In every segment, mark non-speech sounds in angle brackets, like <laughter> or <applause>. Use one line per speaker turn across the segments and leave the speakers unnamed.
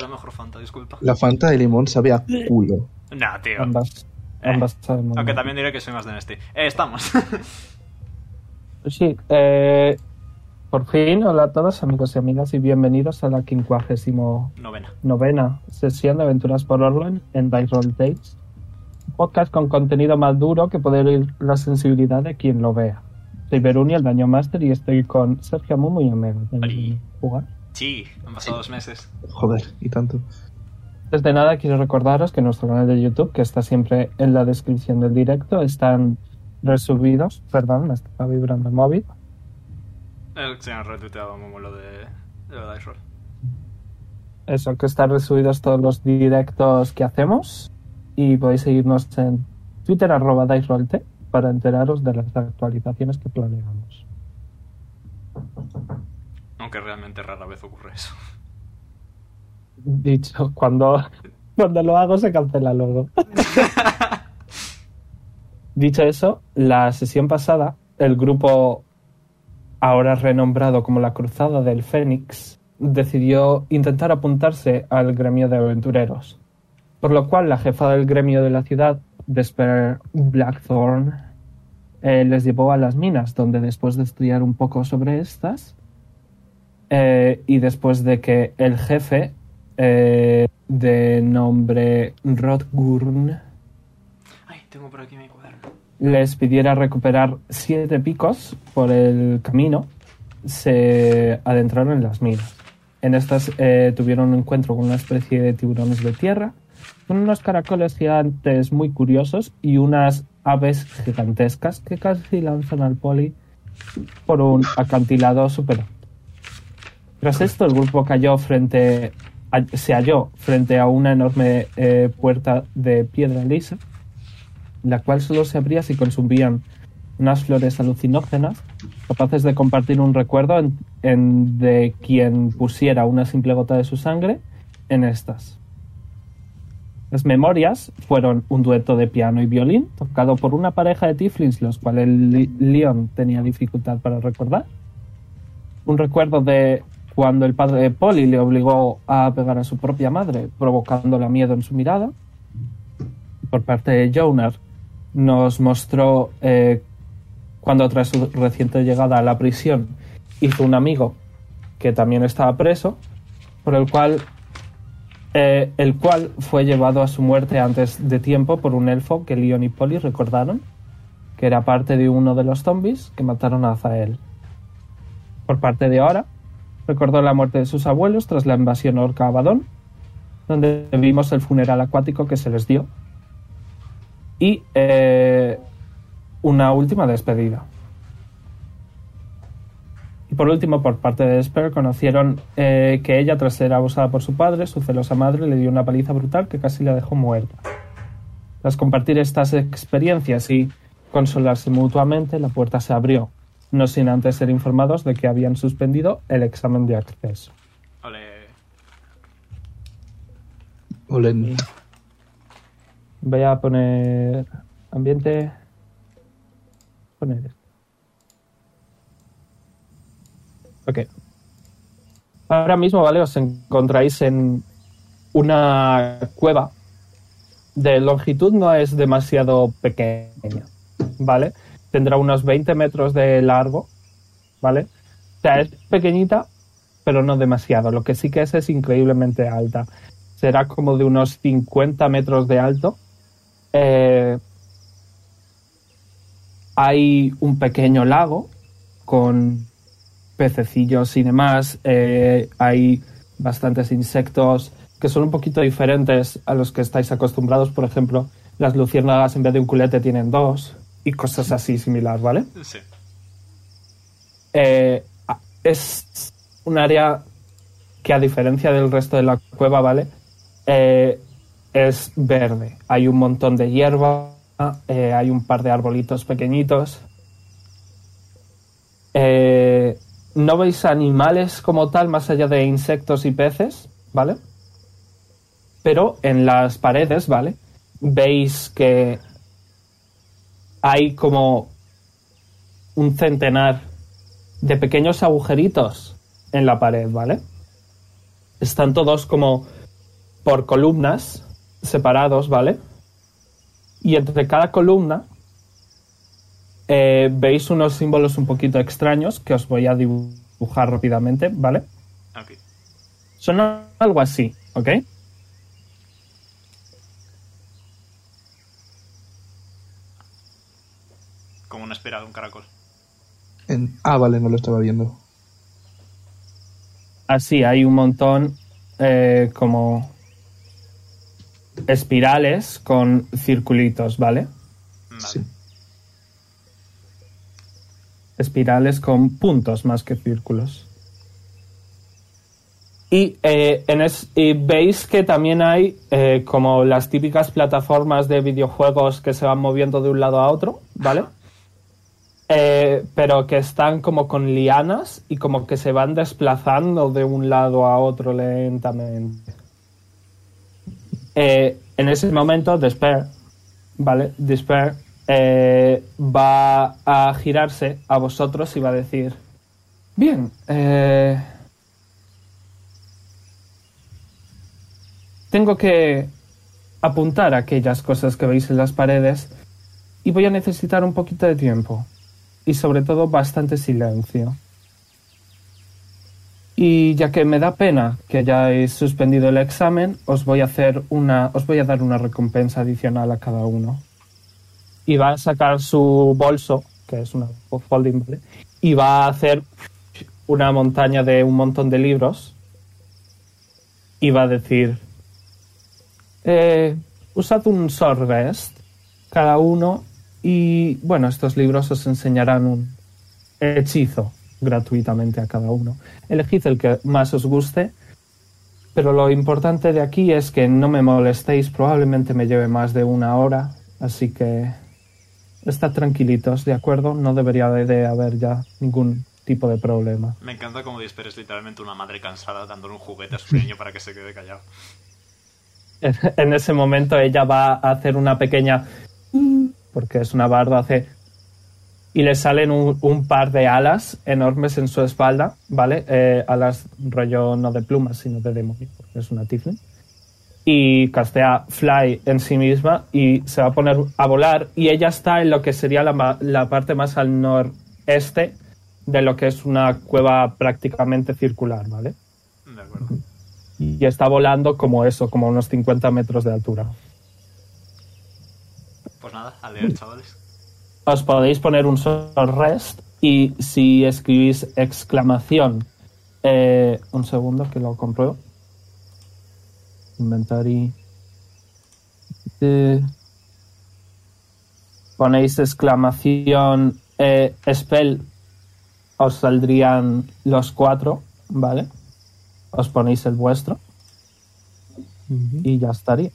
la mejor Fanta, disculpa.
La Fanta de limón sabe a culo.
Nah, tío.
Ambas.
Eh,
Ambas saben mal.
Aunque también diré que soy más de Nesti. Eh, estamos. <laughs>
Sí, eh, por fin, hola a todos amigos y amigas y bienvenidos a la 59
Novena.
novena sesión de Aventuras por Orlan en Dice Roll Tales. Un Podcast con contenido más duro que puede herir la sensibilidad de quien lo vea. Soy Beruni, el Daño Master, y estoy con Sergio Amumu y Omega.
Oli.
Jugar.
Sí, han pasado dos meses.
Joder, y tanto.
Antes de nada, quiero recordaros que nuestro canal de YouTube, que está siempre en la descripción del directo, están resubidos. Perdón, me está vibrando el móvil.
El señor retuiteado Momo lo de, de lo de Dice Roll.
Eso, que están resubidos todos los directos que hacemos. Y podéis seguirnos en Twitter, arroba DiceRollT, para enteraros de las actualizaciones que planeamos.
Aunque realmente rara vez ocurre eso.
Dicho, cuando, cuando lo hago se cancela luego. Dicho eso, la sesión pasada, el grupo ahora renombrado como la Cruzada del Fénix decidió intentar apuntarse al gremio de aventureros. Por lo cual, la jefa del gremio de la ciudad, Despair Blackthorn, eh, les llevó a las minas, donde después de estudiar un poco sobre estas, eh, y después de que el jefe eh, de nombre Rodgurn
<laughs> Ay, tengo por aquí mi cuaderno.
les pidiera recuperar siete picos por el camino, se adentraron en las minas. En estas eh, tuvieron un encuentro con una especie de tiburones de tierra, con unos caracoles gigantes muy curiosos y unas aves gigantescas que casi lanzan al poli por un acantilado super. Tras esto, el grupo cayó frente, a- se halló frente a una enorme eh, puerta de piedra lisa la cual solo se abría si consumían unas flores alucinógenas capaces de compartir un recuerdo en- en- de quien pusiera una simple gota de su sangre en estas. Las memorias fueron un dueto de piano y violín tocado por una pareja de tiflins, los cuales Li- Leon tenía dificultad para recordar. Un recuerdo de cuando el padre de Polly le obligó a pegar a su propia madre, provocándola miedo en su mirada por parte de Jonar nos mostró eh, cuando tras su reciente llegada a la prisión hizo un amigo que también estaba preso, por el cual eh, el cual fue llevado a su muerte antes de tiempo por un elfo que Leon y Polly recordaron, que era parte de uno de los zombies que mataron a Azael. Por parte de Ahora, recordó la muerte de sus abuelos tras la invasión orca a Badón, donde vimos el funeral acuático que se les dio, y eh, una última despedida. Y por último, por parte de Esper, conocieron eh, que ella, tras ser abusada por su padre, su celosa madre le dio una paliza brutal que casi la dejó muerta. Tras compartir estas experiencias y consolarse mutuamente, la puerta se abrió, no sin antes ser informados de que habían suspendido el examen de acceso.
Ole.
Olen.
Voy a poner ambiente. Poner esto. Ok. Ahora mismo, ¿vale? Os encontráis en una cueva de longitud no es demasiado pequeña, ¿vale? Tendrá unos 20 metros de largo, ¿vale? O sea, es pequeñita, pero no demasiado. Lo que sí que es es increíblemente alta será como de unos 50 metros de alto. Eh, hay un pequeño lago con pececillos y demás. Eh, hay bastantes insectos que son un poquito diferentes a los que estáis acostumbrados. Por ejemplo, las luciérnagas en vez de un culete tienen dos y cosas así similar, ¿vale?
Sí.
Eh, a- es un área que a diferencia del resto de la cueva, ¿vale? Eh, es verde. Hay un montón de hierba, eh, hay un par de arbolitos pequeñitos. Eh, no veis animales como tal, más allá de insectos y peces, ¿vale? Pero en las paredes, ¿vale? Veis que hay como un centenar de pequeños agujeritos en la pared, ¿vale? Están todos como por columnas separados, ¿vale? Y entre cada columna eh, veis unos símbolos un poquito extraños que os voy a dibujar rápidamente, ¿vale?
Ok.
Son a- algo así, ¿ok?
Como una espera de un caracol.
En- Ah, vale, no lo estaba viendo.
Así, hay un montón eh, como espirales con circulitos, ¿vale?
Vale.
Sí.
espirales con puntos más que círculos. Y, eh, en es- y veis que también hay eh, como las típicas plataformas de videojuegos que se van moviendo de un lado a otro, ¿vale? Eh, pero que están como con lianas y como que se van desplazando de un lado a otro lentamente. Eh, en ese momento, Despair, ¿vale? Despair eh, va a girarse a vosotros y va a decir: Bien, eh, tengo que apuntar aquellas cosas que veis en las paredes y voy a necesitar un poquito de tiempo y sobre todo bastante silencio. Y ya que me da pena que hayáis suspendido el examen, os voy a hacer una, os voy a dar una recompensa adicional a cada uno. Y va a sacar su bolso, que es una folding, ¿vale? Y va a hacer una montaña de un montón de libros. Y va a decir, eh, usad un short rest cada uno y bueno, estos libros os enseñarán un hechizo gratuitamente a cada uno. Elegid el que más os guste, pero lo importante de aquí es que no me molestéis, probablemente me lleve más de una hora, así que estad tranquilitos, ¿de acuerdo? No debería de- de haber ya ningún tipo de problema.
Me encanta como disperes literalmente una madre cansada dándole un juguete a su niño para que se quede callado.
<laughs> en ese momento ella va a hacer una pequeña porque es una barda hace y le salen un, un par de alas enormes en su espalda vale Eh, alas rollo no de plumas sino de demonio porque es una tiflin y castea Fly en sí misma y se va a poner a volar y ella está en lo que sería la, ma- la parte más al noreste de lo que es una cueva prácticamente circular vale
De acuerdo.
y está volando como eso, como a unos 50 metros de altura.
Pues nada, a leer, chavales.
Os podéis poner un short rest y si escribís exclamación, eh, un segundo que lo compruebo. Inventory. Eh, ponéis exclamación eh, spell, os saldrían los cuatro, ¿vale? Os ponéis el vuestro y ya estaría.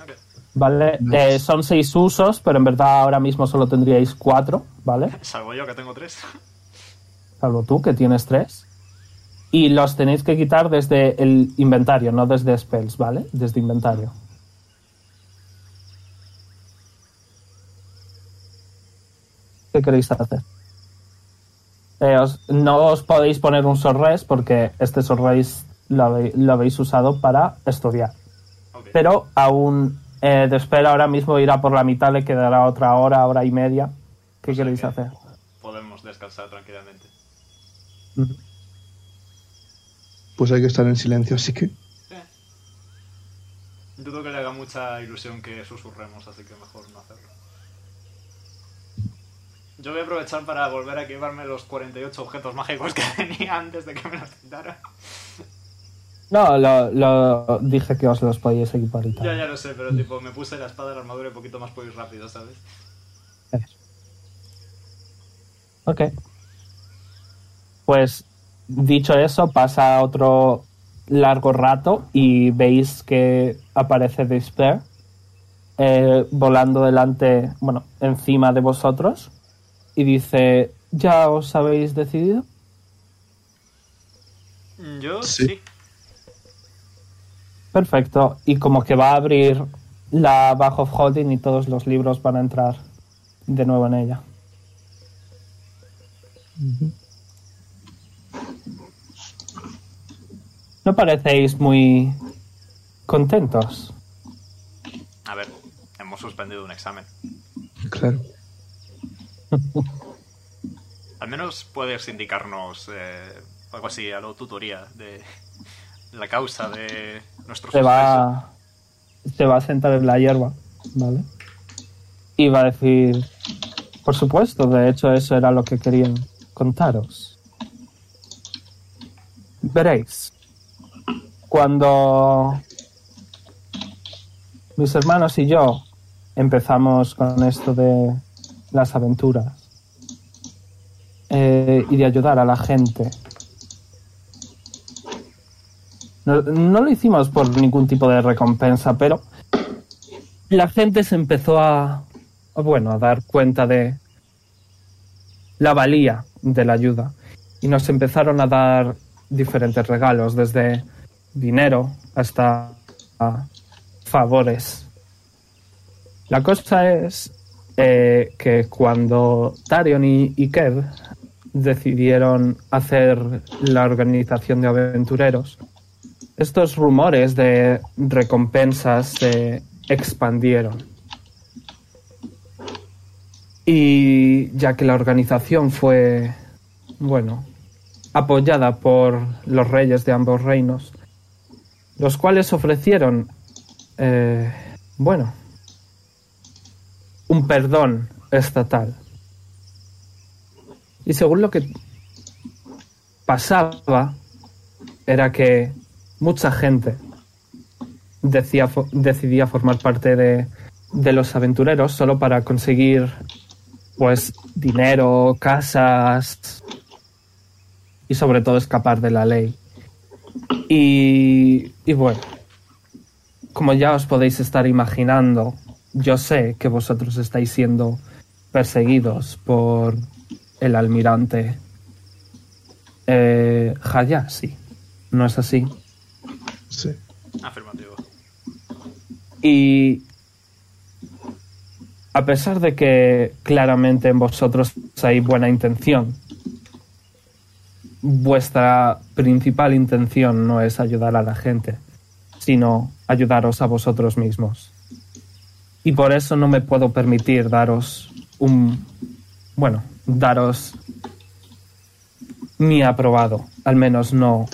Ok.
Vale,
Nice.
eh, son seis usos, pero en verdad ahora mismo solo tendríais cuatro, ¿vale?
Salvo yo que tengo tres. <laughs>
Salvo tú, que tienes tres. Y los tenéis que quitar desde el inventario, no desde spells, ¿vale? Desde inventario. ¿Qué queréis hacer? Eh, os- no os podéis poner un sorres porque este sorres lo, habe- lo habéis usado para estudiar.
Ok.
Pero aún eh, de espera ahora mismo irá por la mitad, le quedará otra hora, hora y media. ¿Qué
sea
queréis
que-
hacer?
Podemos descansar tranquilamente.
Ujú.
Pues hay que estar en silencio, así que.
Dudo que le haga mucha ilusión que susurremos, así que mejor no hacerlo. Yo voy a aprovechar para volver a llevarme los 48 objetos mágicos que <laughs> tenía antes de que me los quitara.
No, lo, lo- dije que os los podíais equipar y tal.
Ya, ya lo sé, pero tipo, me puse la espada, la armadura y poquito más puedo ir rápido, ¿sabes?
Ok. Pues dicho eso, pasa otro largo rato y veis que aparece Despair eh, volando delante, bueno, encima de vosotros y dice, ¿ya os habéis decidido?
Mm, Yo
Sí.
sí.
Perfecto. Y como que va a abrir la Bag of Holding y todos los libros van a entrar de nuevo en ella. No parecéis muy contentos.
A ver, hemos suspendido un examen.
Claro.
Al menos puedes indicarnos eh, algo así, a lo tutoría de la causa de nuestro
Se va, se va a sentar en la hierba, ¿vale? Y va a decir, por supuesto, de hecho eso era lo que querían contaros. Veréis, cuando mis hermanos y yo empezamos con esto de las aventuras eh, y de ayudar a la gente. No, no lo hicimos por ningún tipo de recompensa, pero la gente se empezó a, a, bueno, a dar cuenta de la valía de la ayuda y nos empezaron a dar diferentes regalos, desde dinero hasta ah, favores. La cosa es eh, que cuando Tarion y, y Kev decidieron hacer la organización de aventureros, estos rumores de recompensas se expandieron. Y ya que la organización fue, bueno, apoyada por los reyes de ambos reinos, los cuales ofrecieron, eh, bueno, un perdón estatal. Y según lo que pasaba, era que mucha gente decía, fo- decidía formar parte de, de los aventureros solo para conseguir pues dinero, casas y sobre todo escapar de la ley. Y, y bueno, como ya os podéis estar imaginando, yo sé que vosotros estáis siendo perseguidos por el almirante eh, Hayashi, ¿no es así?
Sí.
Afirmativo.
Y a pesar de que claramente en vosotros hay buena intención, vuestra principal intención no es ayudar a la gente, sino ayudaros a vosotros mismos. Y por eso no me puedo permitir daros un... Bueno, daros mi aprobado, al menos no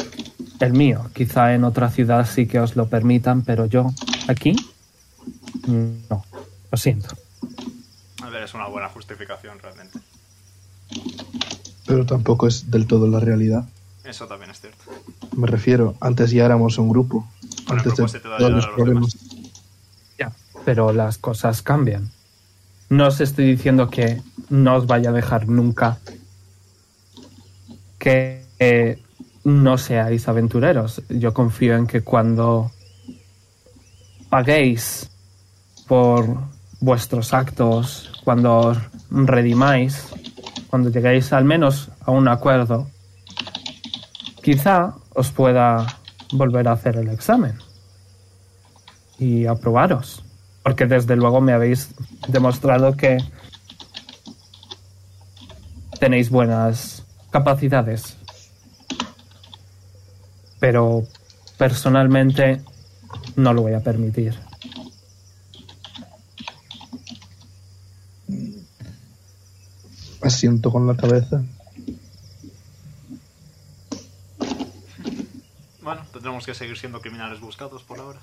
el mío. Quizá en otra ciudad sí que os lo permitan, pero yo aquí no. Lo siento.
A ver, es una buena justificación realmente.
Pero tampoco es del todo la realidad.
Eso también es cierto.
Me refiero, antes ya éramos un grupo.
Con el
antes
propósito de ayudar a los
Ya, pero las cosas cambian. No os estoy diciendo que no os vaya a dejar nunca que eh, no seáis aventureros. Yo confío en que cuando paguéis por vuestros actos, cuando os redimáis, cuando lleguéis al menos a un acuerdo, quizá os pueda volver a hacer el examen y aprobaros. Porque desde luego me habéis demostrado que tenéis buenas capacidades. Pero personalmente no lo voy a permitir.
Asiento con la cabeza.
Bueno, tendremos que seguir siendo criminales buscados por ahora.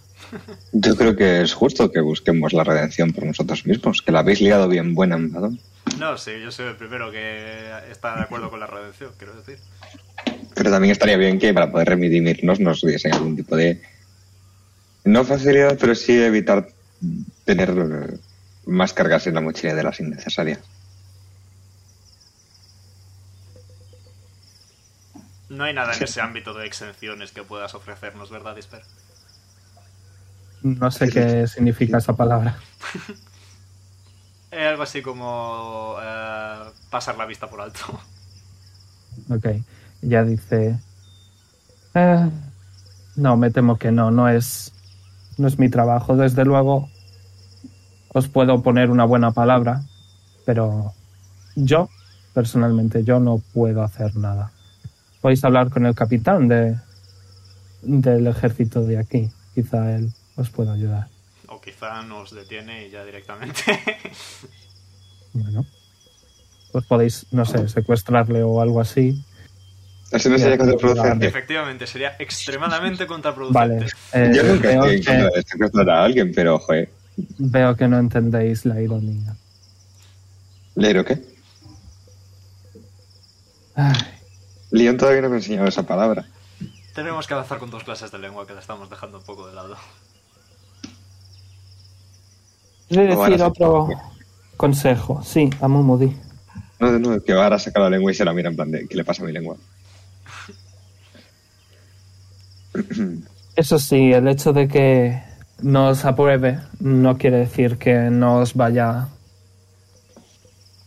Yo creo que es justo que busquemos la redención por nosotros mismos, que la habéis ligado bien buena, ¿no?
No, sí, yo soy el primero que está de acuerdo con la redención, quiero decir.
Pero también estaría bien que para poder redimirnos nos diesen algún tipo de... No facilidad, pero sí evitar tener eh, más cargas en la mochila de las innecesarias.
No hay nada en ese ámbito de exenciones que puedas ofrecernos, ¿verdad, Disper?
No sé qué significa esa palabra.
Eh, algo así como eh, pasar la vista por alto. <laughs>
Ok. Ya dice. "Eh, no, me temo que no. No es. No es mi trabajo. Desde luego. Os puedo poner una buena palabra. Pero yo, personalmente, yo no puedo hacer nada. Podéis hablar con el capitán de del ejército de aquí. Quizá él os pueda ayudar.
O quizá nos detiene y ya directamente.
Bueno, pues podéis, no sé, secuestrarle o algo así.
Eso no
Ya,
sería
pero
contraproducente.
Efectivamente, sería extremadamente
Vale.
contraproducente.
eh,
Yo nunca
veo,
estoy en
que,
contra de secuestrar a alguien, pero, joder,
veo que no entendéis la ironía.
¿Leiro qué?
Ay,
Leon todavía no me ha enseñado esa palabra.
Tenemos que avanzar con dos clases de lengua que la estamos dejando un poco de lado.
he de
Ahora
decir
sí.
otro consejo. Sí, a Mumudi.
No, de nuevo, que ahora saca la lengua y se la mira en plan de, ¿qué le pasa a mi lengua?
Eso sí, el hecho de que no os apruebe no quiere decir que no os vaya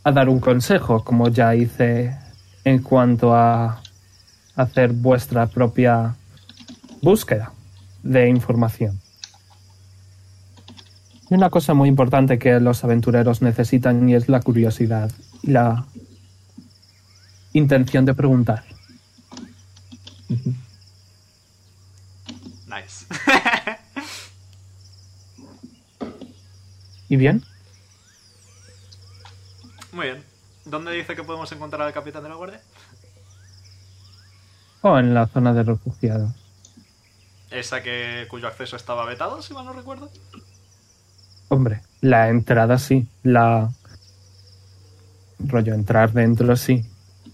a dar un consejo, como ya hice en cuanto a hacer vuestra propia búsqueda de información. Y una cosa muy importante que los aventureros necesitan y es la curiosidad y la intención de preguntar.
Nice.
¿Y bien?
Muy bien. ¿Dónde dice que podemos encontrar al capitán de la guardia?
O en la zona de refugiados.
Esa que cuyo acceso estaba vetado, si mal no recuerdo.
Hombre, la entrada sí, la rollo entrar dentro sí,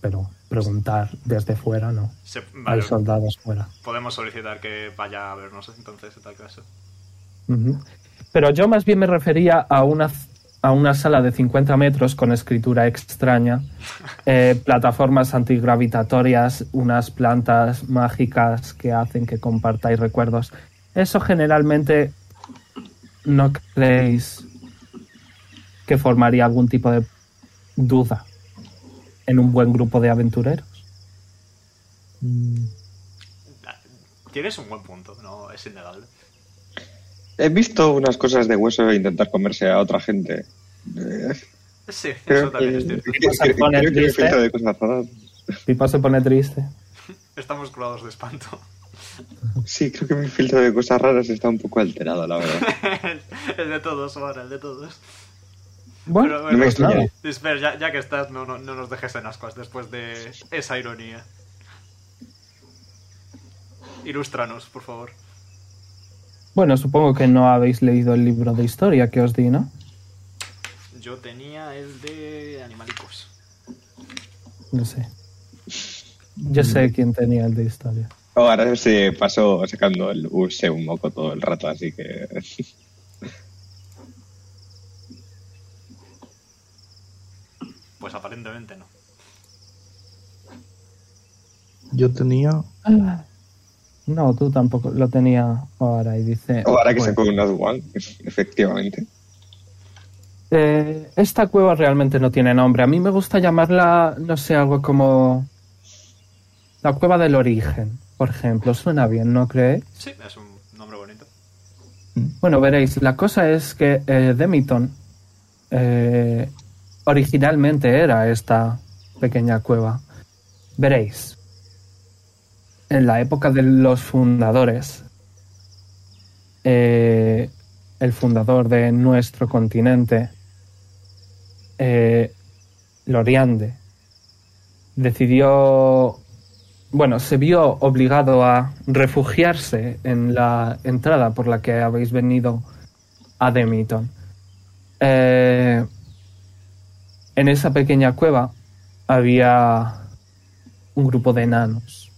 pero preguntar desde fuera no.
Se-
Hay
vale,
soldados fuera.
podemos solicitar que vaya a vernos entonces en tal caso.
Ujú. Pero yo más bien me refería a una z- a una sala de 50 metros con escritura extraña, eh, plataformas antigravitatorias, unas plantas mágicas que hacen que compartáis recuerdos. Eso generalmente no creéis que formaría algún tipo de duda en un buen grupo de aventureros.
Tienes un buen punto, no es innegable.
He visto unas cosas de hueso e intentar comerse a otra gente. Eh,
Sí, eso
Creo
también
que,
es cierto.
creo-
Se pone
creo que me he
triste.
filtrado de cosas raras.
Pipa se pone triste.
Estamos curados de espanto. <laughs>
Sí, creo que mi filtro de cosas raras está un poco alterado, la
<laughs>
verdad.
el, el de todos, ahora, el de todos.
Bueno,
no me
pues nada.
extraña.
Esper, ya, ya que estás, no, no, no nos dejes en ascuas después de esa ironía. Ilústranos, por favor.
Bueno, supongo que no habéis leído el libro de historia que os di, ¿no?
Yo tenía el de animalicos.
No sé. Yo
Mm.
sé quién tenía el de historia.
Ahora se pasó sacando el use un moco todo el rato, así que.
Pues aparentemente no.
Yo tenía.
No, tú tampoco lo tenía ahora y dice...
Oh,
"Pues,
Ahora que
Oh, bueno,
sacó un One, efectivamente.
eh, esta cueva realmente no tiene nombre. A mí me gusta llamarla, no sé, algo como... La cueva del origen, por ejemplo. Suena bien, ¿no creéis?
Sí, es un nombre bonito.
Bueno, veréis, la cosa es que eh, Demiton eh, originalmente era esta pequeña cueva. Veréis, en la época de los fundadores, eh, el fundador de nuestro continente, eh, Loriande, decidió bueno, se vio obligado a refugiarse en la entrada por la que habéis venido a Demiton. Eh, en esa pequeña cueva había un grupo de enanos.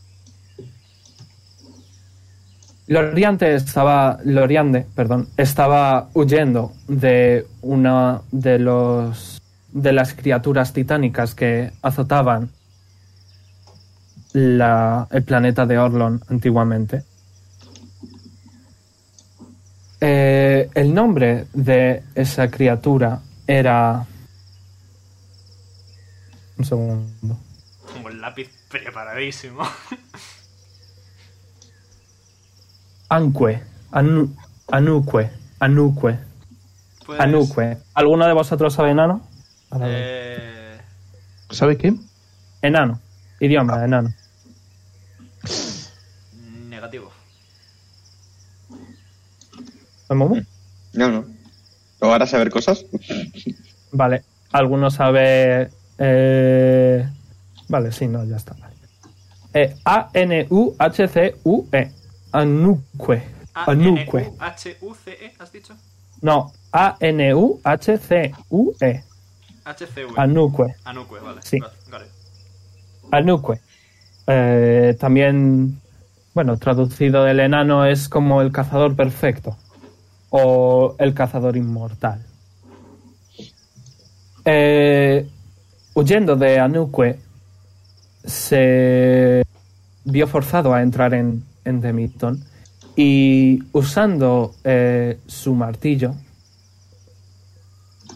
Loriante estaba, Loriande, perdón, estaba huyendo de una de los de las criaturas titánicas que azotaban la- el planeta de Orlon antiguamente. Eh, el nombre de esa criatura era... Un segundo.
Como el lápiz preparadísimo.
Anque. Anu- Anuque. Anuque.
<laughs> Pues,
Anuque. ¿Alguno de vosotros sabe enano? Ahora voy.
eh,
¿Sabe qué?
Enano. Idioma, enano.
negativo.
¿Al Momo?
No, no. ¿O ahora saber cosas?
Vale. ¿Alguno sabe...? eh, Vale, sí, no, ya está. vale. Eh, A-N-U-H-C-U-E. Anuque. Anuque.
H-U-C-E, E, ¿has dicho?
No, A-N-U-H-C-U-E.
H-C-V.
Anuque.
Anuque, vale.
Sí.
Vale, Vale.
Anuque. Eh, también, bueno, traducido del enano es como el cazador perfecto o el cazador inmortal. Eh, huyendo de Anuque, se vio forzado a entrar en, en Demiton y usando eh, su martillo,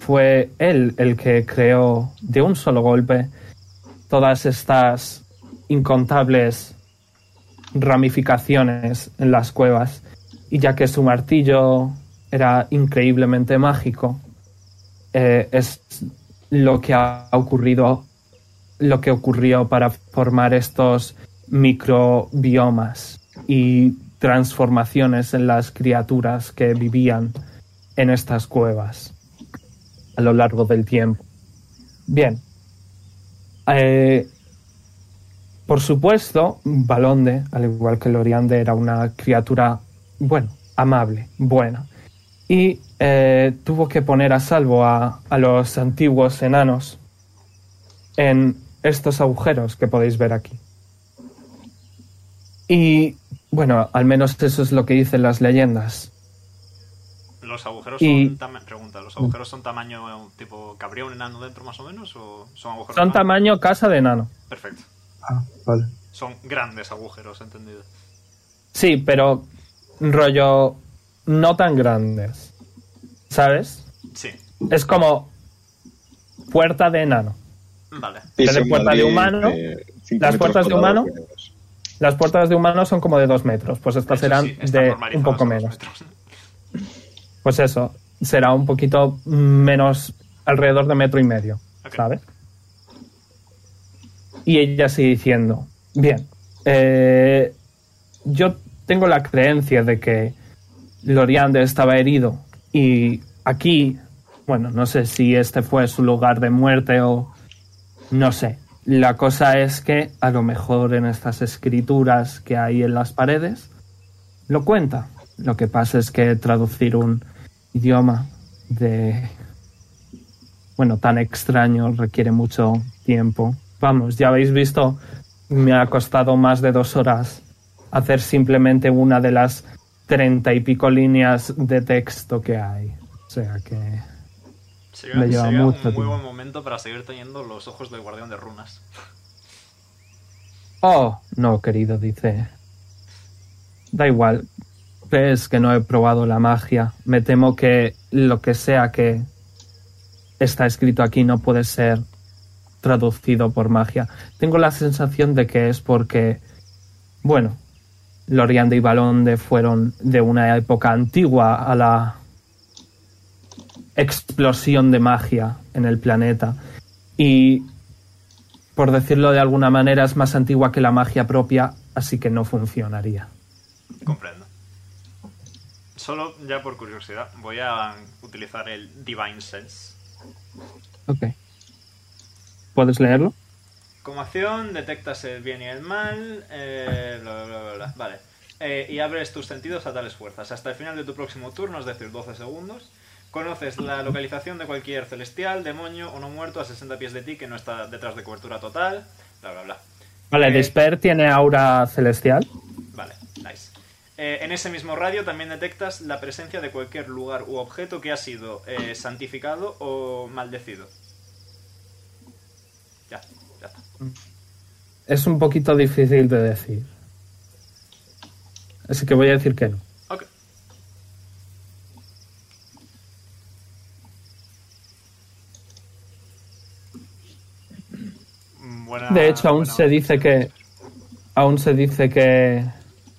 fue él el que creó de un solo golpe todas estas incontables ramificaciones en las cuevas. Y ya que su martillo era increíblemente mágico, eh, es lo que ha ocurrido, lo que ocurrió para formar estos microbiomas y transformaciones en las criaturas que vivían en estas cuevas a lo largo del tiempo. Bien, eh, por supuesto, Balonde, al igual que Loriande, era una criatura, bueno, amable, buena. Y eh, tuvo que poner a salvo a, a los antiguos enanos en estos agujeros que podéis ver aquí. Y bueno, al menos eso es lo que dicen las leyendas.
¿Los agujeros
Y-
son tama- pregunta, ¿los agujeros son tamaño eh, tipo cabría un enano dentro más o menos? ¿O son agujeros?
Son
más-
tamaño casa de enano.
Perfecto.
Ah, vale.
Son grandes agujeros, entendido.
Sí, pero rollo no tan grandes. ¿Sabes?
Sí.
Es como puerta de enano.
Vale.
Piso
Tiene
en
puertas de
Madrid,
humano,
eh, cinco
las
metros
puertas de
cuadrados, pues,
humano. Las puertas de humano son como de dos metros, pues estas
Eso
serán
sí, están
de un
normalizados
poco
a los
menos.
metros.
Pues eso, será un poquito menos, alrededor de metro y medio,
Ok.
¿sabes? Y ella sigue diciendo, bien, eh, yo tengo la creencia de que Loriande estaba herido y aquí, bueno, no sé si este fue su lugar de muerte o no sé. La cosa es que a lo mejor en estas escrituras que hay en las paredes lo cuenta. Lo que pasa es que traducir un idioma de bueno, tan extraño requiere mucho tiempo. Vamos, ya habéis visto, me ha costado más de dos horas hacer simplemente una de las treinta y pico líneas de texto que hay. O sea que
Sería,
Me lleva
sería
mucho
un muy
tiempo.
buen momento para seguir teniendo los ojos del guardián de runas.
Oh, no, querido, dice. Da igual. ¿Crees que no he probado la magia? Me temo que lo que sea que está escrito aquí no puede ser traducido por magia. Tengo la sensación de que es porque, bueno, Loriande y Balonde fueron de una época antigua a la explosión de magia en el planeta. Y por decirlo de alguna manera, es más antigua que la magia propia, así que no funcionaría.
Comprendo. Solo ya por curiosidad, voy a utilizar el Divine Sense.
Ok. ¿Puedes leerlo?
Como acción, detectas el bien y el mal, eh, bla, bla, bla, bla, bla. Vale. Eh, y abres tus sentidos a tales fuerzas. Hasta el final de tu próximo turno, es decir, 12 segundos, conoces la localización de cualquier celestial, demonio o no muerto a 60 pies de ti que no está detrás de cobertura total, bla, bla, bla.
Vale,
Eh,
Disper tiene aura celestial.
Vale, nice. Eh, en ese mismo radio también detectas la presencia de cualquier lugar u objeto que ha sido eh, santificado o maldecido. Ya, ya está.
Es un poquito difícil de decir. Así que voy a decir que no.
Ok. Buena-
De hecho, aún
buena
se dice que. Aún se dice que.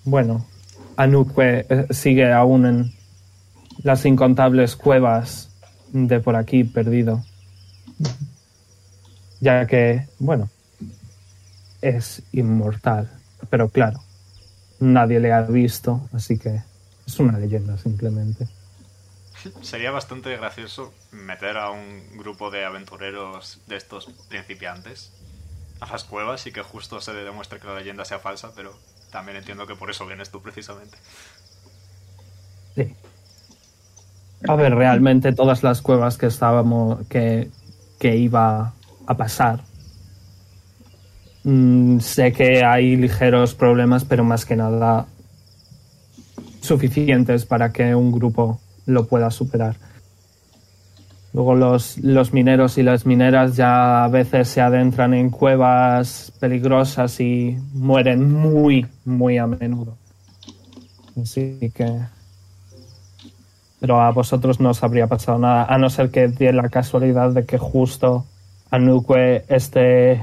Bueno, Anuque eh, sigue aún en las incontables cuevas de por aquí, perdido. Ya que, bueno, es inmortal. Pero claro, nadie le ha visto, así que Es una leyenda, simplemente.
Sería bastante gracioso meter a un grupo de aventureros de estos principiantes a las cuevas y que justo se le demuestre que la leyenda sea falsa, pero también entiendo que por eso vienes tú precisamente.
Sí. A ver, realmente todas las cuevas que estábamos. que, que iba a pasar. mm, sé que hay ligeros problemas, pero más que nada suficientes para que un grupo lo pueda superar. Luego los, los mineros y las mineras ya a veces se adentran en cuevas peligrosas y mueren muy, muy a menudo. Así que... Pero a vosotros no os habría pasado nada, a no ser que diera la casualidad de que justo Anuque esté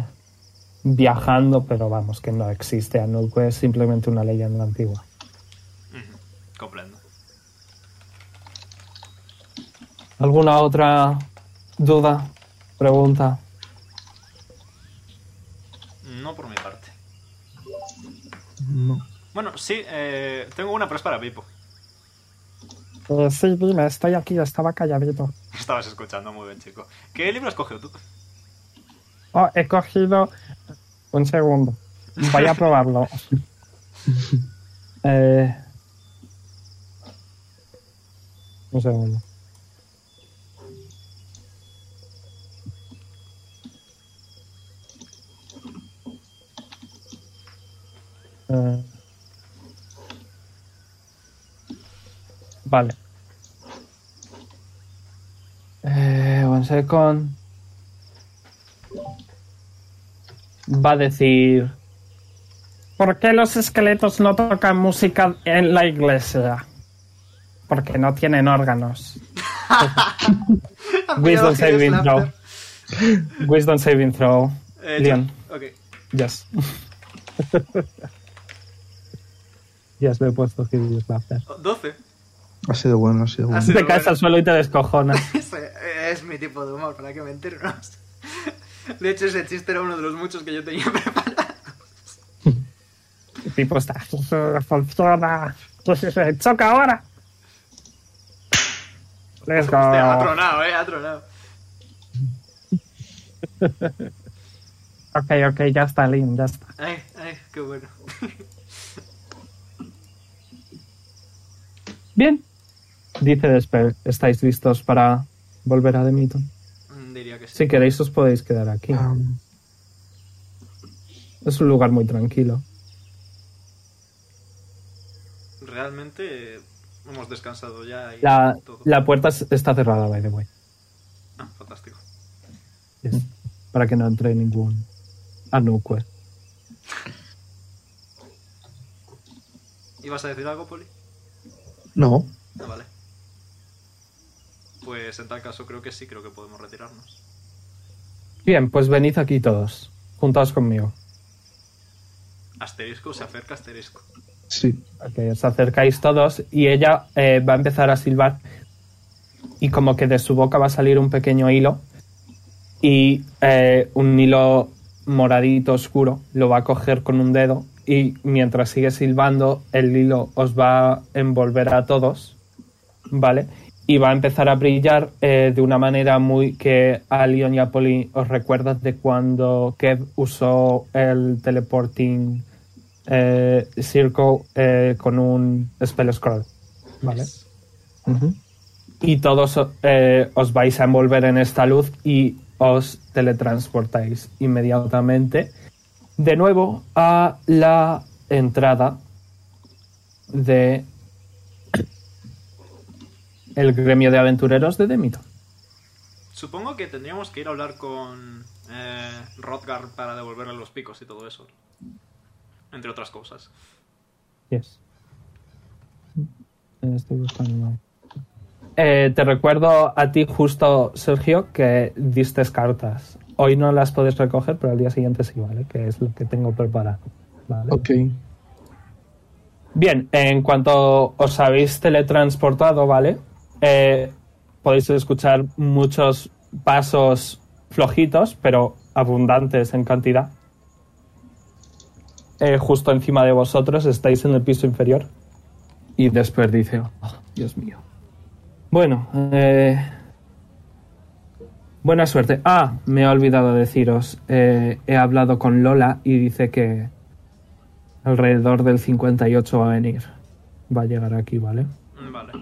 viajando, pero vamos, que no existe Anuque, es simplemente una leyenda antigua.
Ujú, Comprendo.
¿Alguna otra duda? Pregunta.
No por mi parte.
No.
Bueno, sí, eh, tengo una, pero es para Pipo. <laughs>
Eh, sí, dime, estoy aquí, estaba calladito.
Estabas escuchando muy bien, chico. ¿Qué libro has cogido tú?
Oh, he cogido. Un segundo. Voy a probarlo.
<laughs> Eh, un segundo. Eh, vale. Eh, one second. Va a decir...
¿Por qué los esqueletos no tocan música en la iglesia? Porque no tienen órganos.
Wisdom saving throw. Wisdom saving throw.
Eh,
Leon.
ya, Ok.
Yes. <laughs> yes, me he puesto Hideous Laughter.
12.
Ha sido bueno, ha sido
Ha
bueno.
sido-
Te caes al suelo y te descojonas. <laughs>
Ese es mi tipo de humor, para qué mentirnos. <laughs> De hecho, ese chiste era uno de los muchos que yo tenía <laughs> preparado.
El tipo está. Funciona.
Pues
Choca ahora. Let's go.
Hostia, ha tronado, eh, ha tronado.
Ok, ok, ya está, Lin, ya está.
Ay, ay, qué bueno.
Bien. Dice Desper, ¿estáis listos para volver a Demiton?
Mm, Diría que sí.
Si queréis os podéis quedar aquí.
Ah.
Um,
Es un lugar muy tranquilo.
Realmente eh, hemos descansado ya y
La,
todo.
la puerta es- está cerrada, by the way.
Ah, fantástico.
Yes. Para que no entre ningún anuque.
¿Ibas a decir algo, Poli?
no.
Ah, vale. Pues en tal caso creo que sí, creo que podemos retirarnos.
Bien, pues venid aquí todos. Juntaos conmigo.
Asterisco, se acerca asterisco.
Sí.
que os acercáis todos y ella eh, va a empezar a silbar y como que de su boca va a salir un pequeño hilo y eh, un hilo moradito oscuro lo va a coger con un dedo y mientras sigue silbando el hilo os va a envolver a todos ¿vale? Y va a empezar a brillar eh, de una manera muy que a Leon y a Polly os recuerdas de cuando Kev usó el teleporting eh, circo eh, con un spell scroll, ¿vale? Ujú. Y todos eh, os vais a envolver en esta luz y os teletransportáis inmediatamente de nuevo a la entrada de el gremio de aventureros de Demito.
Supongo que tendríamos que ir a hablar con eh, Rodgar para devolverle los picos y todo eso. Entre otras cosas.
Yes. Estoy buscando. Eh, te recuerdo a ti justo, Sergio, que diste cartas. Hoy no las podéis recoger, pero al día siguiente sí, ¿vale? Que es lo que tengo preparado. ¿vale?
Ok.
Bien, en cuanto os habéis teletransportado, ¿vale? Eh, podéis escuchar muchos pasos flojitos, pero abundantes en cantidad. Eh, justo encima de vosotros estáis en el piso inferior. y desperdicio. Oh, Dios mío. Bueno, eh, buena suerte. Ah, me he olvidado deciros. eh, he hablado con Lola y dice que alrededor del 58 va a venir. Va a llegar aquí, ¿vale?
Mm, Vale.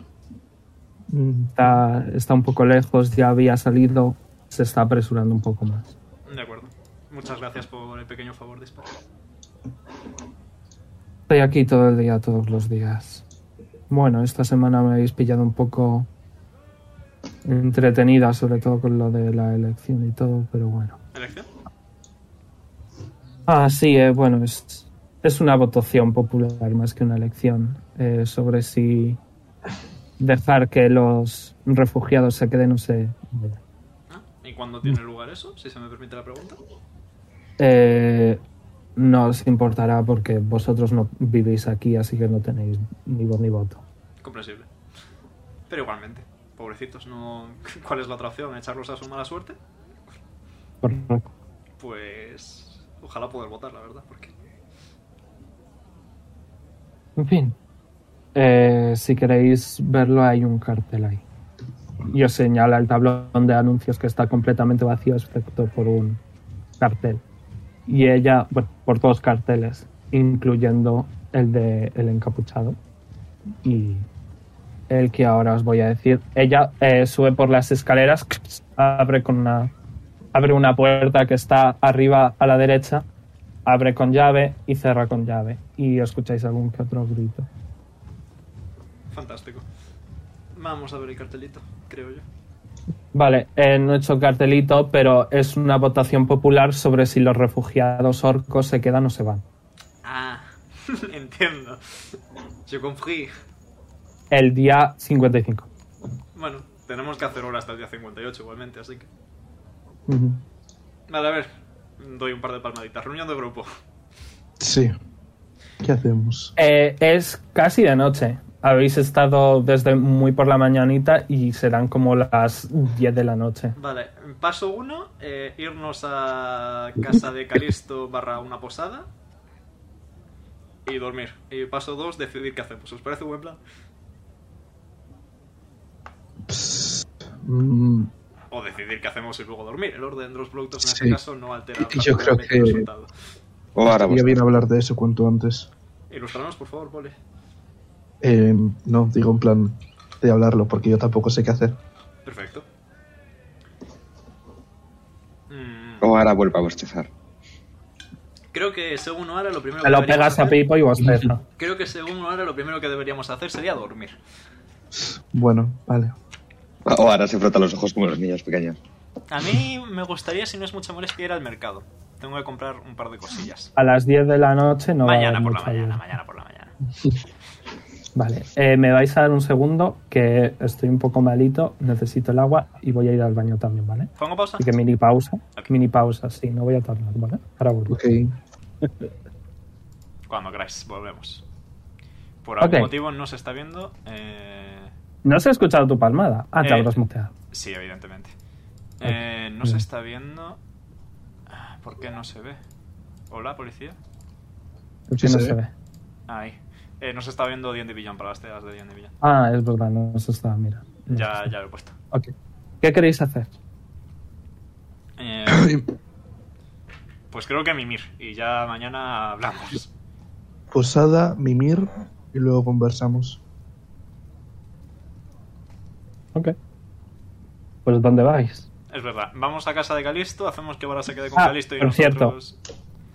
Mm, Está, está un poco lejos, ya había salido. Se está apresurando un poco más.
De acuerdo. Muchas gracias por el pequeño favor de espera.
Estoy aquí todo el día, todos los días. Bueno, esta semana me habéis pillado un poco entretenida, sobre todo con lo de la elección y todo, pero bueno.
¿Elección?
Ah, sí, eh, bueno, es, es una votación popular más que una elección eh, sobre si dejar que los refugiados se queden o se... vayan.
Ah, ¿Y cuándo tiene lugar eso? Si se me permite la pregunta.
Eh, no os importará porque vosotros no vivís aquí, así que no tenéis ni voz ni voto.
Comprensible. Pero igualmente. Pobrecitos, no. <laughs> ¿Cuál es la otra opción? ¿Echarlos a su mala suerte?
Correcto.
Pues. Ojalá poder votar, la verdad, porque.
En fin. Eh, si queréis verlo, hay un cartel ahí. Y os señala el tablón de anuncios que está completamente vacío, excepto por un cartel. Y ella, bueno, por dos carteles, incluyendo el de El Encapuchado. Y el que ahora os voy a decir. Ella eh, sube por las escaleras, abre con una. Abre una puerta que está arriba a la derecha abre con llave y cierra con llave. Y escucháis algún que otro grito.
Fantástico. Vamos a ver el cartelito, creo yo.
Vale, eh, no he hecho cartelito, pero es una votación popular sobre si los refugiados orcos se quedan o se van.
Ah, <laughs> entiendo. Je compris.
El día 55.
Bueno, tenemos que hacer hora hasta el día 58 igualmente, así que.
Ujú.
Vale, a ver. Doy un par de palmaditas. Reunión de grupo.
Sí. ¿Qué hacemos?
Eh, es casi de noche. Habéis estado desde muy por la mañanita y serán como las 10 de la noche.
Vale, paso uno, eh, irnos a casa de Calisto barra una posada y dormir. Y paso dos, decidir qué hacemos. ¿Os parece un buen plan?
Mm,
O decidir qué hacemos y luego dormir. El orden de los productos en
Sí.
este caso no altera
Yo creo
particularmente el
que-
resultado.
O
ya
ahora vos-
bien hablar de eso cuanto antes.
Ilustranos, por favor, Poli.
Eh, no, digo en plan de hablarlo, porque yo tampoco sé qué hacer.
Perfecto. Mm,
o ahora vuelvo a bostezar.
creo que según ahora lo primero
Te lo
deberíamos
pegas a
hacer-
Pipo y vos deja.
Creo que según ahora lo primero que deberíamos hacer sería dormir.
Bueno, vale.
O ahora se frota los ojos como los niños pequeños.
A mí me gustaría, si no es mucha molestia, ir al mercado. Tengo que comprar un par de cosillas.
A las 10 de la noche no va a
mañana
haber
por la
mucha
mañana,
ayuda.
mañana por la mañana.
Vale, eh, me vais a dar un segundo que estoy un poco malito, necesito el agua y voy a ir al baño también, ¿vale?
¿Pongo pausa?
Así que mini pausa,
Ok.
mini pausa, sí, no voy a tardar, ¿vale? Ahora vuelvo.
Ok. <clears throat>
Cuando queráis, volvemos. Por
Ok.
algún motivo no se está viendo. eh,
No se ha escuchado tu palmada. Ah, te
Eh.
habrás muteado.
Sí, evidentemente. Eh, no se está viendo. Ah, ¿Por qué no se ve? Hola, policía.
Es
Sí
que no
se
se
ve.
ve.
Ahí. Eh, no se está viendo D&D Beyond para las telas de D&D Beyond.
Ah, es verdad, no se estaba mirando. No se
Ya,
está.
ya lo he puesto.
Ok. ¿Qué queréis hacer?
Eh,
<coughs>
pues creo que mimir. Y ya mañana hablamos.
Posada, mimir y luego conversamos.
Ok. Pues ¿dónde vais?
Es verdad. Vamos a casa de Calisto, hacemos que ahora se quede con
Ah,
Calisto y
por cierto.
nosotros...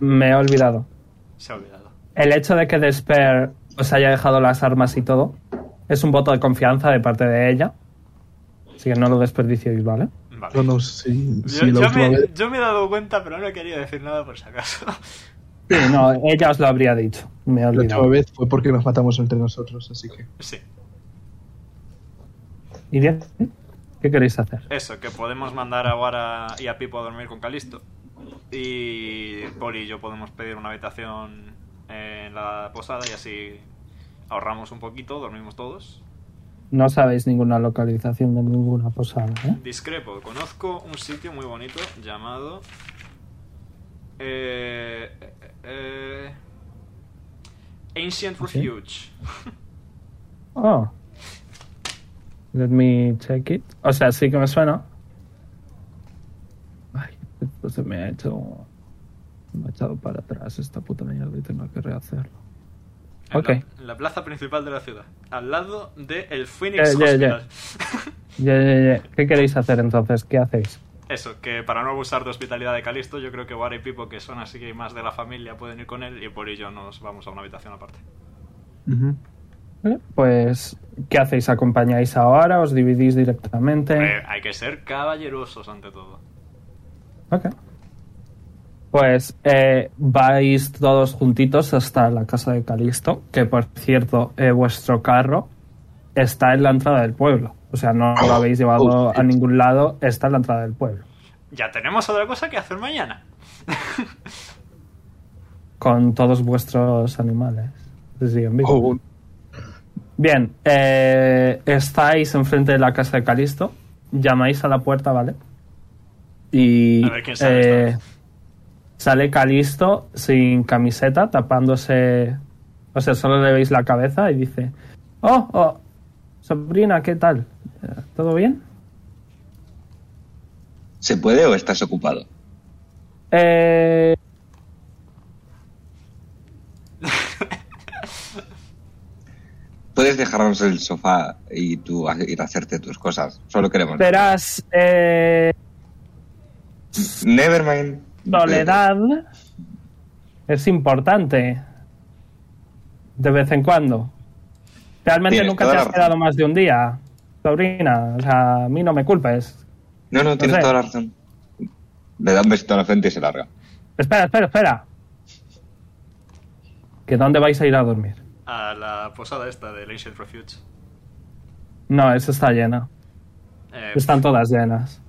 Me he olvidado.
Se ha olvidado.
El hecho de que Despair os haya dejado las armas y todo es un voto de confianza de parte de ella. Así que no lo desperdiciéis, ¿vale?
Vale.
No, no, sí,
Yo,
sí, la
yo
última
me,
vez.
yo me he dado cuenta, pero no he querido decir nada por si acaso. <laughs>
Sí, no, ella os lo habría dicho. Me he
La última
olvidado.
vez fue porque nos matamos entre nosotros, así que.
sí,
¿Y bien? ¿Qué queréis hacer?
eso, que podemos mandar a Wara y a Pipo a dormir con Calisto. Y Poli y yo podemos pedir una habitación en la posada y así ahorramos un poquito, dormimos todos.
No sabéis ninguna localización de ninguna posada, ¿eh?
Discrepo, conozco un sitio muy bonito llamado... eh, eh,
<laughs>
eh, Ancient Refuge.
Oh. Let me check it. O sea, sí que me suena.
Ay, esto se me ha hecho. Me ha echado para atrás esta puta mierda y tengo que rehacerlo.
En
Ok.
la- en la plaza principal de la ciudad, al lado de el Phoenix
Eh, ya, ya.
Hospital. <laughs>
Ya, ya, ya. ¿Qué queréis hacer entonces? ¿Qué hacéis?
Eso, que para no abusar de hospitalidad de Calisto, yo creo que Wara y Pipo, que son así que más de la familia, pueden ir con él y por ello nos vamos a una habitación aparte.
Eh, Pues, ¿qué hacéis? ¿Acompañáis ahora? ¿Os dividís directamente?
Eh, hay que ser caballerosos ante todo.
Ok. Pues eh, vais todos juntitos hasta la casa de Calisto, que por cierto, eh, vuestro carro está en la entrada del pueblo. O sea, no lo habéis llevado a ningún lado, está en la entrada del pueblo.
Ya tenemos otra cosa que hacer mañana.
Con todos vuestros animales. que siguen vivos.
Oh,
Bien, eh, estáis enfrente de la casa de Calisto, llamáis a la puerta, ¿vale? Y
A ver quién sale esta
eh,
vez.
sale Calisto sin camiseta, tapándose, o sea, solo le veis la cabeza y dice, oh, oh, sobrina, ¿qué tal? Eh, ¿Todo bien?
¿Se puede o estás ocupado?
Eh,
Puedes dejarnos el sofá y tú a- ir a hacerte tus cosas. Solo queremos.
verás, eh,
Nevermind.
soledad es importante de vez en cuando. Realmente
Tienes
nunca
toda
te
la
has
razón.
quedado más de un día, sobrina. O sea, a mí no me culpes.
No, no, tienes
sé.
toda la razón. Le da un besito a la frente y se larga.
Espera, espera, espera. ¿Que dónde vais a ir a dormir?
A la posada esta del Ancient Refuge.
No, esa está llena.
Eh,
Están todas llenas.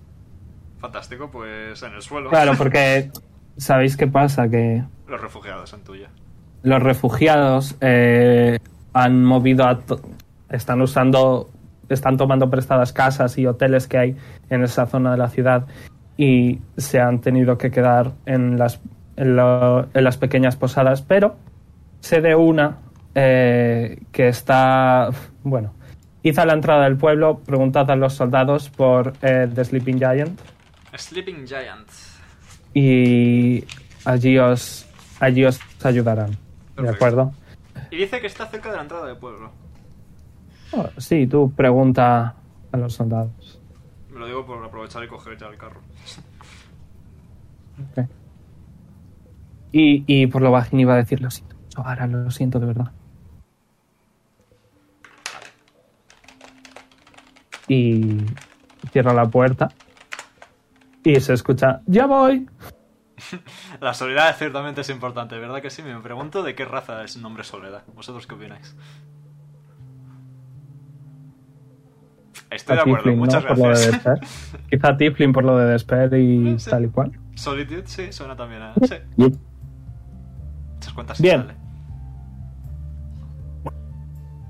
Fantástico, pues en el suelo.
Claro, porque sabéis qué pasa, que
<laughs> Los refugiados son tuya.
los refugiados eh, han movido a to- están usando están tomando prestadas casas y hoteles que hay en esa zona de la ciudad y se han tenido que quedar en las en, lo- en las pequeñas posadas pero sé de una eh, que está bueno hizo a la entrada del pueblo preguntad a los soldados por eh, The Sleeping Giant
Sleeping Giant.
y allí os allí os ayudarán de
Perfecto.
acuerdo
Y dice que está cerca de la entrada del pueblo.
Oh, Sí, tú pregunta a los soldados.
Me lo digo por aprovechar y coger ya el carro.
Ok. Y, y por lo bajín iba a decir lo siento. mucho, Ahora lo siento de verdad. Y cierra la puerta. Y se escucha, ya voy.
La soledad ciertamente es importante, ¿verdad que sí? Me pregunto de qué raza es el nombre Soledad. ¿Vosotros qué opináis? Estoy de
A
acuerdo,
Tiflin, ¿no?
muchas
Por lo de
gracias.
Despair. Quizá Tiflin por lo de Despair y
No sé.
tal y cual.
<laughs> Solitude, sí, suena también a... Sí, muchas cuentas.
Bien.
sale.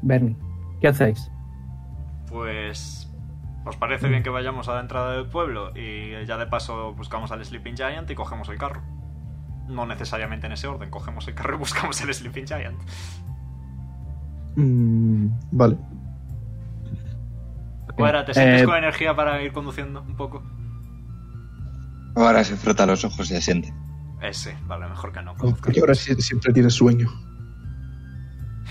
Bernie, ¿qué hacéis?
Pues... ¿Os parece bien que vayamos a la entrada del pueblo y ya de paso buscamos al Sleeping Giant y cogemos el carro? No necesariamente en ese orden, cogemos el carro y <laughs> buscamos el Sleeping Giant.
mm, vale.
Cuadra, ¿te sientes
Eh,
con energía para ir conduciendo un poco?
Ahora se frota los ojos y asiente.
Eh, sí, vale, mejor que no.
Porque
conduzca.
ahora sí- siempre tienes sueño.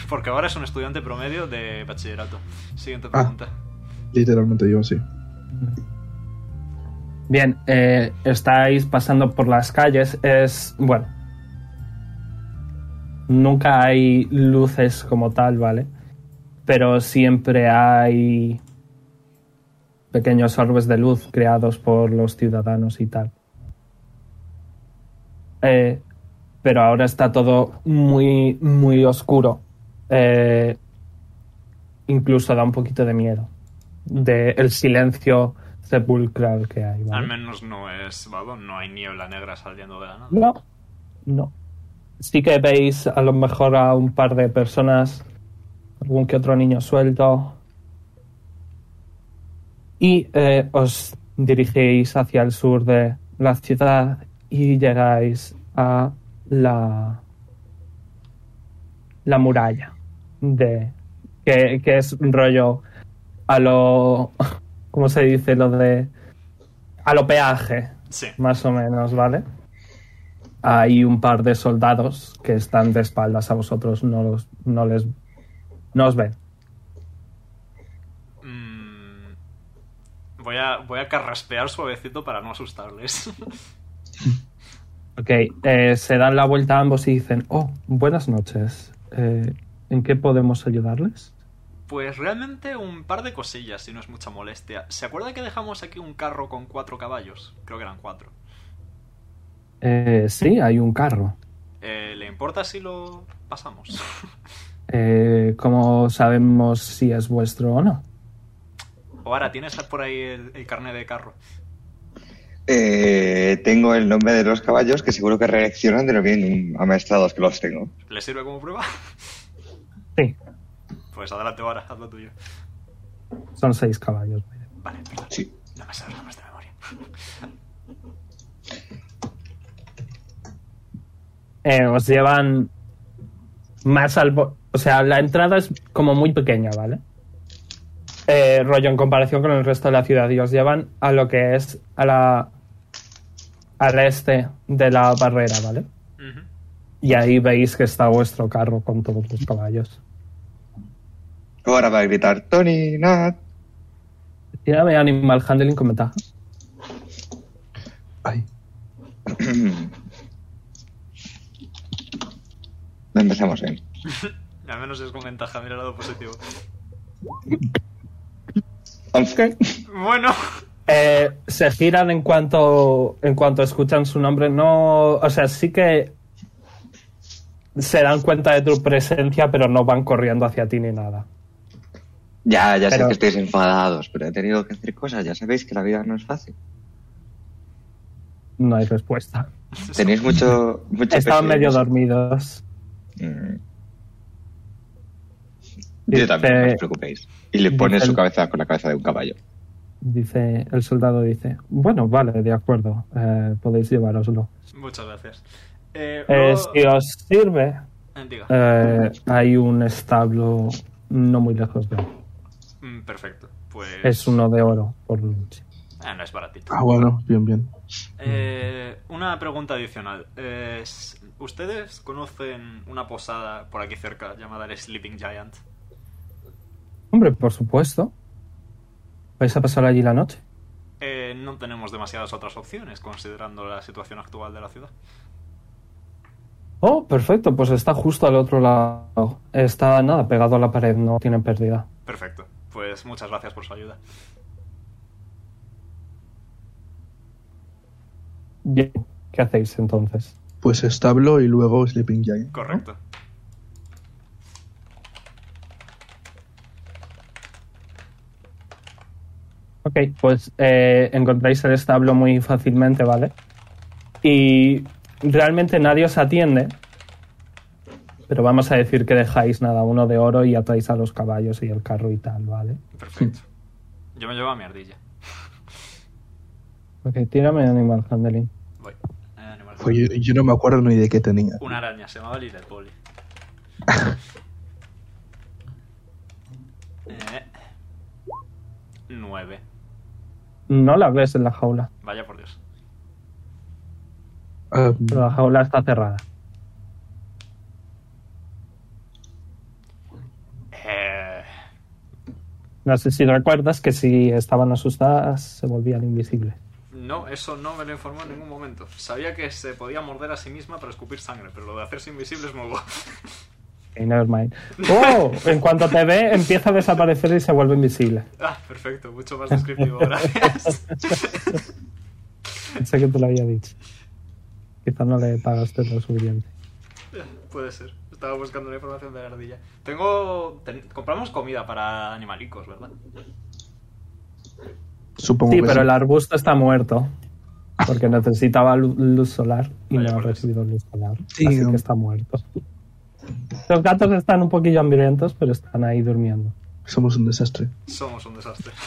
Porque ahora es un estudiante promedio de bachillerato. Siguiente
Ah.
pregunta.
Literalmente yo sí.
Bien, eh, estáis pasando por las calles. Es. Bueno. Nunca hay luces como tal, ¿vale? Pero siempre hay. pequeños orbes de luz creados por los ciudadanos y tal. Eh, pero ahora está todo muy, muy oscuro. Eh, incluso da un poquito de miedo. De el silencio sepulcral que hay. ¿vale?
Al menos no es badón, no hay niebla negra saliendo de la nada.
No, no. Sí que veis a lo mejor a un par de personas, algún que otro niño suelto. Y eh, os dirigís hacia el sur de la ciudad y llegáis a la, la muralla de que, que es un rollo a lo... ¿Cómo se dice? Lo de... A lo peaje,
Sí.
más o menos, ¿vale? Hay un par de soldados que están de espaldas a vosotros, no, los, no les... No os ven.
Mm, voy, a, voy a carraspear suavecito para no asustarles. <laughs>
Ok, eh, se dan la vuelta ambos y dicen, oh, buenas noches. Eh, ¿En qué podemos ayudarles?
Pues realmente un par de cosillas, si no es mucha molestia. ¿Se acuerda que dejamos aquí un carro con cuatro caballos? Creo que eran cuatro.
Eh, sí, hay un carro.
Eh, ¿Le importa si lo pasamos?
Eh, ¿Cómo sabemos si es vuestro o no?
O ahora, ¿tienes por ahí el, el carnet de carro?
Eh, tengo el nombre de los caballos que seguro que reaccionan de lo bien amaestrados que los tengo.
¿Le sirve como prueba? <laughs>
Sí,
Pues adelante, ahora, haz lo tuyo.
son seis caballos.
Vale, perdón.
Sí.
No me sabes más de memoria.
Eh, os llevan más al... bo- O sea, la entrada es como muy pequeña, ¿vale? Eh, rollo en comparación con el resto de la ciudad. Y os llevan a lo que es a la... al este de la barrera, ¿vale?
Ujú.
Y ahí veis que está vuestro carro con todos los caballos.
Ahora va a gritar Tony, Nat. <clears throat>
Tírame Animal Handling con ventaja.
Ay.
No empezamos bien.
Al menos es con ventaja, mira el lado positivo.
Once.
Bueno, <laughs>
Eh, se giran en cuanto en cuanto escuchan su nombre. No, o sea, sí que se dan cuenta de tu presencia, pero no van corriendo hacia ti ni nada.
Ya, ya
Pero-
sé que estáis enfadados, pero he tenido que hacer cosas. Ya sabéis que la vida no es fácil.
No hay respuesta.
Tenéis mucho. mucho
Estaban
peso.
medio dormidos.
Mm.
Dice-
Yo también, no os preocupéis. Y le pone
dice
su
el-
cabeza con la cabeza de un caballo.
Dice el soldado dice, bueno, vale, de acuerdo, eh, podéis llevároslo.
muchas gracias. Eh,
Eh,
luego-
si os sirve,
Eh, diga.
eh, hay un establo no muy lejos de. ahí.
Mm, Perfecto, pues.
Es uno de oro por noche.
Ah, no es baratito.
Ah, bueno, bien, bien.
Eh, una pregunta adicional. Eh, s- ¿Ustedes conocen una posada por aquí cerca llamada el Sleeping Giant?
Hombre, por supuesto. ¿Vais a pasar allí la noche?
Eh, no tenemos demasiadas otras opciones considerando la situación actual de la ciudad.
Oh, perfecto, pues está justo al otro lado. Está nada pegado a la pared, no tiene pérdida.
Perfecto, pues muchas gracias por su ayuda.
Bien, ¿qué hacéis entonces?
Pues establo y luego Sleeping Giant. ¿no?
Correcto.
Ok, pues eh, encontráis el establo muy fácilmente, ¿vale? Y realmente nadie os atiende, pero vamos a decir que dejáis nada, uno de oro y atáis a los caballos y el carro y tal, ¿vale?
Perfecto. Yo me llevo a mi ardilla.
Ok, tírame Animal Handling.
Voy. Eh, animal.
Pues yo, yo no me acuerdo ni de qué tenía.
Una araña, se llamaba Little Polly. Eh, nueve.
No la ves en la jaula,
Vaya por Dios.
Ah,
pero la jaula está cerrada.
Eh,
No sé si recuerdas que si estaban asustadas se volvían invisibles.
no, eso no me lo informó en ningún momento. Sabía que se podía morder a sí misma para escupir sangre, pero lo de hacerse invisible es nuevo.
Okay, Eh, never mind. ¡Oh! En cuanto te ve, empieza a desaparecer y se vuelve invisible.
<laughs> Ah, perfecto, mucho más descriptivo, gracias. <laughs>
Pensé que te lo había dicho. Quizás no le pagaste lo suficiente.
Puede ser. Estaba buscando la información de la ardilla. Tengo. ten- compramos comida para animalicos, ¿verdad?
supongo
Sí,
que
pero
sí.
el arbusto está muerto. Porque necesitaba lu- luz solar y
Vaya
no ha
por Dios.
recibido luz solar.
Sí,
así
no.
que está muerto. Los gatos están un poquillo hambrientos, pero están ahí durmiendo.
Somos un desastre.
Somos un desastre. <laughs>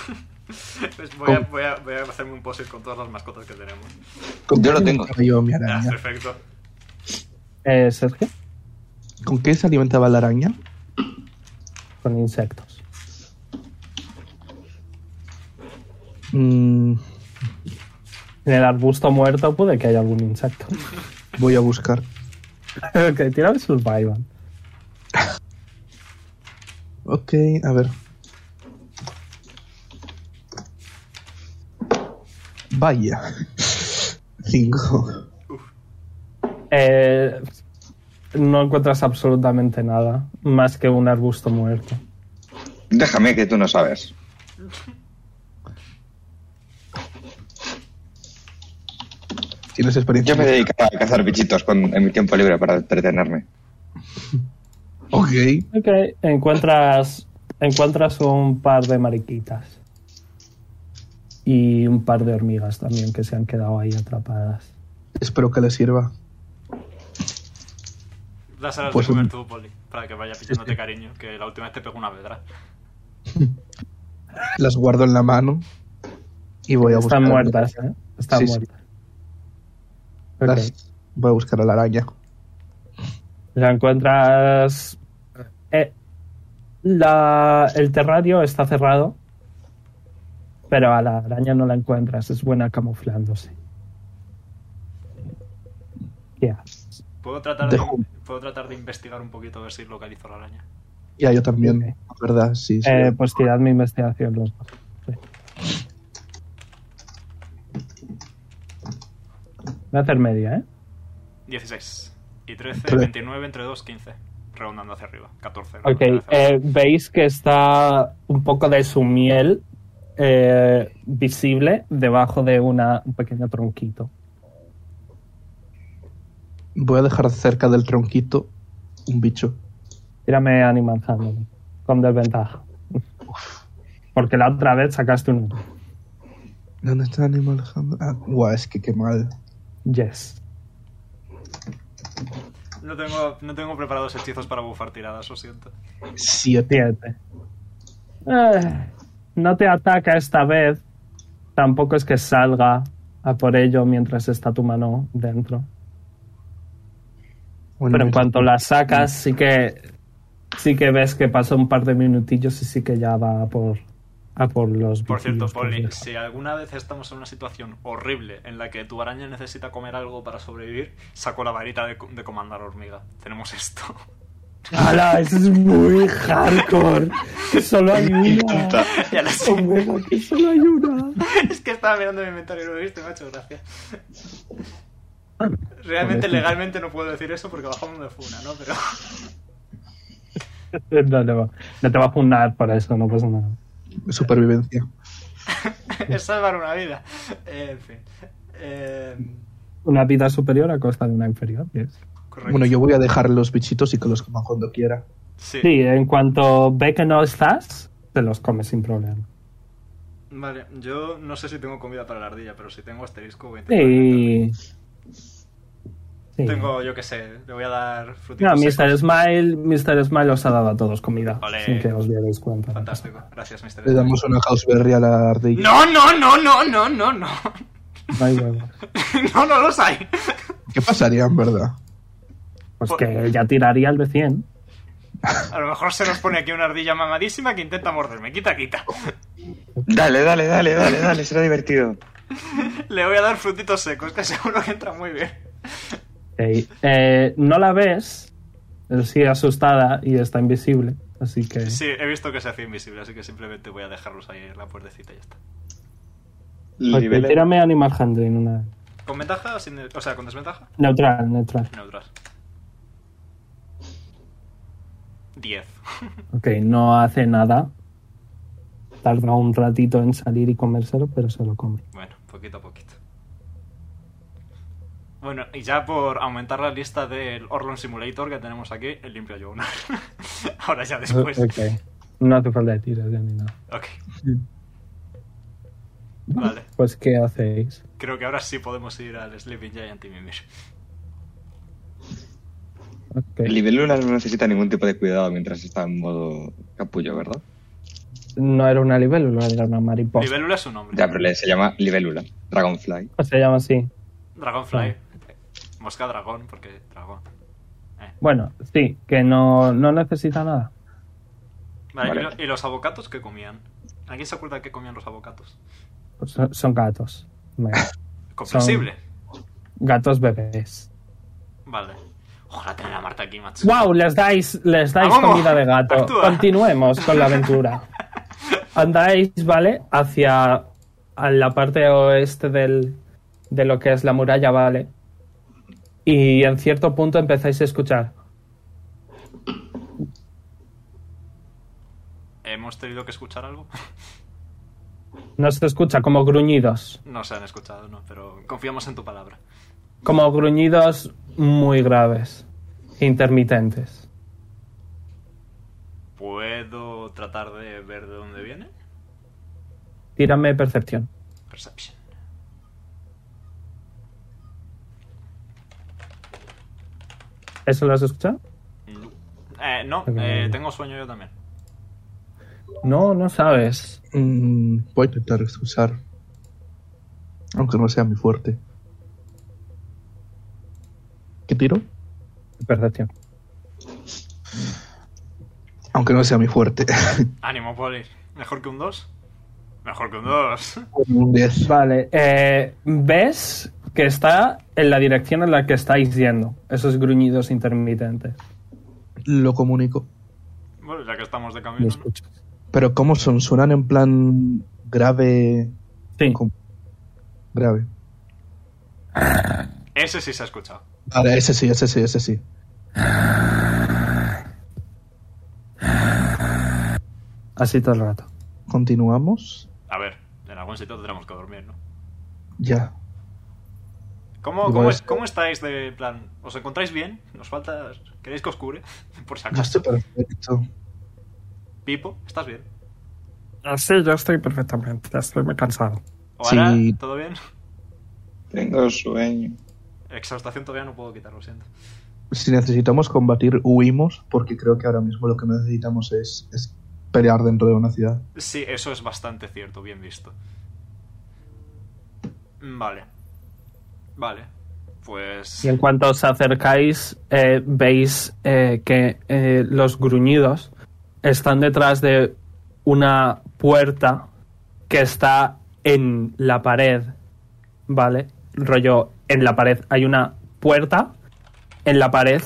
Pues voy, a, voy, a, voy a hacerme un post con todas las mascotas que tenemos.
¿Con
Yo
qué
lo
se
tengo.
alimentaba yo a mi
Ah,
araña?
perfecto.
Eh, Sergio,
¿Con qué se alimentaba la araña?
con insectos.
Mm,
En el arbusto muerto puede que haya algún insecto.
voy a buscar.
<laughs> ok, tira de survival.
Ok, a ver. Vaya. <laughs> Cinco.
Eh, no encuentras absolutamente nada más que un arbusto muerto.
Déjame que tú no sabes.
¿Tienes experiencia?
Yo me dedicaba a cazar bichitos con, en mi tiempo libre para entretenerme.
Ok.
Ok, encuentras, encuentras un par de mariquitas. Y un par de hormigas también que se han quedado ahí atrapadas.
Espero que le sirva.
Dáselas
Pues,
de comer
mm.
tú, Poli, para que vaya pillándote cariño, que la última vez te pegó una pedra.
Las guardo en la mano. Y voy a buscar.
Están muertas, ¿eh? Están
Sí, sí.
muertas. Ok.
Las- Voy a buscar a la araña.
La encuentras. eh, la- el terrario está cerrado. Pero a la araña no la encuentras. Es buena camuflándose. ¿Qué haces?
¿Puedo tratar, de,
Dejo-
puedo tratar de investigar un poquito a ver si localizo la araña.
Ya, yo también. ¿Verdad? Sí. sí.
Eh, pues tirad mi investigación los dos. Sí. Voy a hacer media, ¿eh?
16 y 13,
Pero-
29 entre 2, 15. Redondando hacia arriba, 14.
Ok,
redondando hacia
eh,
arriba.
veis que está un poco de su miel eh, visible debajo de una, un pequeño tronquito.
Voy a dejar cerca del tronquito un bicho.
Tírame Animal Handling, con desventaja. Porque la otra vez sacaste un uno.
¿Dónde está Animal Handler? Ah, guau, es que qué mal.
Yes.
No, tengo, no tengo preparados hechizos para bufar tiradas, lo siento.
Siete.
Siete. Eh, no te ataca esta vez. Tampoco es que salga a por ello mientras está tu mano dentro.
Bueno,
Pero en
mira,
cuanto la sacas, sí que sí que ves que pasa un par de minutillos y sí que ya va a por a por los
Por cierto,
bichillos que
Poli,
deja.
si alguna vez estamos en una situación horrible en la que tu araña necesita comer algo para sobrevivir, saco la varita de, co- de comandar hormiga. Tenemos esto. <laughs>
¡Hala! Eso es muy hardcore. Que
<laughs>
solo hay una.
ya lo
<laughs>
sé.
Omega, que solo hay una.
<laughs> Es que estaba mirando mi inventario y lo viste, macho, gracias. Realmente, legalmente no puedo decir eso porque bajamos de funa, ¿no? Pero.
No, no, no te va a funar por eso, no pasa nada.
Supervivencia.
<laughs> es salvar una vida. Eh, en fin. Eh,
Una vida superior a costa de una inferior. yes.
correcto.
Bueno, yo voy a dejar los bichitos y que los coman cuando quiera.
Sí.
Sí, en cuanto ve que no estás, te los comes sin problema.
Vale, yo no sé si tengo comida para la ardilla, pero si tengo asterisco, voy a intentar inventarlo.
Sí. Sí.
Tengo, yo qué sé, le voy a dar frutitas.
No,
secas.
Mr. Smile, Mr. Smile os ha dado a todos comida.
Ole.
Sin que os dierais cuenta.
Fantástico, gracias, Mr.
Le damos una houseberry a la ardilla.
No, no, no, no, no, no, no. <laughs>
No hay huevos.
No, no los hay.
¿Qué pasaría en verdad?
Pues que ya tiraría el de 100.
A lo mejor se nos pone aquí una ardilla mamadísima que intenta morderme. Quita, quita.
Dale, dale, dale, dale, dale, será divertido.
Le voy a dar frutitos secos, que <laughs> seguro que entra muy bien.
Ok. Eh, no la ves. pero Sí, asustada y está invisible. Así que.
Sí, he visto que se hacía invisible, así que simplemente voy a dejarlos ahí en la puertecita y ya está.
Ok,
Libela-
tírame Animal Handling. Una...
¿Con ventaja o sin.? O sea, ¿con desventaja?
Neutral, neutral.
Neutral. 10.
Ok, no hace nada. Tarda un ratito en salir y comérselo, pero se lo come.
Bueno, poquito a poquito. Bueno, y ya por aumentar la lista del Orlon Simulator que tenemos aquí, el limpio yo una. <laughs> Ahora ya después.
Ok. No hace falta de tiros ya ni nada.
Ok. Vale,
Pues, ¿qué hacéis?
creo que ahora sí podemos ir al Sleeping Giant y Mimir.
Ok.
Libélula no necesita ningún tipo de cuidado mientras está en modo capullo, ¿verdad?
No era una libélula, era una mariposa.
Libélula es su nombre.
Ya, pero le- se llama Libélula, Dragonfly.
O Pues se llama así.
Dragonfly.
Mm.
Mosca dragón, porque dragón.
Bueno, sí, que no, no necesita nada.
Vale,
Vale.
¿y lo- ¿Y, los abocatos qué comían? ¿Alguien se acuerda qué comían los abocatos?
Pues son, son gatos. <laughs> Bueno,
Comprensible.
gatos bebés.
Vale. Ojalá tener a Marta aquí, macho.
¡Wow! Les dais, les dais
¡Vamos!
comida de gato.
Actúa.
Continuemos con la aventura. Andáis, ¿vale? Hacia a la parte oeste del, de lo que es la muralla, ¿vale? Y en cierto punto empezáis a escuchar.
¿Hemos tenido que escuchar algo? <laughs>
No se escucha como gruñidos.
No se han escuchado, no, pero confiamos en tu palabra.
Como gruñidos muy graves. Intermitentes.
¿Puedo tratar de ver de dónde viene?
Tírame percepción.
Perception.
¿Eso lo has escuchado?
No, eh, no eh, tengo sueño yo también.
No, no sabes.
Mm, voy a intentar excusar. Aunque no sea mi fuerte. ¿Qué tiro?
Percepción.
Aunque no sea mi
<laughs>
fuerte.
Ánimo, Poli. ¿Mejor que un 2? Mejor que un 2.
Un 10.
Vale, eh, ves que está en la dirección en la que estáis yendo, esos gruñidos intermitentes.
Lo comunico.
<laughs> Bueno, ya que estamos de
Lo
camino. ¿no?
escuchas.
Pero ¿cómo son? ¿Suenan en plan grave?
Sí,
Como- Grave.
Ese sí se ha escuchado.
Vale, ese sí, ese sí, ese sí.
así todo el rato.
Continuamos.
A ver, en algún sitio tendremos que dormir, ¿no?
Ya.
¿Cómo,
Igual
cómo,
es-
es- cómo estáis de plan? ¿Os encontráis bien? ¿Nos falta. ¿Queréis que os cure? <laughs> Por si
Ya
acaso.
estoy perfecto.
Pipo, ¿estás bien?
Ah, Sí, yo estoy perfectamente, estoy muy cansado.
¿O ahora?
Sí.
¿Todo bien? <laughs>
Tengo sueño.
Exhaustación todavía no puedo quitar, lo siento.
Si necesitamos combatir, huimos, porque creo que ahora mismo lo que necesitamos es, es pelear dentro de una ciudad.
Sí, eso es bastante cierto, bien visto. Mm, Vale. Vale. Pues.
Y en cuanto os acercáis, eh, veis eh, que eh, los gruñidos están detrás de una puerta que está en la pared, ¿vale? Rollo, en la pared hay una puerta, en la pared,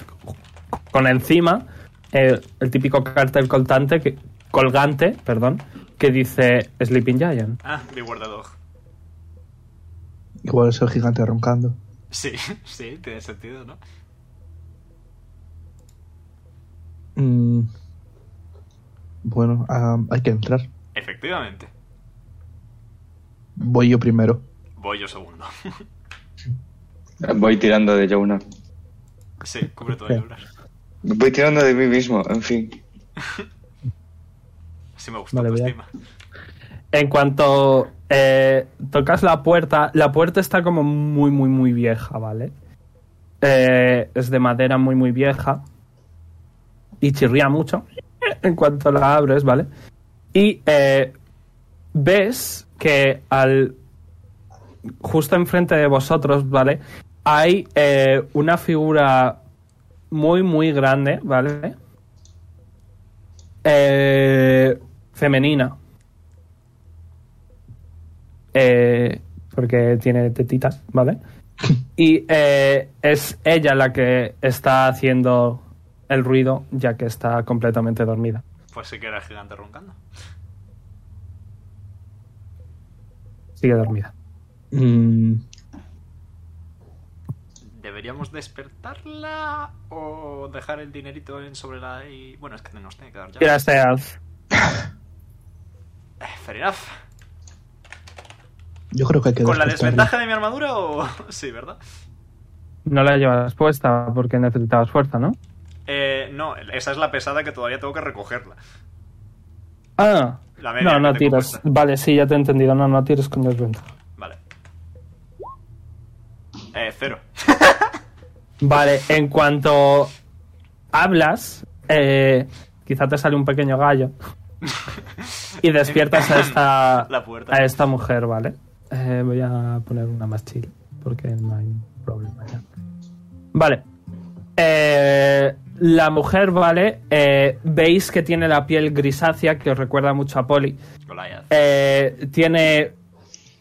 con encima eh, el típico cartel coltante que- colgante, perdón, que dice Sleeping Giant.
Ah, Beware the Dog.
Igual es el gigante roncando.
Sí, <laughs> sí, tiene sentido, ¿no?
Mm. Bueno, am, hay que entrar.
Efectivamente.
Voy yo primero.
Voy yo segundo. <laughs>
Voy tirando de Jonah.
Sí, cubre todo el hablar.
Voy tirando de mí mismo, en fin.
Así me gusta
Vale,
tu
voy a-
estima.
En cuanto eh, tocas la puerta, la puerta está como muy, muy, muy vieja, ¿vale? Eh, es de madera muy, muy vieja. Y chirría mucho <laughs> en cuanto la abres, ¿vale? Y eh, ves que al. Justo enfrente de vosotros, ¿vale? Hay eh, una figura muy, muy grande, ¿vale? Eh, femenina, eh, porque tiene tetitas, ¿vale? Y eh, es ella la que está haciendo el ruido, ya que está completamente dormida.
Pues sí que era el gigante roncando.
Sigue dormida.
Mm,
¿Deberíamos despertarla o dejar el dinerito en sobre la... y- Bueno, es que nos tiene que dar ya. Eh,
Gracias.
Fair enough.
yo creo que hay que
¿Con la
despertarla.
desventaja de mi armadura o...? <laughs> Sí, ¿verdad?
No la llevas puesta porque necesitabas fuerza, ¿no?
Eh, no, esa es la pesada que todavía tengo que recogerla.
Ah,
La media
no,
que
no
tengo
tiras.
puesta.
Vale, sí, ya te he entendido. No, no tiras con desventaja.
Vale. Eh, cero.
Vale, en cuanto hablas, eh, quizá te sale un
<laughs>
pequeño gallo y despiertas a esta,
La puerta.
a esta mujer, ¿vale? Eh, voy a poner una más chill porque no hay problema ya. Vale. Eh, la mujer, ¿vale? Eh, veis que tiene la piel grisácea, que os recuerda mucho a Polly.
Goliath.
Eh, tiene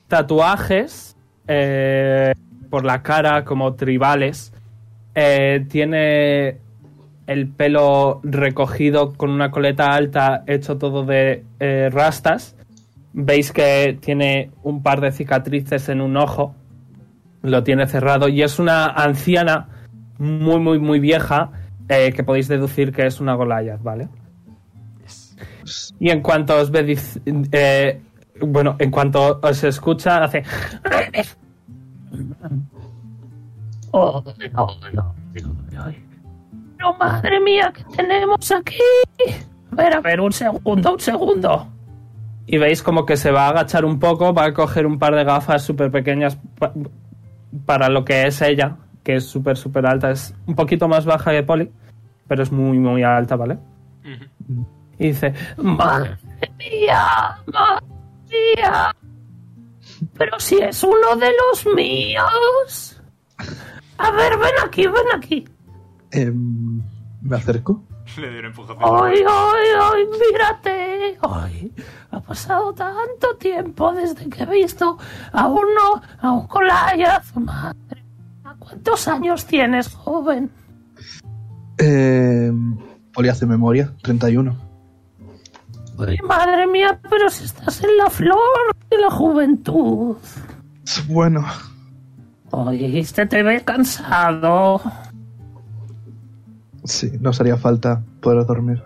tatuajes eh, por la cara como tribales. Eh, tiene el pelo recogido con una coleta alta hecho todo de eh, rastas. Veis que tiene un par de cicatrices en un ojo. Lo tiene cerrado y es una anciana muy, muy, muy vieja eh, que podéis deducir que es una Goliath, ¿vale? Y en cuanto os ve, dic- eh, bueno, en cuanto os escucha, hace.
Oh, no, no, no, no. No, madre mía, ¿qué tenemos aquí? A ver, a ver, un segundo, un segundo.
Y veis como que se va a agachar un poco, va a coger un par de gafas súper pequeñas pa- para lo que es ella, que es súper, súper alta. Es un poquito más baja que Polly, pero es muy, muy alta, ¿vale? Y dice:
Madre mía, madre mía. Pero si es uno de los míos. A ver, ven aquí, ven aquí.
Em, me acerco.
Le dio un empujón.
¡Ay, ay, ay! ¡Mírate! ¡Ay! Ha pasado tanto tiempo desde que he visto a uno, a un Goliath. Madre mía, ¿cuántos años tienes, joven?
Em, Poli hace memoria, 31.
Ay, madre mía, pero si estás en la flor de la juventud.
Bueno,
Oye, este te ve cansado.
sí, nos haría falta poder dormir.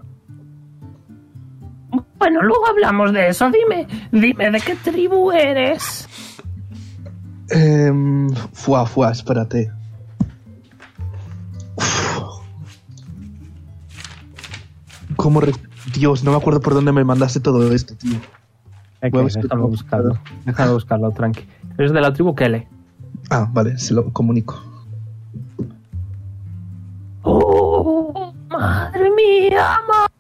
Bueno, luego hablamos de eso. Dime, dime de qué tribu eres.
Em, fuá, fuá, espérate. Uf. ¿Cómo re- Dios, no me acuerdo por dóndme me mandaste todo esto, tío.
Ok,
Huevos que
déjalo
no-
buscarlo, déjalo buscarlo, tranqui. Es de la tribu Kele.
Ah, vale, se lo comunico.
¡Oh, madre mía, madre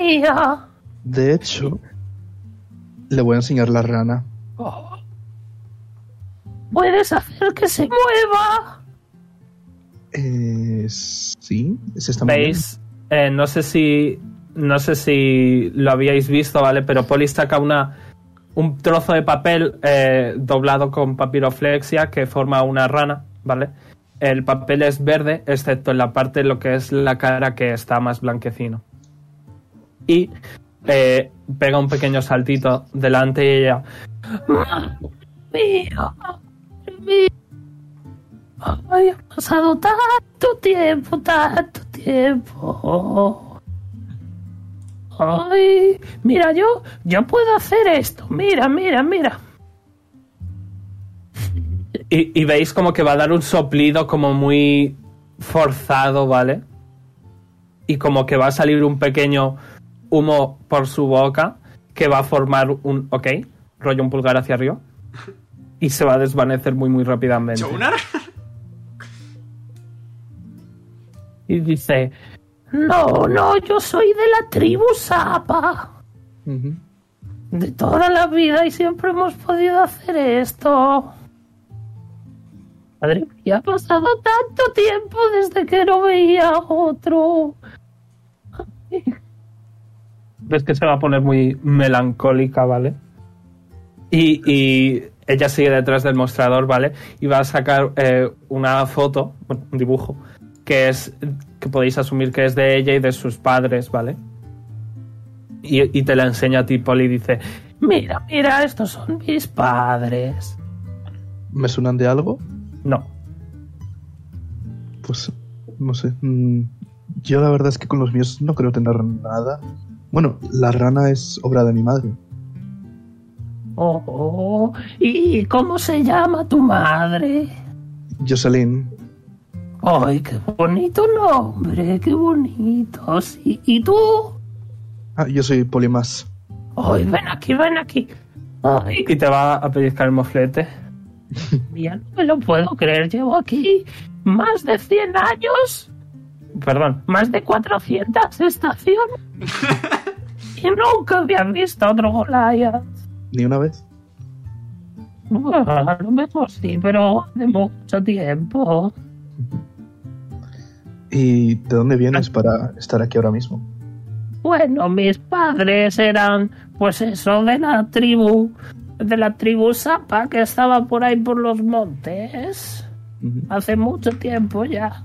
mía!
De hecho, le voy a enseñar la rana.
¿Puedes hacer que se mueva?
Eh, sí, se está
Veis, eh, no sé si no sé si lo habíais visto, ¿vale? Pero Polly saca una un trozo de papel eh, doblado con papiroflexia que forma una rana, ¿vale? El papel es verde, excepto en la parte lo que es la cara que está más blanquecino. Y eh, pega un pequeño saltito delante de ella.
Mía, mía. Ay, ha pasado tanto tiempo, tanto
"Oh,
tiempo. Ay, mira, yo, yo puedo hacer esto. Mira, mira, mira.
Y, y veis como que va a dar un soplido como muy forzado, ¿vale? Y como que va a salir un pequeño humo por su boca que va a formar un, ok, rollo un pulgar hacia arriba. Y se va a desvanecer muy, muy rápidamente.
¿Jonar?
Y dice,
No, no, yo soy de la tribu Sapa.
Ujú.
De toda la vida y siempre hemos podido hacer esto. Madre mía, ha pasado tanto tiempo desde que no veía a otro.
ves que se va a poner muy melancólica, ¿vale? Y, y ella sigue detrás del mostrador, ¿vale? Y va a sacar eh, una foto, bueno, un dibujo, que es que podéis asumir que es de ella y de sus padres, ¿vale? Y, y te la enseña a ti, Poli, y dice,
Mira, mira, estos son mis padres.
¿Me suenan de algo?
no,
Pues no sé. Mm, Yo la verdad es que con los míos no creo tener nada. Bueno, la rana es obra de mi madre.
Oh, oh, ¿y cómo se llama tu madre?
Jocelyn,
Ay, qué bonito nombre, qué bonito. Sí, ¿y tú?
ah, yo soy Polimas.
Ay, ven aquí, ven aquí. Ay,
y te va a pellizcar el moflete.
Ya no me lo puedo creer, llevo aquí más de 100 años,
Perdón,
más de 400 estaciones. y nunca había visto otro Goliath.
Ni una vez.
Bueno, a lo mejor sí, pero hace mucho tiempo.
¿Y de dónde vienes para estar aquí ahora mismo?
Bueno, mis padres eran, pues eso, de la tribu, de la tribu Sapa que estaba por ahí por los montes. Hace mucho tiempo ya.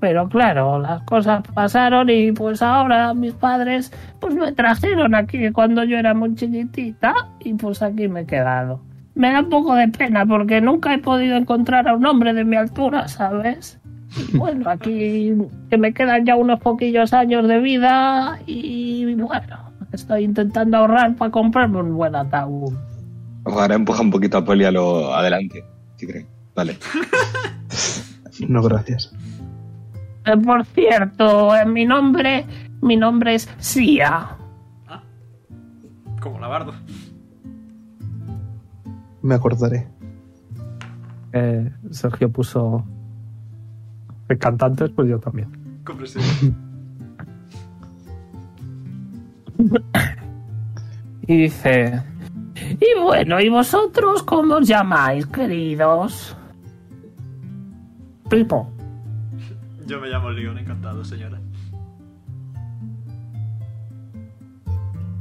Pero claro, las cosas pasaron y pues ahora mis padres pues me trajeron aquí cuando yo era muy chiquitita y pues aquí me he quedado. Me da un poco de pena porque nunca he podido encontrar a un hombre de mi altura, ¿sabes? Bueno, aquí que me quedan ya unos poquillos años de vida y bueno, estoy intentando ahorrar para comprarme un buen ataúd.
Ahora empuja un poquito a Poli a lo adelante, si creen. Vale.
No, gracias.
Eh, por cierto, eh, mi nombre, mi nombre es Sia.
Como lavardo.
Me acordaré.
Eh, Sergio puso de cantantes, pues yo también.
Comprensible.
Y dice,
Y bueno, ¿y vosotros cómo os llamáis, queridos?
Pipo,
Yo me llamo Leon, encantado, señora.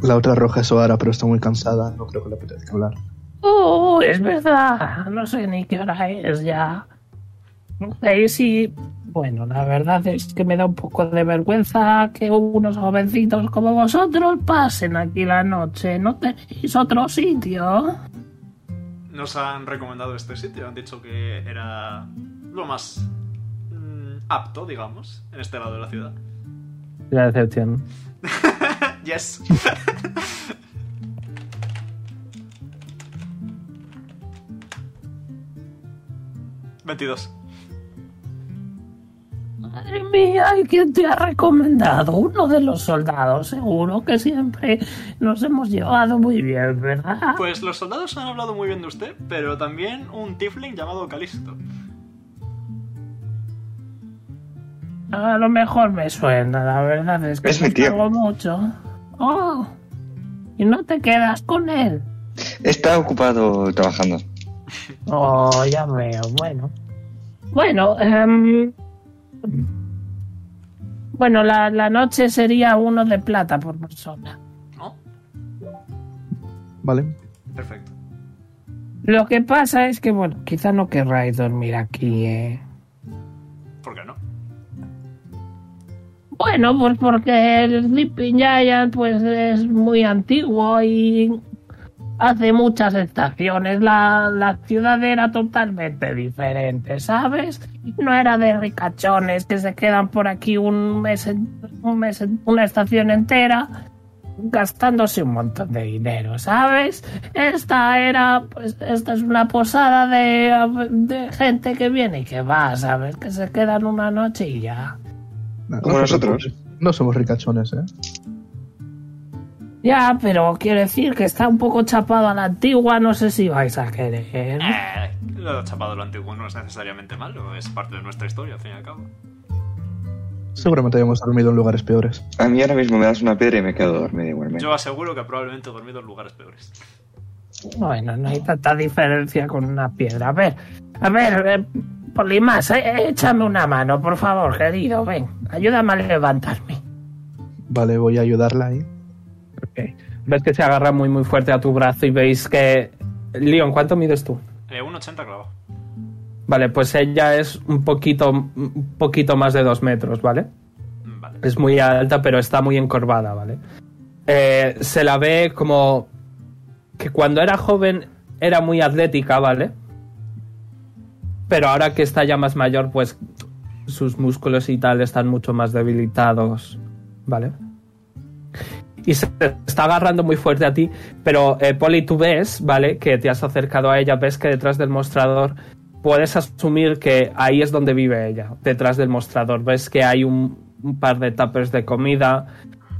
La otra roja es Oara, pero está muy cansada. No creo que le apetezca hablar.
Oh, es verdad, no sé ni qué hora es ya. No sé si... Bueno, la verdad es que me da un poco de vergüenza que unos jovencitos como vosotros pasen aquí la noche. ¿No tenéis otro sitio?
Nos han recomendado este sitio, han dicho que era lo más mm, apto, digamos, en este lado de la ciudad.
la decepción.
Yes. <laughs> ¿22?
Madre mía, ¿y quién te ha recomendado? Uno de los soldados, seguro que siempre nos hemos llevado muy bien, ¿verdad?
Pues los soldados han hablado muy bien de usted, pero también un tiefling llamado Calisto.
A lo mejor me suena, la verdad es que
Es
me
mi tío.
cago mucho. Oh, y no te quedas con él.
Está ocupado trabajando.
Oh, ya veo, bueno. Bueno, em, bueno, la, la noche sería uno de plata por persona.
¿No?
¿Vale?
Perfecto.
Lo que pasa es que, bueno, quizá no querráis dormir aquí, ¿eh?
¿Por qué no?
Bueno, pues porque el Sleeping Giant pues es muy antiguo y hace muchas estaciones. La, la ciudad era totalmente diferente, ¿sabes? No era de ricachones que se quedan por aquí un mes, en- un mes en- una estación entera gastándose un montón de dinero, ¿sabes? Esta era, pues, esta es una posada de, de gente que viene y que va, ¿sabes? Que se quedan una noche y ya.
Nada,
Como
no te
nosotros.
preocupes. No somos ricachones, ¿eh?
Ya, pero quiero decir que está un poco chapado a la antigua, no sé si vais a querer.
Eh, lo chapado lo antiguo no es necesariamente malo, es parte de nuestra historia, al fin y al cabo.
Seguramente hayamos dormido en lugares peores.
A mí ahora mismo me das una piedra y me quedo dormido igualmente.
Yo aseguro que probablemente he dormido en lugares peores.
Bueno, no hay tanta diferencia con una piedra. A ver, a ver, eh, Polimas, eh, échame una mano, por favor, querido, ven, ayúdame a levantarme.
Vale, voy a ayudarla ahí.
Ok. Ves que se agarra muy, muy fuerte a tu brazo y veis que... Leon, ¿cuánto mides tú?
Eh, un 80 clavado.
Vale, pues ella es un poquito, un poquito más de dos metros, ¿vale?
Mm, Vale.
Es muy alta, pero está muy encorvada, ¿vale? Eh, se la ve como que cuando era joven era muy atlética, ¿vale? Pero ahora que está ya más mayor, pues sus músculos y tal están mucho más debilitados, ¿vale? Y se te está agarrando muy fuerte a ti, pero eh, Polly, tú ves, ¿vale? Que te has acercado a ella, ves que detrás del mostrador puedes asumir que ahí es donde vive ella, detrás del mostrador. Ves que hay un, un par de tapers de comida,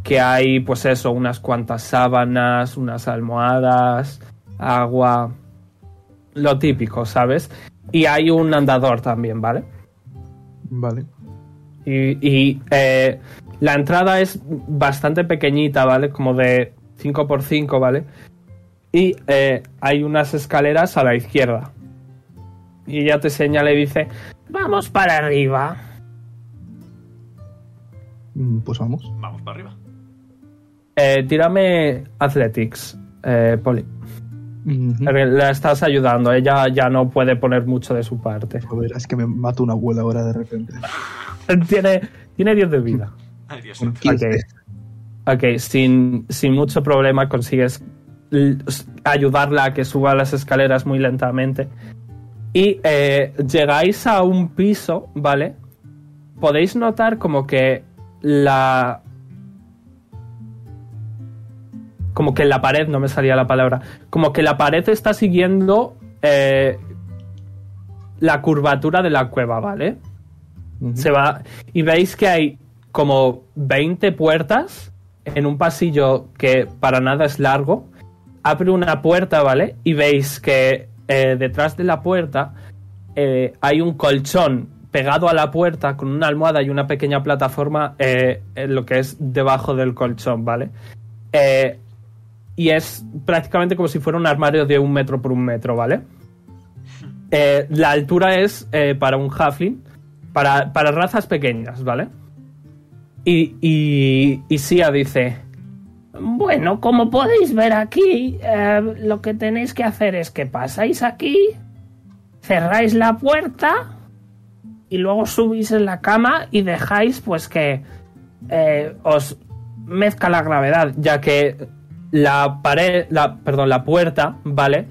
que hay, pues eso, unas cuantas sábanas, unas almohadas, agua, lo típico, ¿sabes? Y hay un andador también, ¿vale?
Vale.
Y, y, eh, la entrada es bastante pequeñita, ¿vale? Como de 5x5, ¿vale? Y eh, hay unas escaleras a la izquierda. Y ella te señala y dice,
Vamos para arriba.
Mm, Pues vamos.
Vamos para arriba. <laughs>
Eh, tírame Athletics, eh, Poli.
Ujú.
Porque La estás ayudando. Ella ya no puede poner mucho de su parte. <laughs>
A ver, es que me mato una abuela ahora de repente.
Tiene, tiene 10 de vida.
Ay, Dios
Un
santo.
15.
Ok, sin, sin mucho problema consigues l- s- ayudarla a que suba las escaleras muy lentamente. Y eh, llegáis a un piso, ¿vale? Podéis notar como que la... Como que la pared, no me salía la palabra. Como que la pared está siguiendo eh, la curvatura de la cueva, ¿vale?
Ujú.
Se va. Y veis que hay como 20 puertas en un pasillo que para nada es largo. Abre una puerta, ¿vale? Y veis que eh, detrás de la puerta eh, hay un colchón pegado a la puerta con una almohada y una pequeña plataforma eh, en lo que es debajo del colchón, ¿vale? Eh, y es prácticamente como si fuera un armario de un metro por un metro, ¿vale? Eh, la altura es eh, para un halfling, para, para razas pequeñas, ¿vale? Y, y, y Sia dice,
Bueno, como podéis ver aquí, eh, lo que tenéis que hacer es que pasáis aquí, cerráis la puerta y luego subís en la cama y dejáis pues que
eh, os mezcla la gravedad, ya que la pared, la, perdón, la puerta, ¿vale?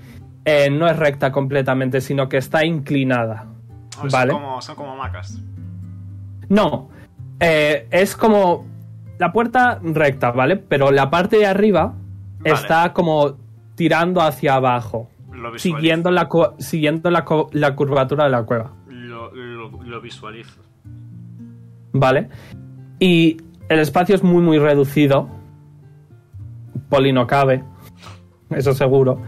Eh, no es recta completamente, sino que está inclinada.
Ah, son
Vale.
como- son como macas.
No, eh, es como la puerta recta, ¿vale? Pero la parte de arriba
Vale.
está como tirando hacia abajo,
Lo visualizo.
siguiendo, la, cu- siguiendo la, cu- la curvatura de la cueva.
Lo, lo- lo visualizo.
¿Vale? Y el espacio es muy, muy reducido. Poli no cabe. Eso seguro.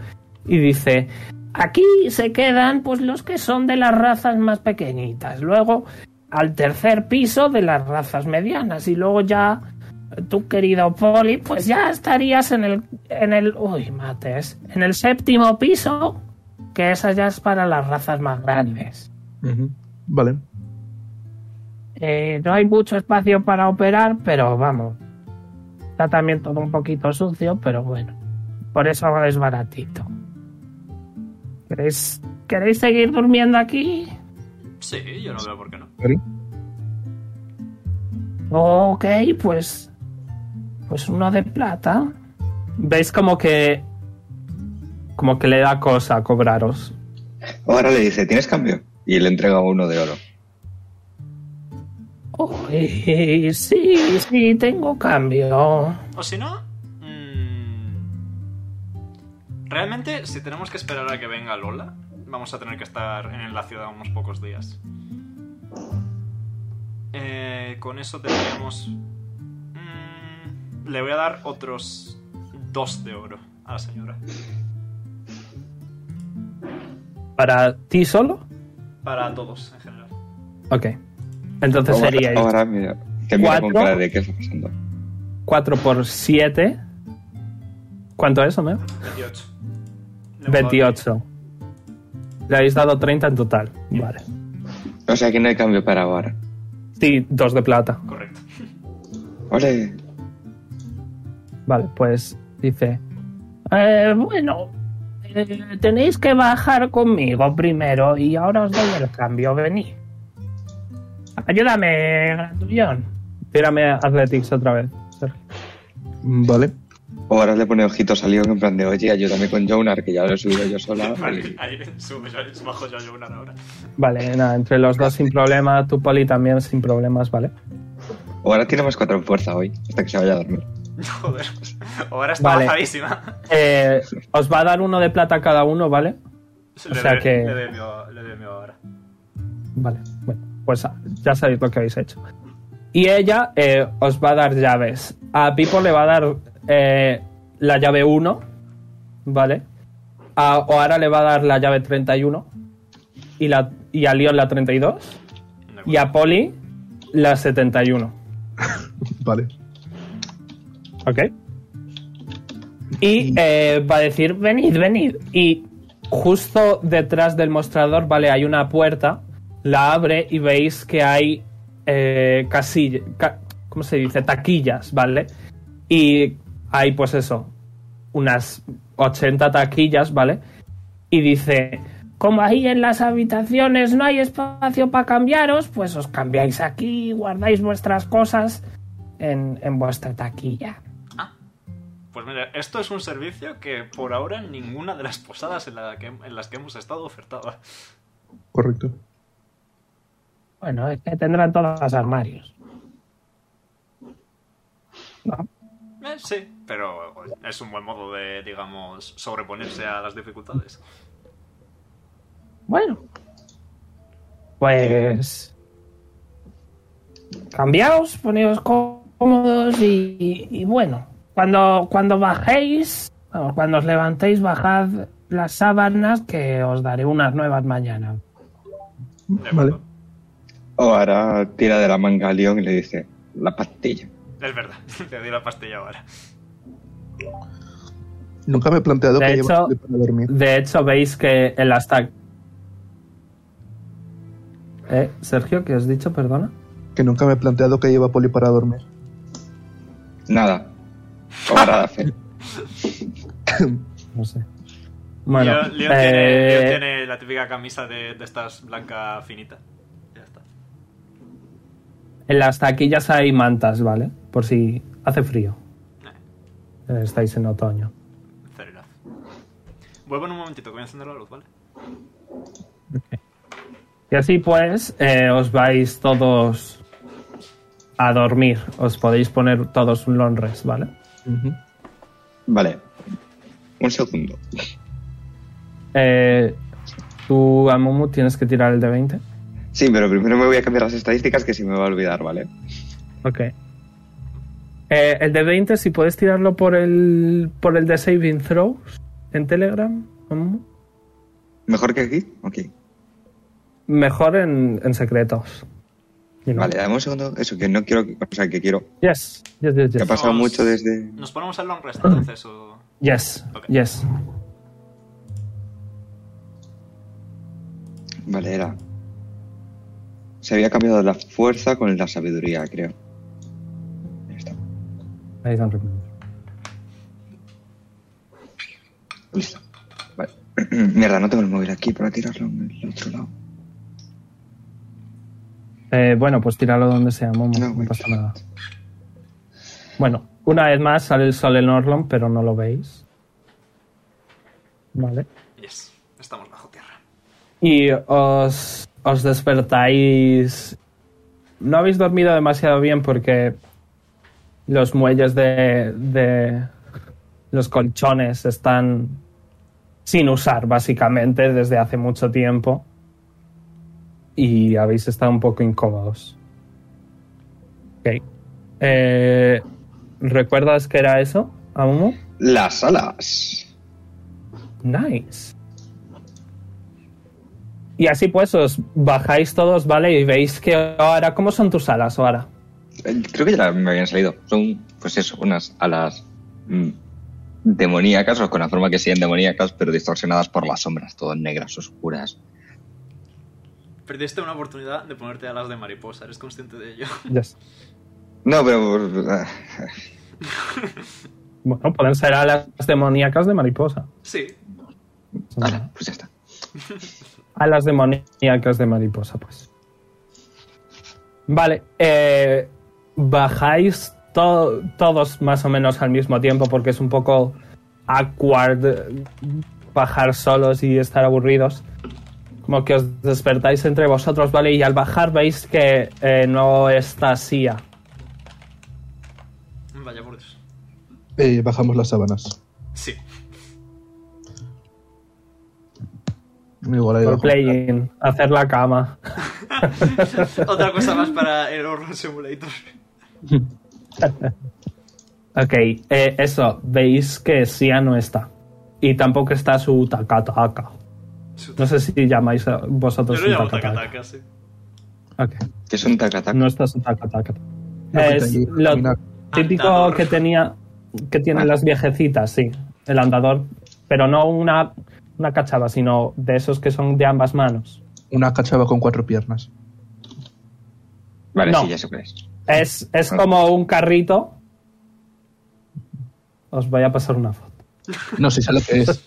Y dice,
aquí se quedan pues los que son de las razas más pequeñitas. Luego al tercer piso de las razas medianas y luego ya eh, tú querido Poli pues ya estarías en el en el uy mates en el séptimo piso que esa ya es para las razas más grandes.
Ujú. Mm-hmm. Vale.
Eh, no hay mucho espacio para operar, pero vamos. Está también todo un poquito sucio, pero bueno. Por eso es baratito. ¿Queréis, ¿Queréis seguir durmiendo aquí?
Sí, yo no veo por qué no.
Ok, pues. Pues uno de plata.
veis como que... Como que le da cosa cobraros.
Ahora le dice, ¿tienes cambio? Y le entrega uno de oro.
Uy, sí, sí, tengo cambio.
O si no. mm, realmente, si tenemos que esperar a que venga Lola, vamos a tener que estar en la ciudad unos pocos días. Eh, con eso tendríamos. mm, le voy a dar otros dos de oro a la señora.
¿Para ti solo?
Para todos en general.
Ok. Entonces
Ahora-
sería
Ahora mira, te mira con
¿Cuatro?
cara de qué está pasando.
4 por 7. ¿Cuánto es, Homero?
28. Le voy a dar
28. Le habéis dado 30 en total. Vale.
O sea que no hay cambio para ahora.
Sí, dos de plata.
Correcto.
Ole,
Vale, pues dice...
Eh, bueno, eh, tenéis que bajar conmigo primero y ahora os doy el cambio. Vení. Ayúdame, grandullón.
Tírame Athletics otra vez, Sergio.
Mm, Vale.
ahora le pone ojitos al lío en plan de, oye, ayúdame con Jonar, que ya lo he subido yo sola.
Vale, ahí subo yo, bajo yo a Jonar ahora.
Vale, nada, entre los dos sin problema, tu poli también sin problemas, ¿vale?
Ahora tiene más cuatro en fuerza hoy, hasta que se vaya a dormir.
<laughs> Joder. Ahora está
Vale.
bajadísima.
Eh, os va a dar uno de plata cada uno, ¿vale?
Le
sea
doy-
que-
Le doy miedo- le doy miedo ahora.
Vale, bueno, pues ah, ya sabéis lo que habéis hecho. Y ella eh, os va a dar llaves. A Pipo le va a dar eh, la llave 1, ¿vale? A Oara le va a dar la llave 31 y, la, y a Leon la 32 y a Poli la 71.
Vale.
Ok. Y eh, va a decir, venid, venid. Y justo detrás del mostrador, vale, hay una puerta. La abre y veis que hay eh, casilla- ca- ¿cómo se dice? Taquillas, ¿vale? Y hay pues eso, unas 80 taquillas, ¿vale? Y dice,
Como ahí en las habitaciones no hay espacio para cambiaros, pues os cambiáis aquí, guardáis vuestras cosas en, en vuestra taquilla.
Pues mira, esto es un servicio que por ahora ninguna de las posadas en, la que- en las que hemos estado ofertaba.
Correcto.
Bueno, es que tendrán todos los armarios.
Eh, sí, pero es un buen modo de, digamos, sobreponerse a las dificultades.
Bueno. Pues. Cambiaos, poneos cómodos y, y bueno. Cuando, cuando bajéis, vamos, cuando os levantéis, bajad las sábanas que os daré unas nuevas mañana.
De
Vale.
acuerdo.
O ahora tira de la manga a León y le dice, la pastilla.
Es verdad, <laughs> te doy la pastilla ahora.
Nunca me he planteado
De
que
hecho-
llevas para dormir.
de hecho veis que en las taquillas... Eh, Sergio, ¿qué has dicho? Perdona.
Que nunca me he planteado que lleva Poli para dormir.
Nada. O ahora
<laughs>
la fe.
No sé. Bueno,
Leon, Leon
eh,
tiene, Leon tiene la típica camisa de, de estas blanca finita. Ya está.
en las taquillas hay mantas, ¿vale? Por si hace frío. Eh, Estáis en otoño.
Fair enough. Vuelvo en un momentito, que voy a encender la luz, ¿vale?
Y así pues, eh, os vais todos a dormir. Os podéis poner todos un long rest, ¿vale?
Vale. Un segundo.
Eh, tú, Amumu, tienes que tirar el de 20.
Sí, pero primero me voy a cambiar las estadísticas que si me va a olvidar, ¿vale?
Ok. Eh, el de 20, si puedes tirarlo por el, por el de Saving Throws en Telegram, Amumu.
¿Mejor que aquí? Ok.
Mejor en, en secretos. You know.
Vale, dame un segundo. Eso, que no quiero... O sea, que quiero...
Yes, yes, yes,
Que ha
yes.
pasado
Nos-
mucho desde...
Nos ponemos al long rest entonces o...
Yes,
Ok.
yes.
Vale, era... Se había cambiado la fuerza con la sabiduría, creo. Ahí está.
I don't remember.
Listo. Vale. <clears throat> Mierda, no tengo el móvil aquí para tirarlo en el otro lado.
Eh, bueno, pues tíralo donde sea, Momo.
No,
No,
güey.
pasa nada. Bueno, una vez más sale el sol en Orlon, pero no lo veis. Vale.
Yes, estamos bajo tierra.
Y os, os despertáis. No habéis dormido demasiado bien porque los muelles de, de los colchones están sin usar, básicamente, desde hace mucho tiempo. Y habéis estado un poco incómodos. Ok. Eh, ¿Recuerdas que era eso, Amumu?
Las alas.
Nice. Y así pues os bajáis todos, ¿vale? Y veis que ahora, ¿cómo son tus alas ahora?
Eh, Creo que ya me habían salido. Son, pues eso, unas alas mm, demoníacas, o con la forma que sean demoníacas, pero distorsionadas por las sombras, todas negras, oscuras.
Perdiste una oportunidad de ponerte alas de mariposa, eres consciente de ello. <laughs>
No, pero. ah,
Bueno, pueden ser alas demoníacas de mariposa.
Sí,
ala, pues ya está.
Alas demoníacas de mariposa, pues. Vale, eh, bajáis to- todos más o menos al mismo tiempo porque es un poco awkward eh, bajar solos y estar aburridos. Como que os despertáis entre vosotros, ¿vale? Y al bajar veis que eh, no está Sia.
vaya por Dios.
Eh, bajamos las sábanas.
Sí,
Igual ahí
Por
bajo.
playing, hacer la cama.
<laughs> otra cosa más para el Horror Simulator.
Ok, eh, eso, veis que Sia no está. Y tampoco está su Takataka.
Su-
No sé si llamáis a
Yo
vosotros
lo llamo
un taca-taca.
Takataka, sí.
Ok,
Que son tacatac.
No está su taca-taca.
No, que
es
te-
lo
caminar.
típico
Andador.
que tenía que tienen
Ah.
las viejecitas, sí. El andador, pero no una, una cachava, sino de esos que son de ambas manos.
Una cachava con cuatro piernas.
Vale,
no.
sí, ya sé cuál es.
Es, es como un carrito. Os voy a pasar una foto.
No sé, sé lo que
<laughs>
es.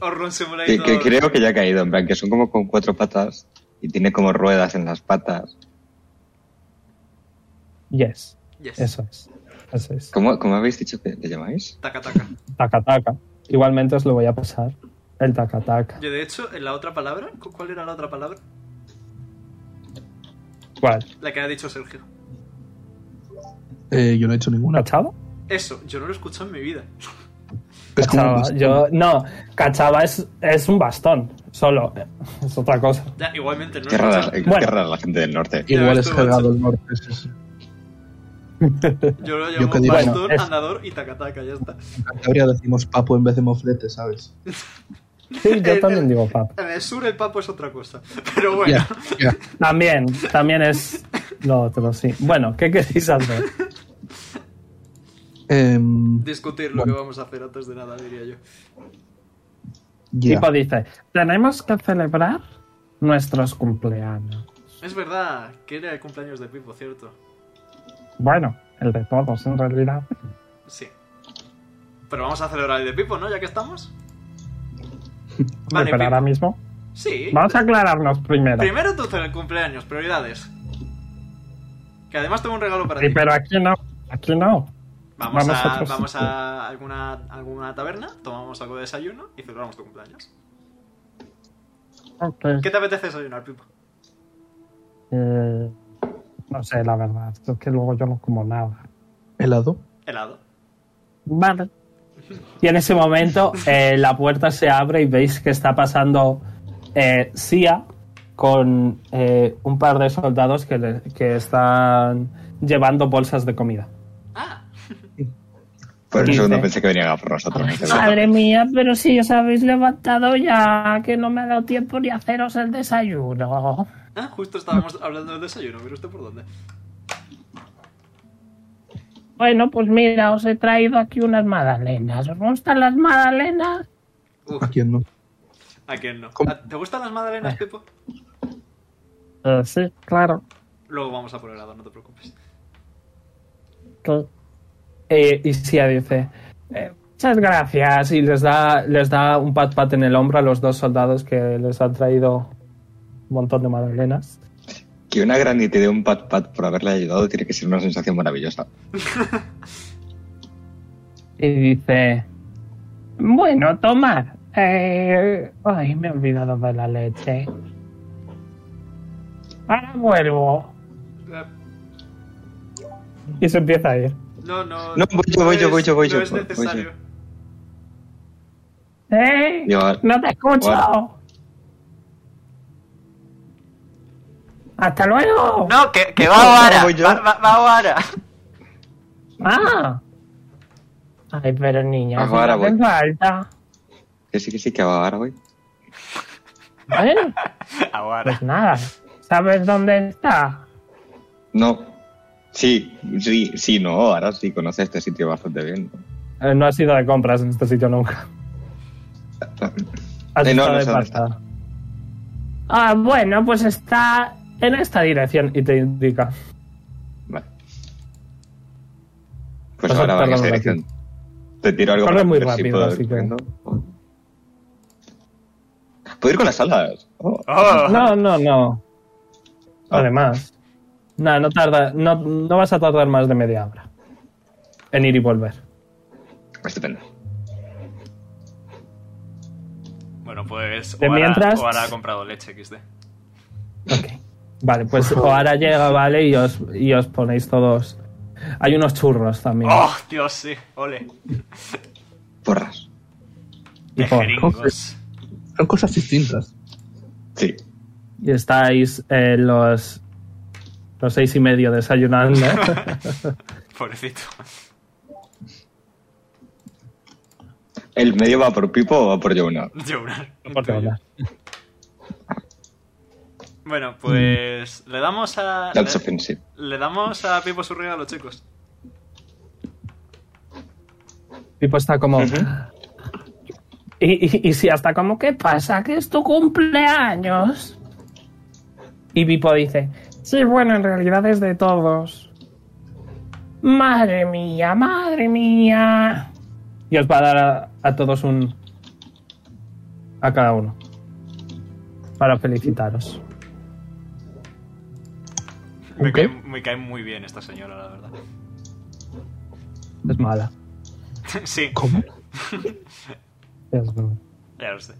Horror Simulator.
Que, que creo que ya ha caído, en plan, que son como con cuatro patas y tiene como ruedas en las patas.
Yes,
Yes.
eso es. Eso es.
¿Cómo, cómo habéis dicho que le llamáis?
Taca, taca.
Taca taca. Igualmente os lo voy a pasar. El taca taca.
Yo, de hecho, en la otra palabra, ¿cu- ¿cuál era la otra palabra?
¿Cuál?
La que ha dicho Sergio.
Eh, yo no he hecho ninguna.
¿Cachaba?
Eso, yo no lo he escuchado en mi vida.
Es como un
Cachaba.
bastón.
Yo, no, cachaba es, es un bastón. Solo. Es otra cosa.
Ya, igualmente, no lo he
Qué rara,
escuchado.
qué
Bueno.
rara la gente del norte.
Ya
Igual
ves
es
tú, macho.
cargado el norte. sí, sí.
Yo lo
Yo
llamo
que digo-
bastón,
Bueno, es-
andador y taca, taca, ya está.
En Cantabria decimos papo en vez de moflete, ¿sabes?
Sí, yo también digo pap.
En el sur el papo es otra cosa. <laughs> Pero bueno,
Ya, ya.
También, también es lo otro, sí. Bueno, ¿qué queréis hacer?
Em,
discutir lo
Bueno.
que vamos a hacer antes de nada, diría yo.
ya.
Tipo dice, tenemos que celebrar nuestros cumpleaños.
Es verdad, que era el cumpleaños de Pipo, ¿cierto?
Bueno, el de todos en realidad.
Sí. Pero vamos a celebrar el de Pipo, ¿no? Ya que
<laughs>
estamos. Vale,
pero ahora
Pipo.
mismo.
Sí.
Vamos a aclararnos primero.
Primero tú el cumpleaños, prioridades. Que además tengo un regalo para
Sí,
ti.
pero aquí no. Aquí no.
Vamos,
vamos a
a,
otro
vamos
sitio.
a alguna, alguna taberna, tomamos algo de desayuno y celebramos tu cumpleaños.
Ok.
¿Qué te apetece desayunar, Pipo?
Eh, no sé, la verdad. Es que luego yo no como nada.
¿Helado?
Helado.
Vale. Y en ese momento eh, la puerta se abre y veis que está pasando eh, Sia con eh, un par de soldados que, le- que están llevando bolsas de comida.
Ah,
Por un
Quince.
segundo pensé que venían a por nosotros.
Madre mía, pero si os habéis levantado ya, que no me ha dado tiempo ni a haceros el desayuno.
ah, justo estábamos hablando del desayuno, mira usted por dónde.
Bueno, pues mira, os he traído aquí unas magdalenas. ¿Os gustan las magdalenas?
Uf,
¿A quién no?
¿a quién no?
¿Cómo?
¿A- ¿Te gustan las magdalenas, Pipo?
Eh, sí, claro.
Luego vamos a por helado, no te preocupes.
Eh, y Sia dice, eh, muchas gracias. Y les da, les da un pat pat en el hombro a los dos soldados que les han traído un montón de magdalenas.
Que una granny te dé un pat pat por haberle ayudado tiene que ser una sensación maravillosa.
Y dice,
Bueno, tomad. Eh, ay, me he olvidado de la leche. Ahora vuelvo.
Eh,
y se empieza a ir.
No, no.
No, voy yo, voy yo,
es-
voy yo, voy yo,
No es
voy yo.
necesario.
¿Eh?
Yo,
No te escucho.
Bueno.
Hasta luego.
No, que, que va
No, no,
ahora.
voy yo.
Va, va- va ahora.
Ah. Ay, pero niña, si
Ahora
no hace
voy.
falta.
que sí, que sí, que ahora voy.
Bueno,
Ahora.
pues nada. ¿Sabes dónde está?
No. Sí, sí, sí, no, ahora sí conoce este sitio bastante bien.
Eh, no has ido de compras en este sitio
<laughs>
nunca. Has
Eh, no,
estado
no
de
sé dónde
pasada.
Ah, bueno, pues está.
En esta dirección y te indica.
Vale. Pues
Vas a
ahora va en esa
tardar un
dirección. Te tiro algo
Corre
para
muy
ver
rápido,
puedo ir
así que-
corriendo. Puedo ir con las alas. Oh.
Oh.
No, no, no.
Ah.
Además. No, no tarda. No, no vas a tardar más de media hora. En ir y volver.
Estupendo.
Bueno, pues.
De
Oara-
mientras-
Oara ha comprado leche, XD.
Ok. Vale,
<laughs>
pues ahora llega, vale, y os, y os ponéis todos. Hay unos churros también.
Ah.
¡Oh, Dios, sí! ¡Ole!
Porras.
y,
De
por-
jeringos.
Son cosas distintas.
Sí.
y estáis eh, los. Los seis y medio desayunando.
<laughs>
Pobrecito. <laughs>
¿El medio va por Pipo o va por Jonah?
Llorar.
Porque ahora.
Bueno, pues. Le damos a.
That's
Le,
offensive.
le damos a Pipo su regalo, chicos.
Pipo está como. y, y, y sí, hasta como que.
¿Qué pasa? ¿Que es tu cumpleaños?
Y Pipo dice:
Sí, bueno, en realidad es de todos.
Madre mía, madre mía.
Y os va a dar a, a todos un. a cada uno. Para felicitaros.
Me,
Ok.
cae, me cae muy bien esta señora, la verdad. <laughs>
Es mala.
sí,
¿Cómo?
Es mala.
ya lo sé.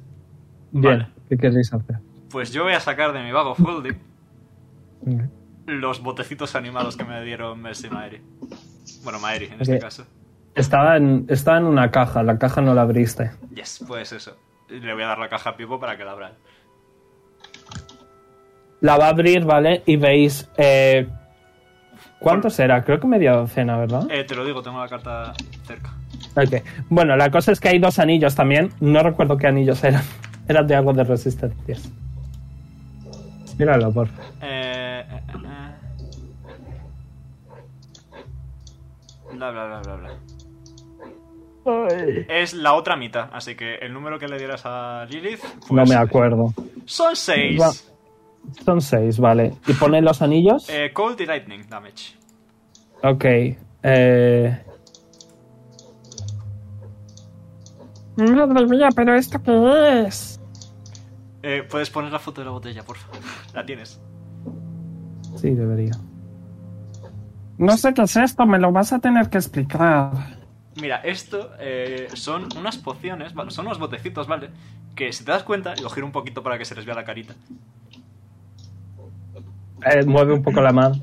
Bien,
Vale.
¿qué queréis hacer?
Pues yo voy a sacar de mi vago folding los botecitos animados que me dieron Mercy y Maeri. Bueno, Maeri en este
Ok.
caso.
Estaba en, estaba en una caja, la caja no la abriste.
Yes, pues eso. Le voy a dar la caja a Pipo para que la abra.
La va a abrir, ¿vale? Y veis. Eh, ¿Cuánto será? Creo que media docena, ¿verdad?
Eh, te lo digo, tengo la carta cerca.
Ok. Bueno, la cosa es que hay dos anillos también. No recuerdo qué anillos eran. <laughs> Eran de algo de resistencias. Míralo, por favor.
Eh, eh, eh, eh. Bla, bla, bla, bla, bla. Es la otra mitad, así que el número que le dieras a Lilith.
No
pues,
me acuerdo.
Son seis.
Va. Son seis, vale. ¿Y ponen los anillos?
Eh, cold y lightning damage.
Ok. Eh,
Madre mía, pero esto qué es.
Eh, Puedes poner la foto de la botella, por favor. <laughs> La tienes.
sí, debería.
No sé qué es esto, me lo vas a tener que explicar.
Mira, esto eh, son unas pociones, bueno, son unos botecitos, ¿vale? Que si te das cuenta, lo giro un poquito para que se les vea la carita.
Eh, mueve un poco la mano.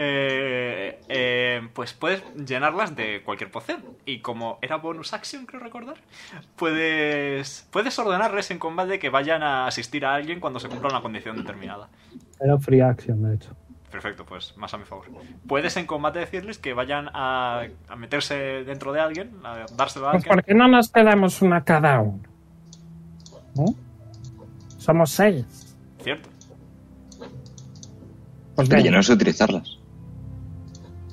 Eh, eh, pues puedes llenarlas de cualquier poción. Y como era bonus action, creo recordar, puedes, puedes ordenarles en combate que vayan a asistir a alguien cuando se cumpla una condición determinada.
Era free action, de hecho.
Perfecto, pues más a mi favor. Puedes en combate decirles que vayan a, a meterse dentro de alguien, a dárselo a
Pues
alguien.
¿por qué no nos quedamos una cada uno? ¿No? Somos seis.
Cierto.
Pues
Pero yo
venga.
no sé utilizarlas.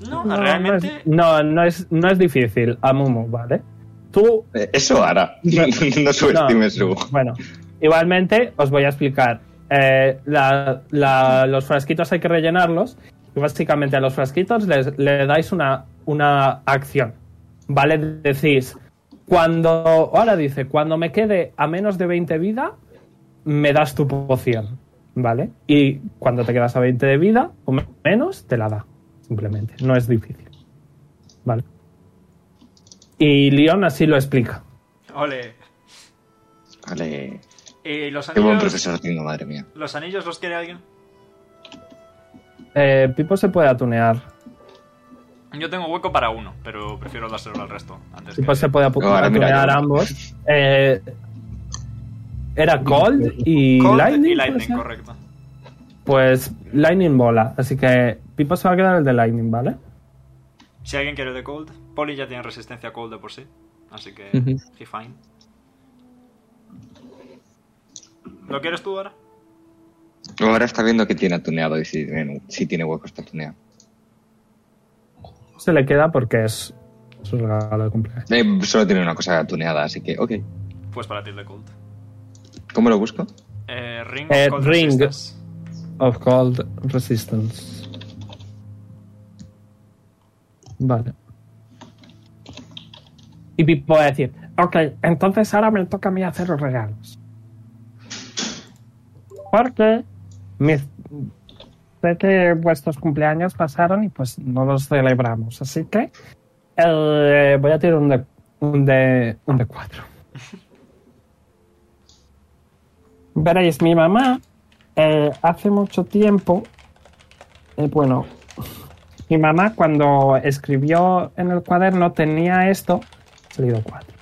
No,
No,
realmente.
No, es, no, no es, no es difícil. Amumu, ¿vale? Tú
Eh, Eso hará. No, <laughs> no, no subestimes
No,
su.
Bueno, igualmente os voy a explicar. Eh, la- la- los frasquitos hay que rellenarlos. Y básicamente a los frasquitos les, le dais una, una acción. ¿Vale? Decís, cuando. Ahora dice, cuando me quede a menos de 20 vida, me das tu poción. ¿Vale? Y cuando te quedas a 20 de vida o me- menos, te la da. Simplemente. No es difícil. ¿Vale? Y Leon así lo explica.
Ole.
Vale.
Eh, los
Qué buen
anillos.
profesor tengo, madre mía.
¿Los anillos los quiere alguien?
Eh, Pipo se puede atunear.
Yo tengo hueco para uno, pero prefiero dárselo al resto. Antes
Pipo
que...
pues se puede apu-
No, ahora mira,
atunear
yo-
ambos. Eh, era Cold y
Cold
Lightning.
y
¿puede
Lightning,
ser?
correcto.
Pues Lightning bola. Así que Pipo se va a quedar el de Lightning, ¿vale?
Si alguien quiere de Cold, Polly ya tiene resistencia a Cold de por sí. Así que,
Ujú.
he fine. ¿Lo quieres tú ahora?
Ahora está viendo que tiene atuneado y si, tiene- si tiene hueco está atuneado.
Se le queda porque es su regalo de cumpleaños.
Eh, solo tiene una cosa atuneada, así que, ok.
Pues para ti el de Cold.
¿Cómo lo busco?
Eh, ring.
Eh,
cold
Ring.
resistance.
Of Cold Resistance. Vale.
Y Pipo va a decir, ok, entonces ahora me toca a mí hacer los regalos. Porque mis- sé que vuestros cumpleaños pasaron y pues no los celebramos. Así que
Eh, voy a tirar un de, un de, un de cuatro.
Veréis, mi mamá eh, hace mucho tiempo, eh, bueno, <laughs> mi mamá cuando escribió en el cuaderno tenía esto, ha salido cuatro.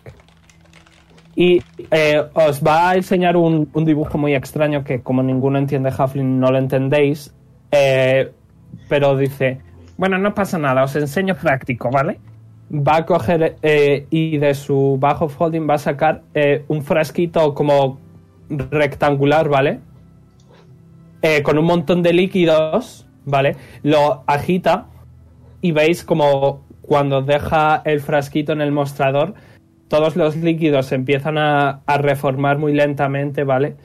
Y eh, os va a enseñar un, un dibujo muy extraño que como ninguno entiende Huffling no lo entendéis. eh, pero dice,
Bueno, no pasa nada, os enseño práctico, ¿vale?
va a coger eh, y de su bajo folding va a sacar eh, un frasquito como rectangular, ¿vale? Eh, con un montón de líquidos, ¿vale? Lo agita y veis como cuando deja el frasquito en el mostrador, todos los líquidos se empiezan a, a reformar muy lentamente, ¿vale?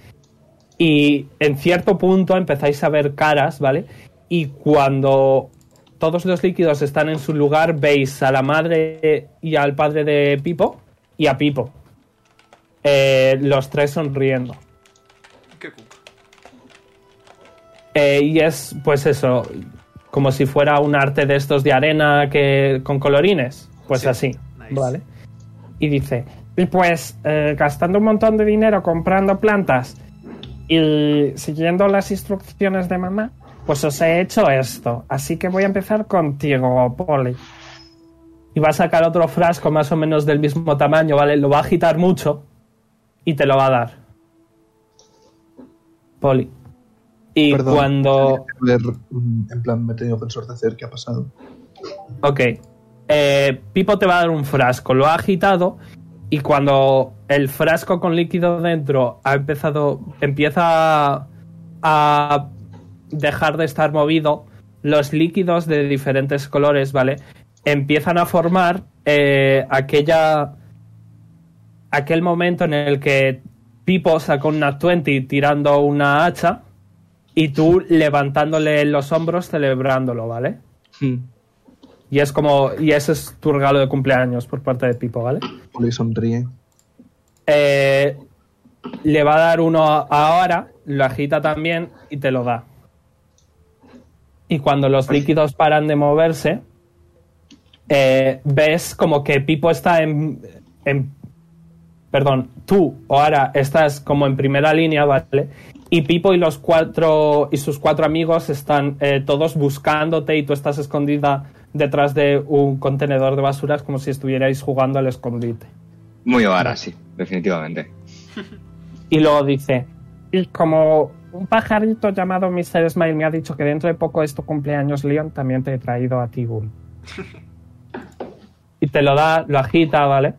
Y en cierto punto empezáis a ver caras, ¿vale? Y cuando todos los líquidos están en su lugar, veis a la madre y al padre de Pipo y a Pipo. Eh, los tres sonriendo.
Qué cuco.
Eh, y es, pues eso, como si fuera un arte de estos de arena que con colorines. Pues
Sí.
así,
Nice.
¿vale?
y dice, y pues eh, gastando un montón de dinero comprando plantas y siguiendo las instrucciones de mamá, pues os he hecho esto. Así que voy a empezar contigo, Polly.
Y va a sacar otro frasco más o menos del mismo tamaño, ¿vale? Lo va a agitar mucho y te lo va a dar. Poli. Y
Perdón.
cuando...
Ver, mm, en plan, me he tenido que ensordecer. ¿Qué ha pasado?
Ok. Eh, Pipo te va a dar un frasco. Lo ha agitado y cuando el frasco con líquido dentro ha empezado, empieza a, a dejar de estar movido, los líquidos de diferentes colores, ¿vale? Empiezan a formar eh, aquella, aquel momento en el que Pipo sacó una 20 tirando una hacha y tú levantándole los hombros celebrándolo, ¿vale? Hmm. Y es como. Y ese es tu regalo de cumpleaños por parte de Pipo, ¿vale?
Polly sonríe.
Eh, le va a dar uno a- ahora, lo agita también y te lo da. Y cuando los líquidos paran de moverse, eh, ves como que Pipo está en, en- Perdón, tú o ahora estás como en primera línea, ¿vale? Y Pipo y los cuatro y sus cuatro amigos están eh, todos buscándote y tú estás escondida detrás de un contenedor de basuras como si estuvierais jugando al escondite.
Muy ahora, sí, definitivamente.
Y luego dice, y como un pajarito llamado Mr. Smile me ha dicho que dentro de poco es tu cumpleaños, Leon, también te he traído a ti un.
y te lo da, lo agita, ¿vale?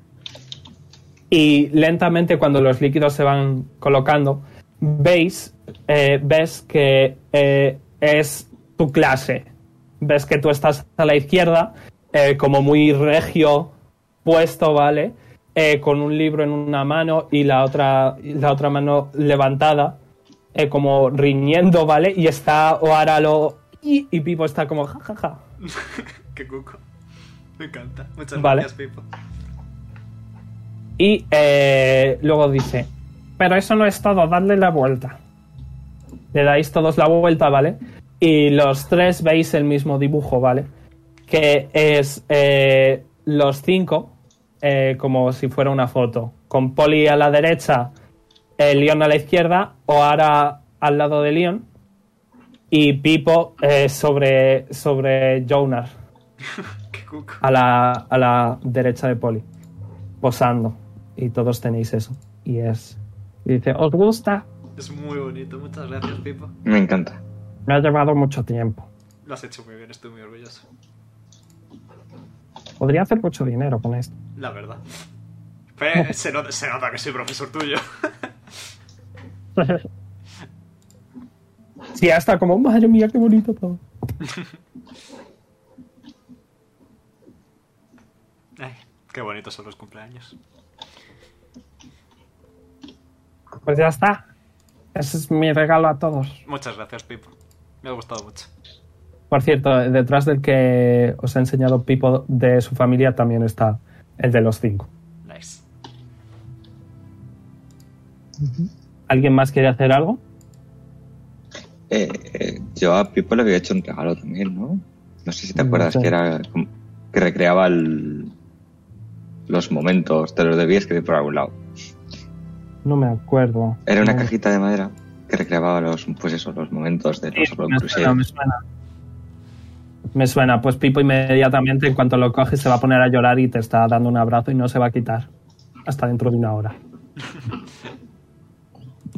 Y lentamente cuando los líquidos se van colocando, veis, eh, ves que eh, es tu clase. Ves que tú estás a la izquierda, eh, como muy regio, puesto, ¿vale? Eh, con un libro en una mano y la otra, y la otra mano levantada, eh, como riñendo, ¿vale? Y está Oaralo y, y Pipo está como jajaja. Ja, ja.
Qué cuco. Me encanta. Muchas
Vale.
gracias, Pipo.
Y eh, luego dice,
Pero eso no es todo, dadle la vuelta.
Le dais todos la vuelta, ¿vale? Y los tres veis el mismo dibujo, ¿vale? Que es eh, los cinco, eh, como si fuera una foto. Con Poli a la derecha, eh, Leon a la izquierda, Oara al lado de Leon y Pipo eh, sobre, sobre Jonar
Qué cuco.
a la, a la derecha de Poli, posando. Y todos tenéis eso. Y es.
Y dice, ¿os gusta?
Es muy bonito. Muchas gracias, Pipo.
Me encanta.
Me ha llevado mucho tiempo.
Lo has hecho muy bien. Estoy muy orgulloso.
Podría hacer mucho dinero con esto.
La verdad.
<laughs>
Pero se, nota, se nota que soy profesor tuyo. <laughs>
Sí, hasta como, madre mía, qué bonito todo.
Ay, qué bonitos son los cumpleaños.
Pues ya está. Ese es mi regalo a todos.
Muchas gracias, Pipo. Me ha gustado mucho.
Por cierto, detrás del que os ha enseñado Pipo de su familia también está el de los cinco.
Nice.
¿Alguien más quiere hacer algo?
Eh, eh, yo a Pipo le había hecho un regalo también, ¿no? No sé si te acuerdas
sé.
que era como- que recreaba el- los momentos, te los debías escribir por algún lado.
No me acuerdo.
Era una
No.
cajita de madera que recreaba los, pues eso, los momentos de los Rock
me suena, me
Crusades.
suena. Me suena, pues Pipo inmediatamente en cuanto lo coge se va a poner a llorar y te está dando un abrazo y no se va a quitar hasta dentro de una hora.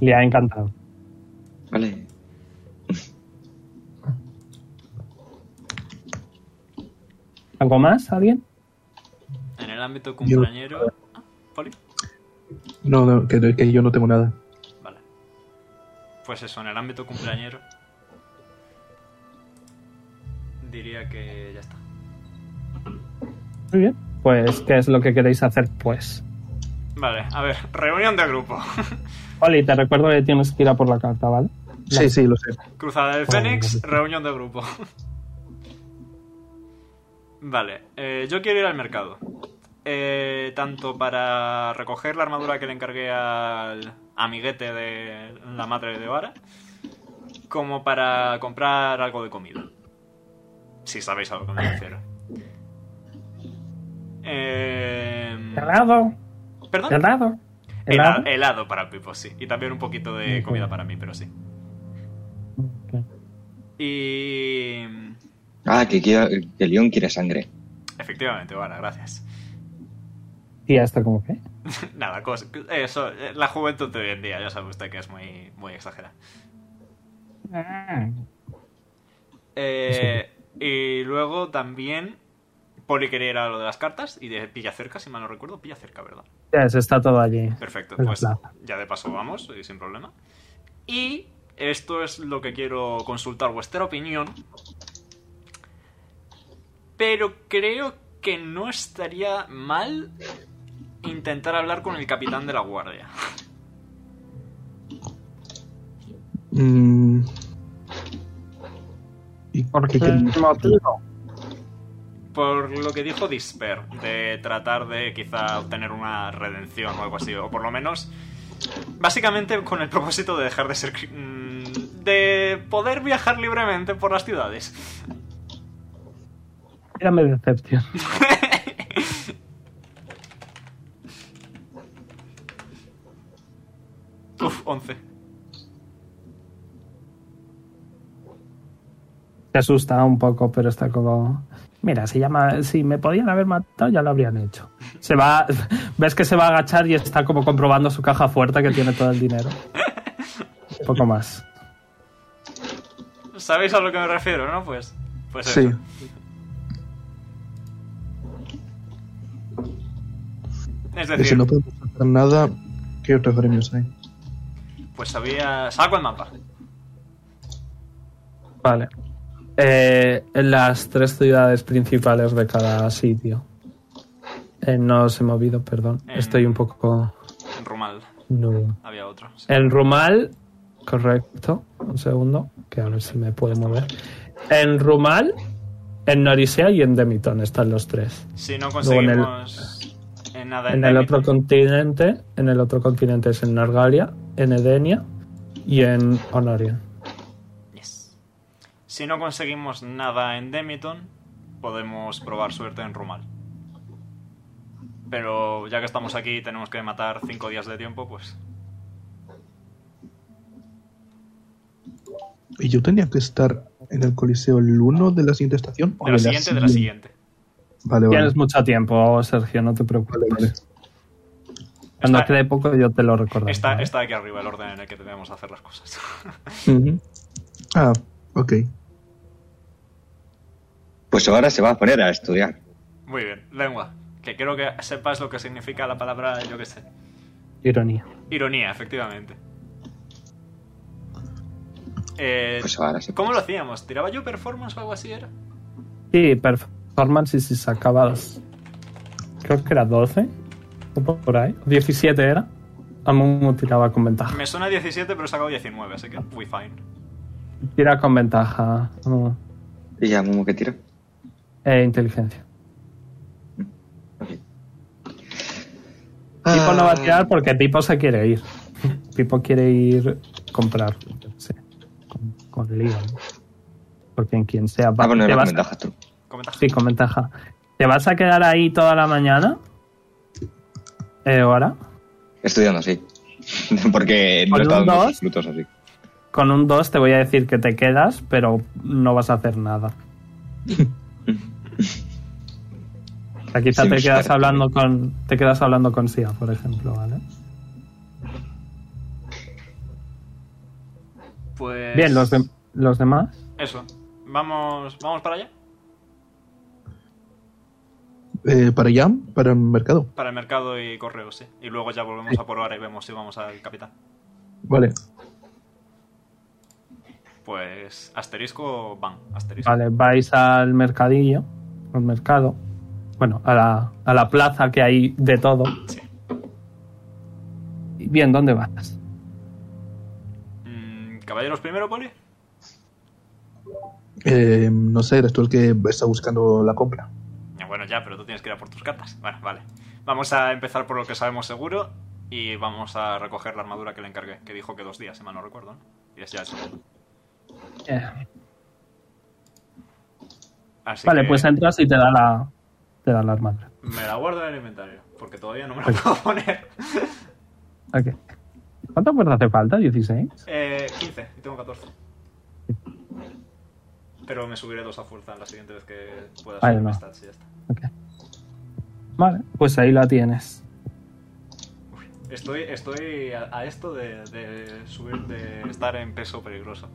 Le ha encantado.
Vale.
¿Algo más? ¿Alguien?
En el ámbito cumpleañero. Ah, Poli.
No, no, que, que yo no tengo nada.
Vale. Pues eso, en el ámbito cumpleañero. Diría que ya está.
Muy bien. Pues, ¿qué es lo que queréis hacer? Pues...
Vale, a ver, reunión de grupo.
Oli, te recuerdo que tienes que ir a por la carta, ¿vale?
Sí, sí, lo sé.
Cruzada del Fénix, reunión de grupo. Vale, eh, yo quiero ir al mercado. Eh, tanto para recoger la armadura que le encargué al amiguete de la madre de Vara, como para comprar algo de comida. Si sabéis a lo que me refiero. Eh,
Helado,
¿Perdón?
helado.
Hela-
Helado.
helado para Pipo, sí. Y también un poquito de comida para mí, pero sí. Y.
Ah, que, quiero, que León quiere sangre.
Efectivamente, Vara, gracias. <laughs>
Y hasta como que.
Nada, cosa- eso, eh, la juventud de hoy en día, ya sabe usted que es muy, muy exagerada. Eh, y luego también Poli quería ir a lo de las cartas y de pilla cerca, si mal no recuerdo, pilla cerca, ¿verdad?
Yes, está todo allí.
Perfecto,
En la
pues
plaza.
ya de paso vamos, eh, sin problema. Y esto es lo que quiero consultar vuestra opinión. Pero creo que no estaría mal intentar hablar con el capitán de la guardia.
Mm. ¿Y
¿Por
qué
qué
queréis?
motivo?
Por lo que dijo Disper, de tratar de quizá obtener una redención o algo así, o por lo menos, básicamente con el propósito de dejar de ser... cri- mm, de poder viajar libremente por las ciudades.
Tírame decepción.
Uf, 11.
Te asusta un poco, pero está como. Mira, se llama. Si me podían haber matado, ya lo habrían hecho. Se va. <laughs> Ves que se va a agachar y está como comprobando su caja fuerte que tiene todo el dinero. Un poco más.
¿Sabéis a lo que me refiero, no? Pues, pues
Sí.
eso. Es
Y si
decir,
no podemos hacer nada, ¿qué otros gremios hay?
pues había... Saco el mapa.
Vale.
Eh, en las tres ciudades principales de cada sitio. Eh, no os he movido, perdón.
En-
Estoy un poco.
En Rumal
nudo.
había otro. sí.
En Rumal, correcto. Un segundo, que a ver si me puedo mover. En Rumal, en Norisea y en Demiton están los tres.
Si no
luego en el-
conseguimos... En nada
En el otro
Demiton,
continente, en el otro continente es en Nargalia, en Edenia y en Honoria.
yes. Si no conseguimos nada en Demiton, podemos probar suerte en Rumal. Pero ya que estamos aquí y tenemos que matar 5 días de tiempo, pues...
¿Y yo tenía que estar en el Coliseo el 1 de la siguiente estación? o
De la siguiente, de la siguiente.
Vale, vale.
Tienes mucho tiempo, Sergio, no te preocupes.
Vale, vale.
Cuando
Está-
quede poco yo te lo recordaré.
Está, está aquí arriba el orden en el que debemos hacer las cosas. <laughs>
Ujú.
Ah, ok.
Pues ahora se va a poner a estudiar.
Muy bien, lengua. Que quiero que sepas lo que significa la palabra, yo qué sé.
Ironía.
Ironía, efectivamente. Eh,
Pues ahora se
¿Cómo lo hacíamos? ¿Tiraba yo performance o algo así era?
Sí, performance y si sacabas. Creo que era 12 o por ahí. 17 era. Amumu tiraba con ventaja.
Me suena 17, pero he sacado 19, así que we fine.
Tira con ventaja. Amumu.
¿Y ya Momo que tira? Ah,
Eh, inteligencia. Pipo
Ah,
no va a tirar porque Pipo se quiere ir. Pipo quiere ir comprar. yo qué sé, con, con Leon. Por quien, quien sea. Va-
Ah, bueno,
te
era con
vas-
ventaja tú.
Comenta.
Sí, con ventaja. ¿Te vas a quedar ahí toda la mañana? Eh, ahora.
Estudiando, sí. <laughs> Porque no
Con
está
un
dando
dos.
sus frutos así.
Con un 2 te voy a decir que te quedas, pero no vas a hacer nada. O sea, quizá
Sí,
te
me
quedas
suena.
hablando con. Te quedas hablando con Sia, por ejemplo, ¿vale?
Pues.
Bien, los, de- los demás.
Eso. Vamos, vamos para allá,
Eh, ¿Para Yam? ¿Para el mercado?
para el mercado y correos, sí. Y luego ya volvemos a por hora y vemos si vamos al capitán.
Vale.
Pues. Asterisco, van. Asterisco.
Vale, vais al mercadillo. Al mercado. Bueno, a la, a la plaza que hay de todo.
Sí.
Y Bien, ¿dónde vas?
Mm, ¿Caballeros primero, Poli?
Eh, no sé, eres tú el que está buscando la compra.
Bueno, ya, pero tú tienes que ir a por tus cartas. Bueno, vale. Vamos a empezar por lo que sabemos seguro y vamos a recoger la armadura que le encargué, que dijo que dos días, si mal no recuerdo, ¿no? Y es ya hecho.
Eh,
Así
vale,
que
pues entras y te da la, te da la armadura.
me la guardo en el inventario, porque todavía no me
Pues
la puedo <laughs> poner.
Ok. ¿Cuántas puertas hace falta? ¿16?
Eh, 15, y tengo 14. Pero me subiré dos a fuerza la siguiente vez que pueda
Vale,
subir
no.
mis stats y ya está.
Vale, pues ahí la tienes.
Estoy, estoy a, a esto de, de subir, de estar en peso peligroso.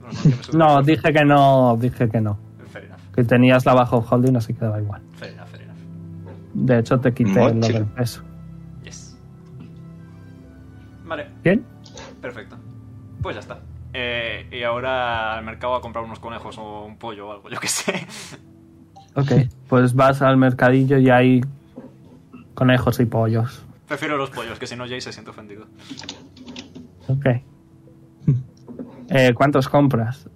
Menos mal que me subí
No,
dos.
dije que no, dije que no.
Fair enough,
Que tenías la bajo holding, así que daba igual.
fair enough, fair enough.
De hecho, te quité lo
Mochi.
del peso.
Yes. Vale,
¿Bien?
perfecto. Pues ya está. Eh, y ahora al mercado a comprar unos conejos o un pollo o algo, yo que sé. <laughs>
Ok. <laughs> Pues vas al mercadillo y hay conejos y pollos.
Prefiero los pollos, que si no Jay se siente ofendido.
<laughs> Ok. Eh, ¿Cuántos compras?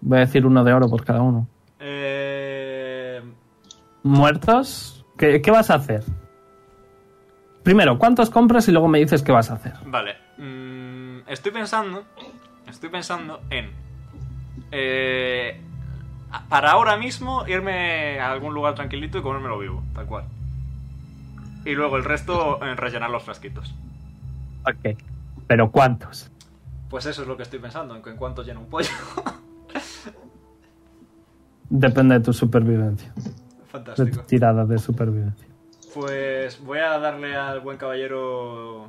Voy a decir uno de oro por cada uno.
Eh,
¿Muertos? ¿Qué, qué vas a hacer? Primero, ¿cuántos compras y luego me dices qué vas a hacer?
vale. Mm, estoy pensando. Estoy pensando en. eh, a- para ahora mismo irme a algún lugar tranquilito y comérmelo vivo, tal cual. Y luego el resto en rellenar los frasquitos.
Ok. ¿Pero cuántos?
Pues eso es lo que estoy pensando, en, cu- en cuanto lleno un pollo. <laughs>
Depende de tu supervivencia. De tu
Fantástico.
tirada de supervivencia.
Pues voy a darle al buen caballero.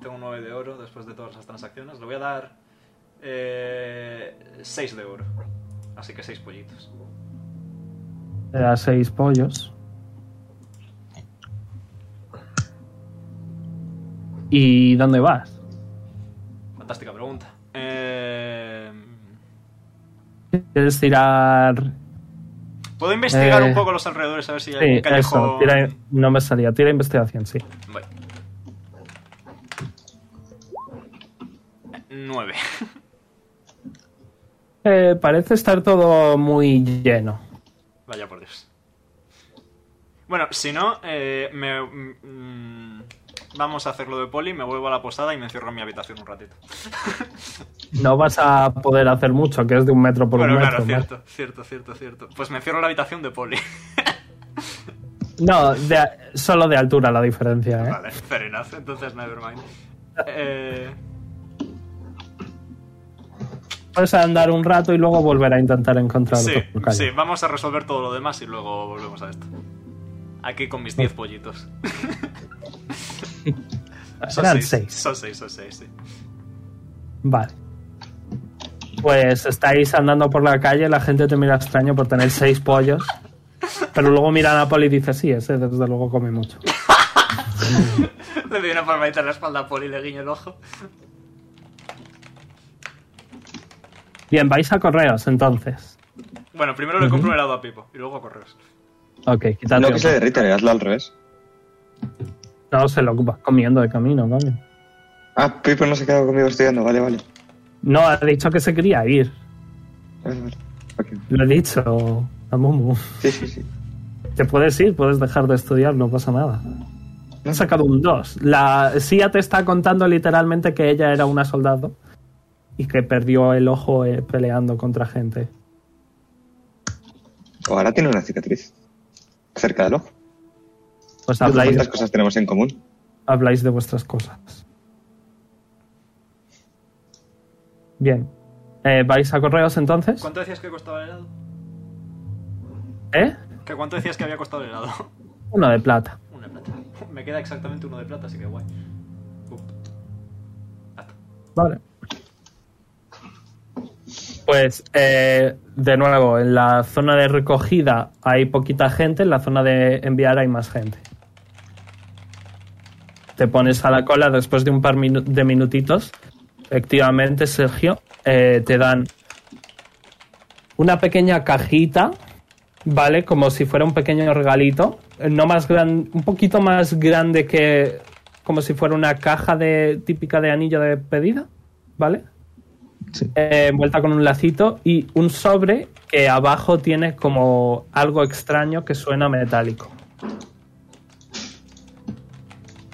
Tengo un 9 de oro después de todas las transacciones. Le voy a dar. Eh, 6 de oro. Así que 6 pollitos.
Te da seis pollos. ¿Y dónde vas?
Fantástica pregunta. Eh,
¿Quieres tirar
Puedo investigar
Eh,
un poco los alrededores a ver si hay
Sí,
algún callejón.
eso, tira- no me salía. Tira investigación, sí.
9.
Eh, parece estar todo muy lleno.
<laughs> Vaya por Dios. Bueno, si no, eh, me, mm, vamos a hacerlo de poli, me vuelvo a la posada y me encierro en mi habitación un ratito.
No vas a poder hacer mucho, que es de un metro por
bueno,
un
claro,
metro.
cierto, cierto, cierto, cierto. Pues me encierro en la habitación de poli. <laughs>
No, de- solo de altura la diferencia, ¿eh?
Vale, fair enough, entonces nevermind. Eh,
Puedes andar un rato y luego volver a intentar encontrar
sí,
otro local.
sí, vamos a resolver todo lo demás y luego volvemos a esto. Aquí con mis 10 pollitos. Son
Eran
seis,
seis.
Son 6, son 6, sí. <laughs>
Vale. Pues estáis andando por la calle, la gente te mira extraño por tener seis pollos. Pero luego miran a Poli y dice, sí, ese desde luego come mucho.
Le doy una palmadita en la espalda a Poli y le guiño el ojo.
Bien, vais a correos entonces.
Bueno, primero le compro un helado a Pipo y luego a correos.
Ok, quítate.
No que se
otro.
derrite, hazlo al revés.
No, se lo vas comiendo de camino, coño.
Ah, Pipo no se ha quedado conmigo estudiando, vale, vale.
No, ha dicho que se quería ir.
Vale, vale. Ok.
Lo he dicho a Momo.
Sí, sí, sí.
Te puedes ir, puedes dejar de estudiar, no pasa nada. Han sacado un 2. La Sia te está contando literalmente que ella era una soldado y que perdió el ojo eh, peleando contra gente.
O ahora tiene una cicatriz. Cerca del ojo.
Pues habláis,
¿Cuántas cosas tenemos en común?
habláis de vuestras cosas. Bien. Eh, ¿Vais a correos entonces?
¿Cuánto decías que costaba el helado?
¿Eh?
¿Que ¿Cuánto decías que había costado el helado? <laughs>
Uno de plata.
Una de plata. Me queda exactamente uno de plata, así que guay. Up.
Vale. Pues, eh, de nuevo, en la zona de recogida hay poquita gente, en la zona de enviar hay más gente. Te pones a la cola después de un par minu- de minutitos. Efectivamente, Sergio, eh, te dan una pequeña cajita, ¿vale? Como si fuera un pequeño regalito. eh, No más gran, un poquito más grande que como si fuera una caja de típica de anillo de pedida, ¿vale?
Sí.
eh, envuelta con un lacito y un sobre que abajo tiene como algo extraño que suena metálico.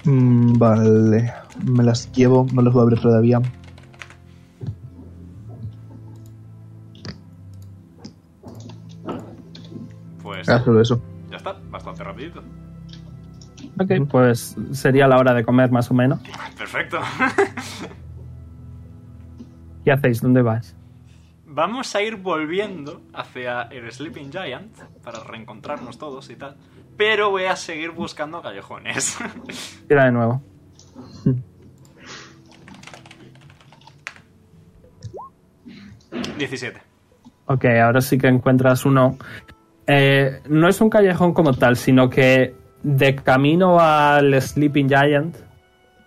Mm, vale. Me las llevo, no las voy a abrir todavía.
Pues
Ah, solo eso.
ya está, bastante rapidito.
Ok, pues sería la hora de comer más o menos.
Perfecto. <laughs>
¿Qué hacéis? ¿Dónde vais?
Vamos a ir volviendo hacia el Sleeping Giant para reencontrarnos todos y tal. Pero voy a seguir buscando callejones. <laughs>
Tira de nuevo.
Diecisiete.
Ok, ahora sí que encuentras uno. Eh, no es un callejón como tal, sino que de camino al Sleeping Giant,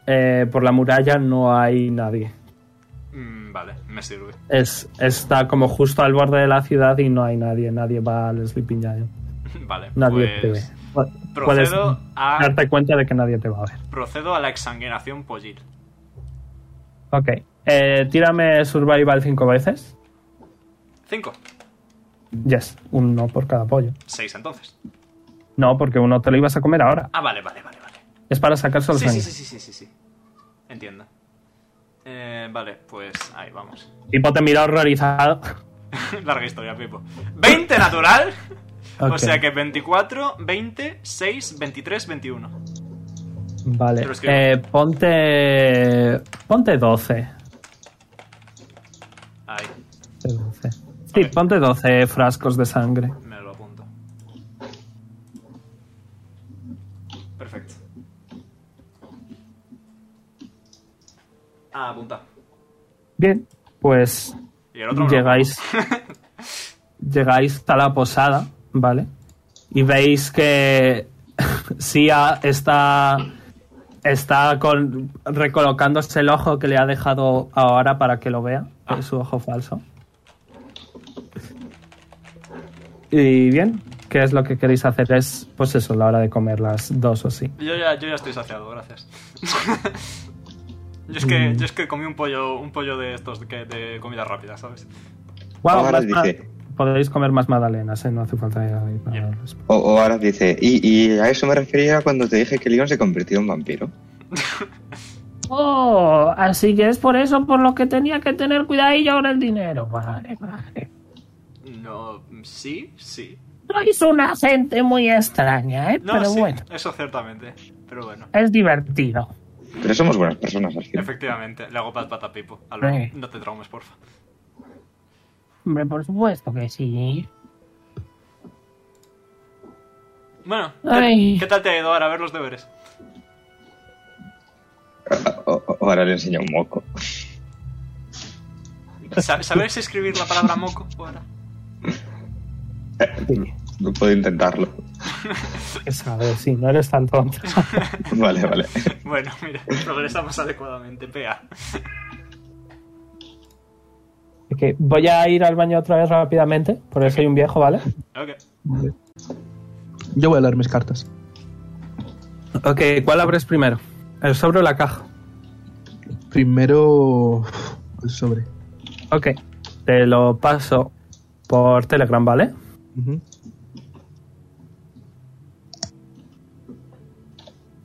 eh, por la muralla no hay nadie.
Mm, vale, me sirve. <laughs>
Es, está como justo al borde de la ciudad y no hay nadie. Nadie va al Sleeping Giant.
Vale,
Nadie te ve.
pues
Pu- Puedes
procedo a,
darte cuenta de que nadie te va a ver.
procedo a la exsanguinación pollir.
Ok. Eh, tírame Survival cinco veces.
Cinco.
Yes, uno por cada pollo.
Seis entonces.
No, porque uno te lo ibas a comer ahora.
Ah, vale, vale, vale, vale.
Es para sacarse los
Sí, sí,
años.
sí, sí, sí, sí, sí. Entiendo. Eh, vale, pues ahí vamos. <laughs>
Tipo te mira horrorizado. <laughs>
Larga historia, Pipo. 20 natural. O
Ok.
sea que 24, 20, 6, 23, 21.
Vale.
Pero es que-
Eh, ponte. Ponte 12.
Ahí,
Ponte 12. Sí,
Ok.
ponte 12 frascos de sangre.
me lo apunto. Perfecto. Ah, apunta.
Bien, pues
Y el otro no.
llegáis. <laughs> llegáis a la posada, ¿vale? Y veis que <laughs> Sia está. Está con, recolocándose el ojo que le ha dejado ahora para que lo vea, es su ojo falso. Y bien, ¿qué es lo que queréis hacer? Es, pues eso, la hora de comer, las dos o sí.
Yo ya, yo ya estoy saciado, gracias. <laughs> yo, es
Mm.
que, yo es que comí un pollo, un pollo de estos que- de comida rápida, ¿sabes?
Guau,
Ahora
más ma-
dice.
Podéis comer más magdalenas, ¿eh? no hace falta añadir nada
Bien.
al respecto.
O, o ahora dice, y, y a eso me refería cuando te dije que Leon se convirtió en vampiro.
Oh, así que es por eso por lo que tenía que tener cuidadillo ahora el dinero. Vale, vale.
No, sí, sí.
Sois una gente muy extraña, ¿eh?
No,
Pero
sí,
bueno,
eso ciertamente. Pero bueno,
es divertido.
Pero somos buenas personas al final.
efectivamente, le hago pat pat a Pipo. Alba,
Sí.
no te traumes, porfa.
Hombre, por supuesto que sí.
Bueno, ¿qué,
Ay.
qué tal te ha ido ahora? A ver los deberes.
O- o- o ahora le enseño un moco.
Sa- ¿Sabes escribir la palabra moco ahora?
No puedo intentarlo. <laughs>
Que sabes, si no eres tan tonto.
Vale, vale.
Bueno, mira, progresamos adecuadamente, pea.
Ok, voy a ir al baño otra vez rápidamente, porque soy un viejo, ¿vale?
Ok.
Yo voy a leer mis cartas.
Ok, ¿cuál abres primero? El sobre o la caja.
Primero. El sobre.
Ok, te lo paso por Telegram, ¿vale?
Ujú.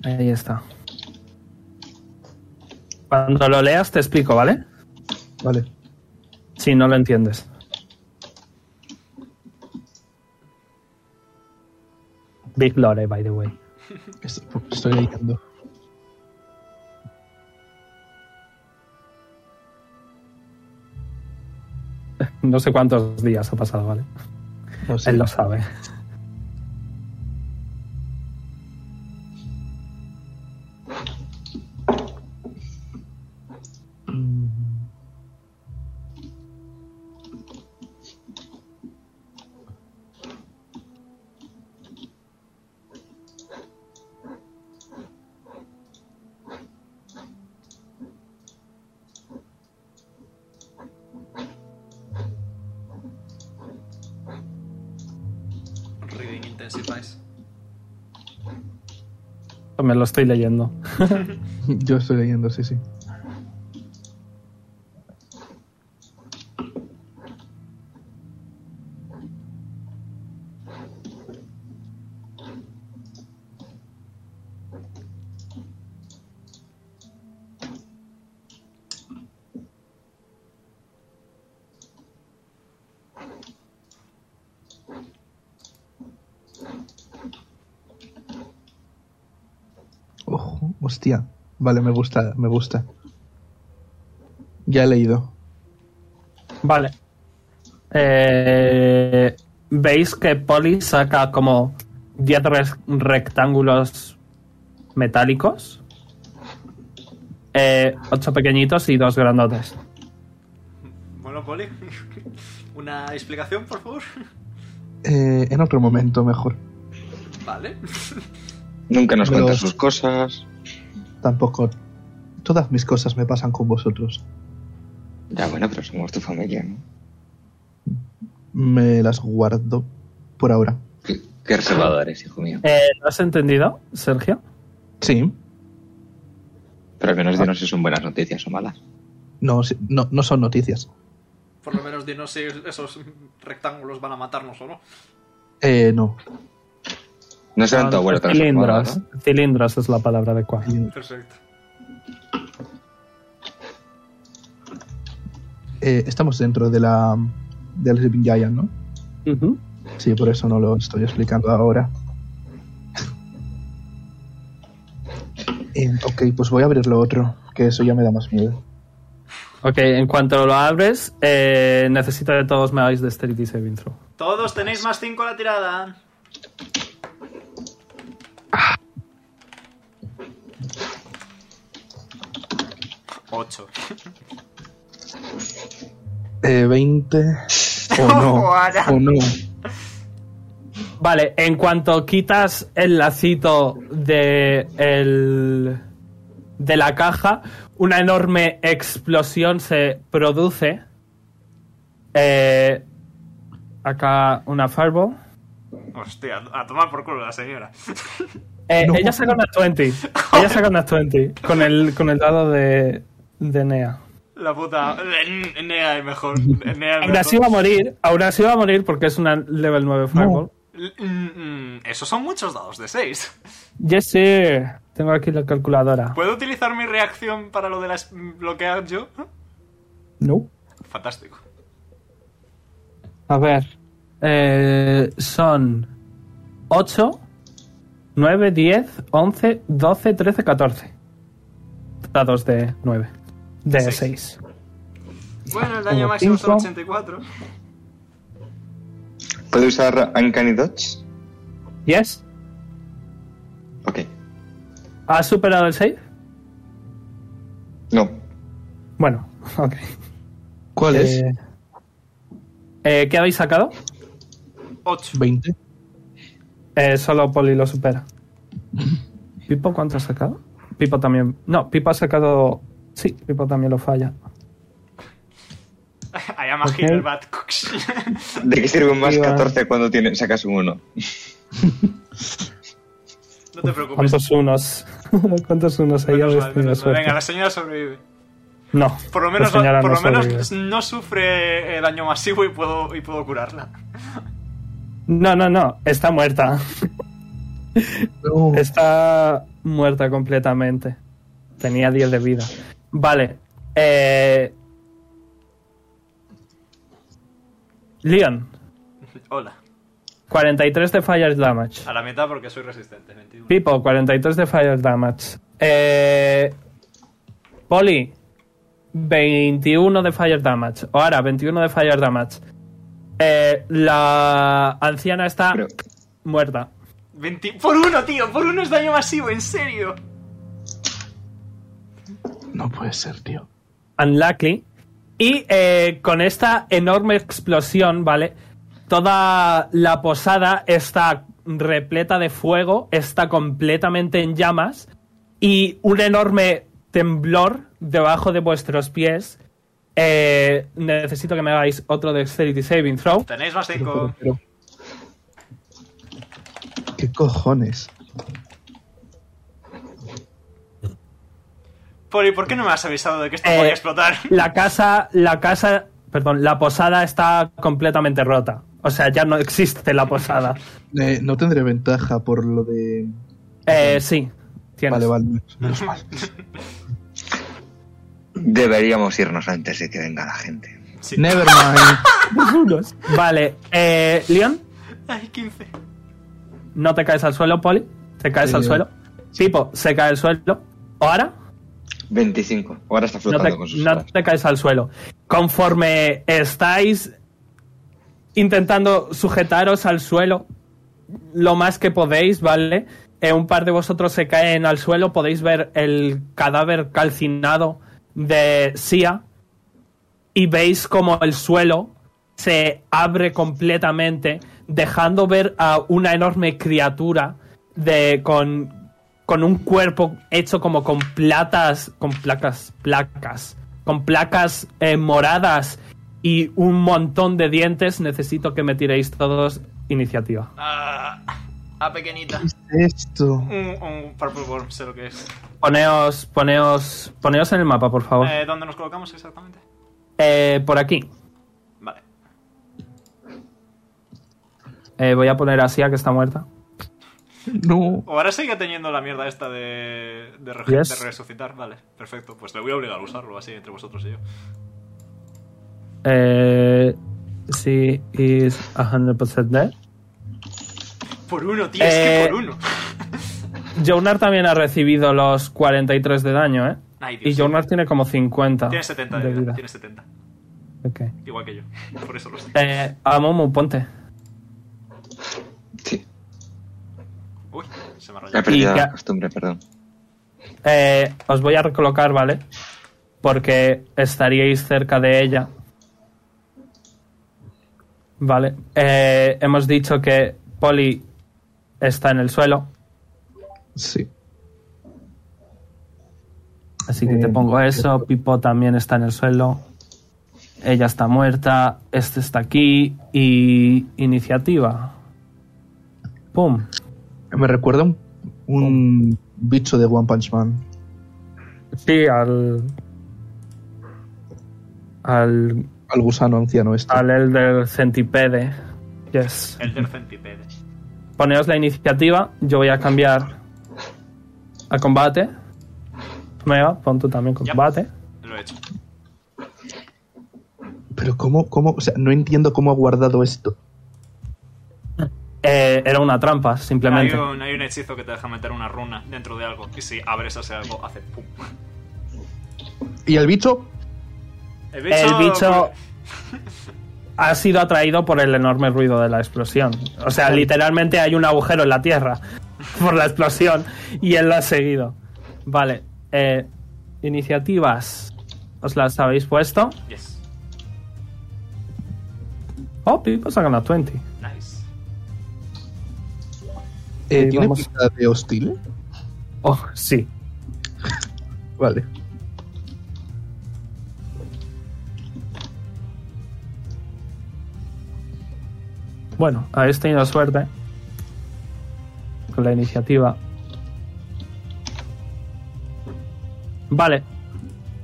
Ahí está. Cuando lo leas te explico, ¿vale?
Vale.
Si no lo entiendes. Big Lore, by the way.
Es- Estoy leyendo.
No sé cuántos días ha pasado, ¿vale?
No sé.
Él lo sabe.
Reading intensifies.
Me lo estoy leyendo.
Yo estoy leyendo, sí, sí. Hostia. Vale, me gusta, me gusta. Ya he leído.
Vale. Eh, Veis que Polly saca como 10 res- rectángulos metálicos. Eh, ocho pequeñitos y dos grandotes.
Bueno, Poli, una explicación, por favor.
Eh, en otro momento, mejor.
Vale.
Nunca nos
Pero-
cuenta sus cosas.
Tampoco. Todas mis cosas me pasan con vosotros.
Ya, bueno, pero somos tu familia, ¿no?
Me las guardo por ahora.
Qué, qué reservado eres, hijo mío.
Eh, ¿Lo has entendido, Sergio?
Sí.
Pero al menos dinos si son buenas noticias o malas.
No, sí, no, no son noticias.
Por lo menos dinos si esos rectángulos van a matarnos o no.
Eh, no.
No serán tu abuelo transformado,
Ah, Cilindros.
¿no?
Cilindros es la palabra adecuada.
Perfecto.
Eh, estamos dentro de la. del Sleeping Giant, ¿no?
Ujú.
Sí, por eso no lo estoy explicando ahora. Eh, ok, pues voy a abrir lo otro, que eso ya me da más miedo.
Ok, en cuanto lo abres, eh, necesito de todos me hagáis Dexterity Saving Throw.
Todos tenéis más 5 a la tirada. Ocho.
Eh, 20. <laughs> O no.
Ahora.
o no.
Vale, en cuanto quitas el lacito de, el- de la caja, una enorme explosión se produce. Eh, acá una fireball.
Hostia, a tomar por culo la señora.
Eh,
No.
Ella saca una 20. Ella saca una 20 con el, con el dado de, de Nea.
La puta. Eh, Nea es mejor. E Nea es
Aún así va a
mejor.
morir, aún así va a morir porque es una level 9 fireball.
L- mm, mm, Esos son muchos dados de 6.
Yes, sir. Tengo aquí la calculadora.
¿Puedo utilizar mi reacción para lo de las bloquear yo?
No.
Fantástico.
A ver. eh, son 8, 9, 10, 11, 12, 13, 14. Dados de 9. De
Seis.
6.
Bueno, el
Como
daño máximo son
cinco.
84.
¿Puedo usar Uncanny Dodge?
Yes.
Ok.
¿Has superado el 6?
No.
Bueno, ok.
¿Cuál es?
Eh, eh, ¿Qué habéis sacado?
<laughs> 8.
20.
Eh, solo Poli lo supera. ¿Pipo cuánto ha sacado? Pipo también. No, Pipo ha sacado. Sí, Pipo también lo falla.
I am a healer, but cooks.
¿De qué sirve un más
Sí, va.
14 cuando tiene, sacas un 1?
<laughs> No te preocupes.
¿Cuántos unos? <laughs> ¿Cuántos unos hay?
Menos
Habéis
mal,
tenido
menos mal.
suerte.
Venga, la señora sobrevive.
No.
Por lo
la
menos,
señora
por
no
lo menos
sobrevive.
no sufre eh, daño masivo y puedo, y puedo curarla.
No, no, no. Está muerta.
No.
Está muerta completamente. Tenía 10 de vida. Vale. Eh... Leon,
Hola.
43 de Fire Damage.
A la mitad porque soy resistente. 21.
Pipo, 43 de Fire Damage. Eh, Poli, 21 de Fire Damage. Ahora, 21 de Fire Damage. Eh, la anciana está
Pero-
muerta.
20 Por uno, tío. Por uno es daño masivo, en serio.
No puede ser, tío.
Unlucky. Y eh, con esta enorme explosión, ¿vale? Toda la posada está repleta de fuego, está completamente en llamas y un enorme temblor debajo de vuestros pies. Eh, necesito que me hagáis otro Dexterity Saving Throw.
Tenéis más
Pero,
5.
pero- ¿Qué cojones?
Poli, ¿por qué no me has avisado de que esto
Eh,
podía explotar?
La casa, la casa, perdón, la posada está completamente rota. O sea, ya no existe la posada.
Eh, no tendré ventaja por lo de.
Eh, sí, tienes.
Vale, vale. Menos mal.
Deberíamos irnos antes de que venga la gente.
<laughs> Sí.
Never mind. <laughs>
Vale, eh, Leon,
Ay, 15.
no te caes al suelo, Poli. Te caes
Sí,
al
sí.
suelo. Pipo, se cae al suelo. Ahora
25. Ahora está
no
flotando
te,
con sus
no
alas.
te caes al suelo. Conforme estáis intentando sujetaros al suelo lo más que podéis, ¿vale? Eh, un par de vosotros se caen al suelo, podéis ver el cadáver calcinado de Sia y veis como el suelo se abre completamente, dejando ver a una enorme criatura de con con un cuerpo hecho como con platas, con placas, placas, con placas eh, moradas y un montón de dientes. Necesito que me tiréis todos iniciativa.
Ah, a pequeñita.
Esto.
Un, un Purple Worm, sé lo que es.
Poneos, poneos, poneos en el mapa, por favor.
Eh, ¿Dónde nos colocamos exactamente?
Eh, por aquí.
Vale.
Eh, voy a poner así a que está muerta.
No.
O ahora sigue teniendo la mierda esta de, de, re-
Oh. Yes.
de resucitar. Vale, perfecto. Pues le voy a obligar a usarlo así entre vosotros y yo.
Eh, she is 100% dead.
Por uno, tío, es
Eh,
que por uno.
Jonar también ha recibido los 43 de daño, ¿eh?
Ay, Dios.
Y Jonar tiene como 50.
Tiene 70 de vida. Tiene 70.
Ok.
Igual
<laughs>
que yo. Por eso lo sé.
Eh, a Momo, ponte.
Sí.
Uy, se me ha
He
rayado.
perdido
Y ya-
la costumbre, perdón.
Eh, os voy a recolocar, ¿vale? Porque estaríais cerca de ella. Vale. Eh, hemos dicho que Polly está en el suelo.
Sí.
Así que te pongo eso. Pipo también está en el suelo. Ella está muerta. Este está aquí. Y. Iniciativa. Pum.
Me recuerda un, un bicho de One Punch Man.
Sí, al. Al.
Al gusano anciano este.
Al Elder Centipede. Yes.
El del centipede.
Poneos la iniciativa. Yo voy a cambiar a combate. Meva, pon tú también con
Ya.
combate.
Lo he hecho.
Pero cómo, cómo, o sea, no entiendo cómo ha guardado esto.
Eh, era una trampa,
Hay
simplemente.
un, hay un hechizo que te deja meter una runa dentro de algo. Y si abres ese algo, hace pum.
Y el bicho,
El
El bicho ha sido atraído por el enorme ruido de la explosión. O sea, literalmente hay un agujero en la tierra <laughs> por la explosión y él lo ha seguido. Vale. eh, iniciativas. ¿Os las habéis puesto?
Yes.
Oh, Pipo se ha ganado 20.
Nice.
eh,
Sí,
¿tiene
vamos.
pinta de hostil?
Oh, sí.
Vale.
Bueno, habéis tenido suerte con la iniciativa. Vale.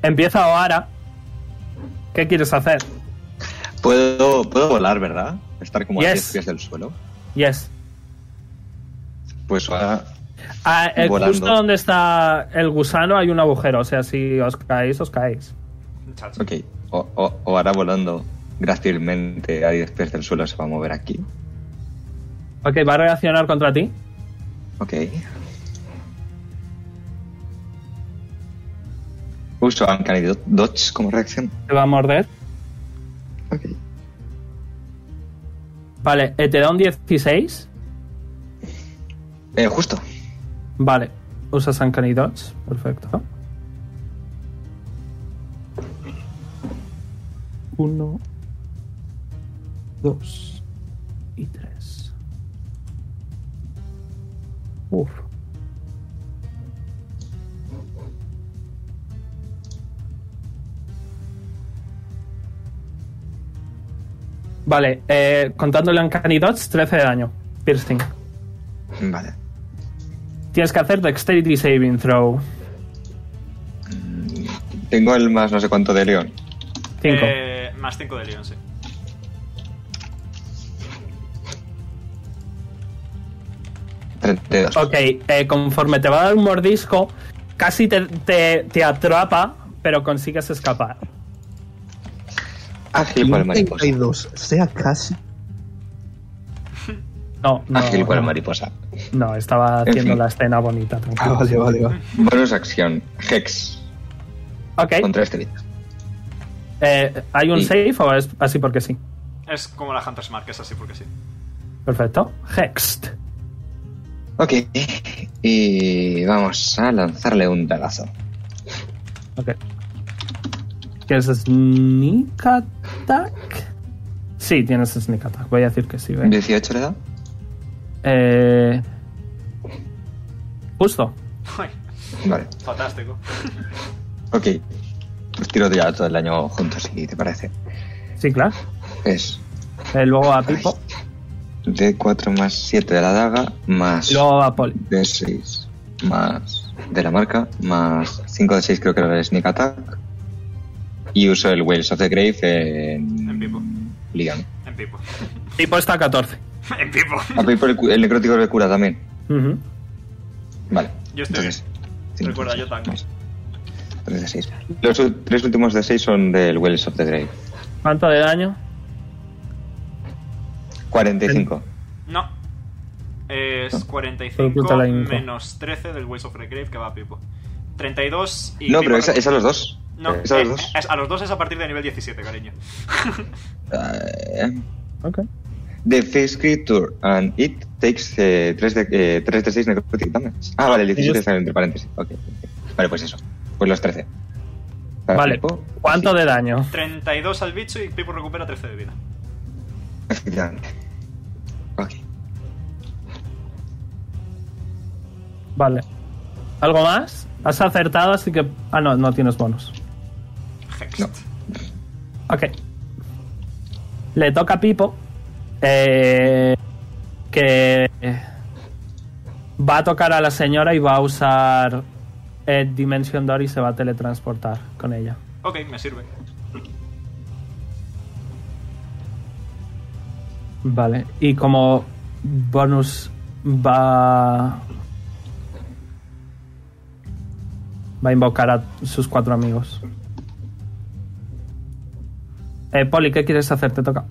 Empieza ahora. ¿Qué quieres hacer?
Puedo, puedo volar, ¿verdad? Estar como a
Yes.
10 pies del suelo.
Yes.
Pues ahora.
Ah, eh,
Volando.
justo donde está el gusano hay un agujero. O sea, si os caéis, os caéis.
Chacho.
Ok. O, o- o ahora volando grácilmente a 10 pies del suelo se va a mover aquí.
Ok, va a reaccionar contra ti.
Ok. Uso Uncanny Do- Dodge como reacción.
Te va a morder.
Ok.
Vale, eh, te da un 16.
Eh, justo.
Vale, usas Uncanny Dodge. Perfecto. Uno, dos y tres. Uf. Vale, eh, contándole Uncanny Dodge, 13 de daño. Piercing.
Vale.
Tienes que hacer Dexterity Saving Throw.
Tengo el más no sé cuánto de León.
5.
Eh, más 5 de Leon, sí.
Tres
Ok, eh, conforme te va a dar un mordisco, casi te, te- te atrapa, pero consigues escapar.
Ágil por el Ah, mariposa.
32. Sea casi.
No, no.
Ágil por el
no.
mariposa.
No, estaba
Ah, En
haciendo
fin.
la escena bonita. tranquilo.
Ah, vale, vale, vale.
Bonus acción. Hex.
Ok.
Contra este bicho.
eh, ¿Hay un
Sí.
save o es así porque sí?
Es como la Hunter's Mark, es así porque sí. <laughs>
Perfecto. Hexed.
Ok. Y vamos a lanzarle un dadazo.
Ok. ¿Qué es sneak attack? Sí, tienes sneak attack. Voy a decir que sí. venga.
18 le da.
Eh, justo.
Ay,
Vale.
fantástico.
Ok. Pues tiro ya todo el daño juntos, si te parece.
Sí, claro.
Es
Eh, luego a Pipo.
D4 más 7 de la daga, más
Luego a Poli.
D6 más de la marca, más 5 de 6 creo que era el Sneak Attack. Y uso el Whales of the Grave en...
En vivo.
Ligan.
En pipo. <laughs>
Pipo está a 14.
En pipo.
Ah, pero el, cu- el necrótico le cura también.
Ujú.
Vale.
Yo estoy-
cinco,
Recuerda,
seis,
yo tanco.
más. Tres de seis. Los u- tres últimos de 6 son del Wells of the Grave.
¿Cuánto de daño?
45.
No. Es
Oculta
45
la info.
menos 13 del Ways of Regrave que va a Pipo. 32 y.
No,
Pipo
pero es,
rec-
es a los dos.
No,
es a los
eh,
dos.
es- a los dos es a partir de nivel 17, cariño. <laughs>
Ah,
Ok.
The face creature and it takes 3 de, 3 de 6 necrotic damage. Ah, vale, el 17 está entre paréntesis. Ok, ok. Vale, pues eso. Pues los 13. Para
Vale.
Pipo,
¿Cuánto de daño?
32 al bicho y Pipo recupera 13 de vida.
<laughs> Efectivamente. Ok.
Vale. ¿Algo más? Has acertado, así que. Ah, no, no tienes bonus.
Hex.
No.
Ok. Le toca a Pipo. eh, que. eh, Va a tocar a la señora y va a usar. eh, Dimension Door y se va a teletransportar con ella.
Ok, me sirve. <laughs>
Vale. Y como bonus va. Va a invocar a sus cuatro amigos. Eh, Poli, ¿qué quieres hacer? Te toca.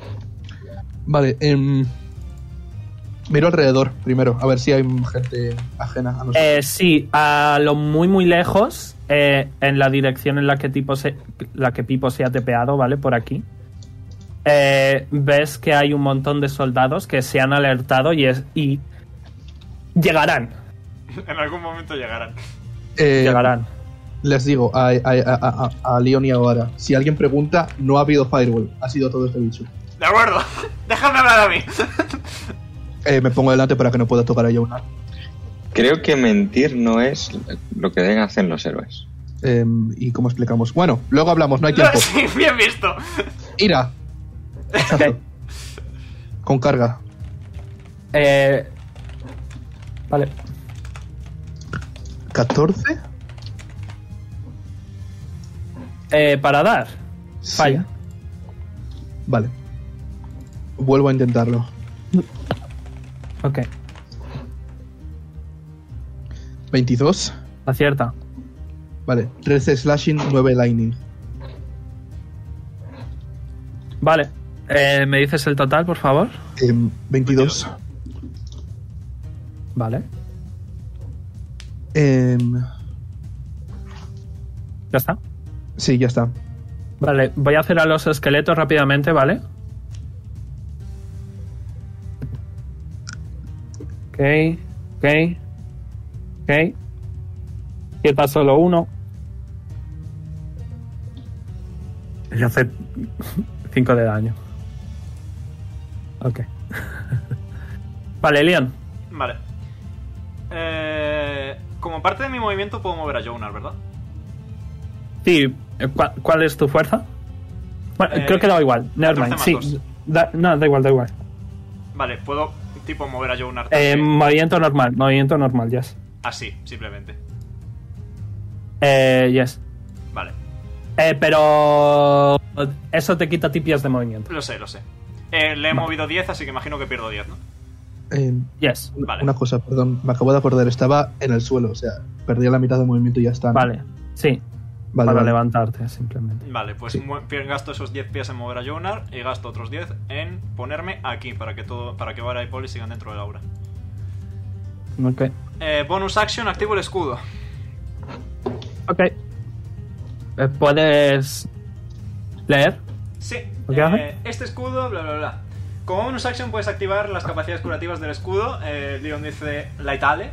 Vale, em, miro alrededor primero, a ver si hay gente ajena a nosotros.
Eh, sí, a lo muy muy lejos, eh, en la dirección en la que, tipo se, la que Pipo se ha tepeado, ¿vale? Por aquí. Eh, ves que hay un montón de soldados que se han alertado y, es, y llegarán.
en algún momento llegarán.
Eh,
llegarán.
les digo a, a, a, a, a Leon y a Oara, si alguien pregunta, no ha habido firewall, ha sido todo este bicho.
De acuerdo. <laughs> Déjame hablar a mí.
Eh, me pongo delante para que no pueda tocar a ella una.
Creo que mentir no es lo que deben hacer los héroes.
Em, ¿Y cómo explicamos? Bueno, luego hablamos, no hay
<laughs>
tiempo.
sí, bien visto.
Ira. Exacto. Con carga.
Eh, vale.
14.
Eh, para dar.
Sí.
Falla.
Vale. Vuelvo a intentarlo.
Ok.
22.
Acierta.
Vale. 13 slashing, 9 lightning.
Vale. Eh, ¿Me dices el total, por favor?
Em, 22.
Vale.
Em,
Ya está.
sí, ya está.
Vale, voy a hacer a los esqueletos rápidamente, ¿vale? Ok, ok, ok. Quita solo uno. Y hace 5 de daño. Ok. <laughs> vale, Leon.
Vale. Eh, como parte de mi movimiento puedo mover a Jonar, ¿verdad?
Sí, ¿cuál, cuál es tu fuerza? Bueno,
Eh,
creo que da igual. Nevermind,
14
sí.
más dos.
Da- no, da igual, da igual.
Vale, puedo tipo mover a Jonar
Eh, movimiento normal, movimiento normal, yes.
así, simplemente.
Eh, yes.
Vale.
Eh, pero eso te quita tipias de movimiento.
Lo sé, lo sé. Eh, le he movido 10, así que imagino que pierdo 10, ¿no?
Em,
Yes.
Vale.
Una cosa, perdón, me acabo de acordar, estaba en el suelo, o sea, perdí la mitad de movimiento y ya está. ¿no?
Vale. Sí.
Vale,
para
vale.
levantarte, simplemente.
Vale, pues mu- pi- gasto esos 10 pies en mover a Jonar y gasto otros 10 en ponerme aquí para que todo para que Vara y Poli sigan dentro del aura.
Ok.
Eh, bonus action, activo el escudo.
Ok. Eh, ¿Puedes leer?
Sí.
¿Qué
eh,
hace?
este escudo, bla, bla, bla. Como bonus action puedes activar las capacidades curativas del escudo. Eh, Leon dice Laitale.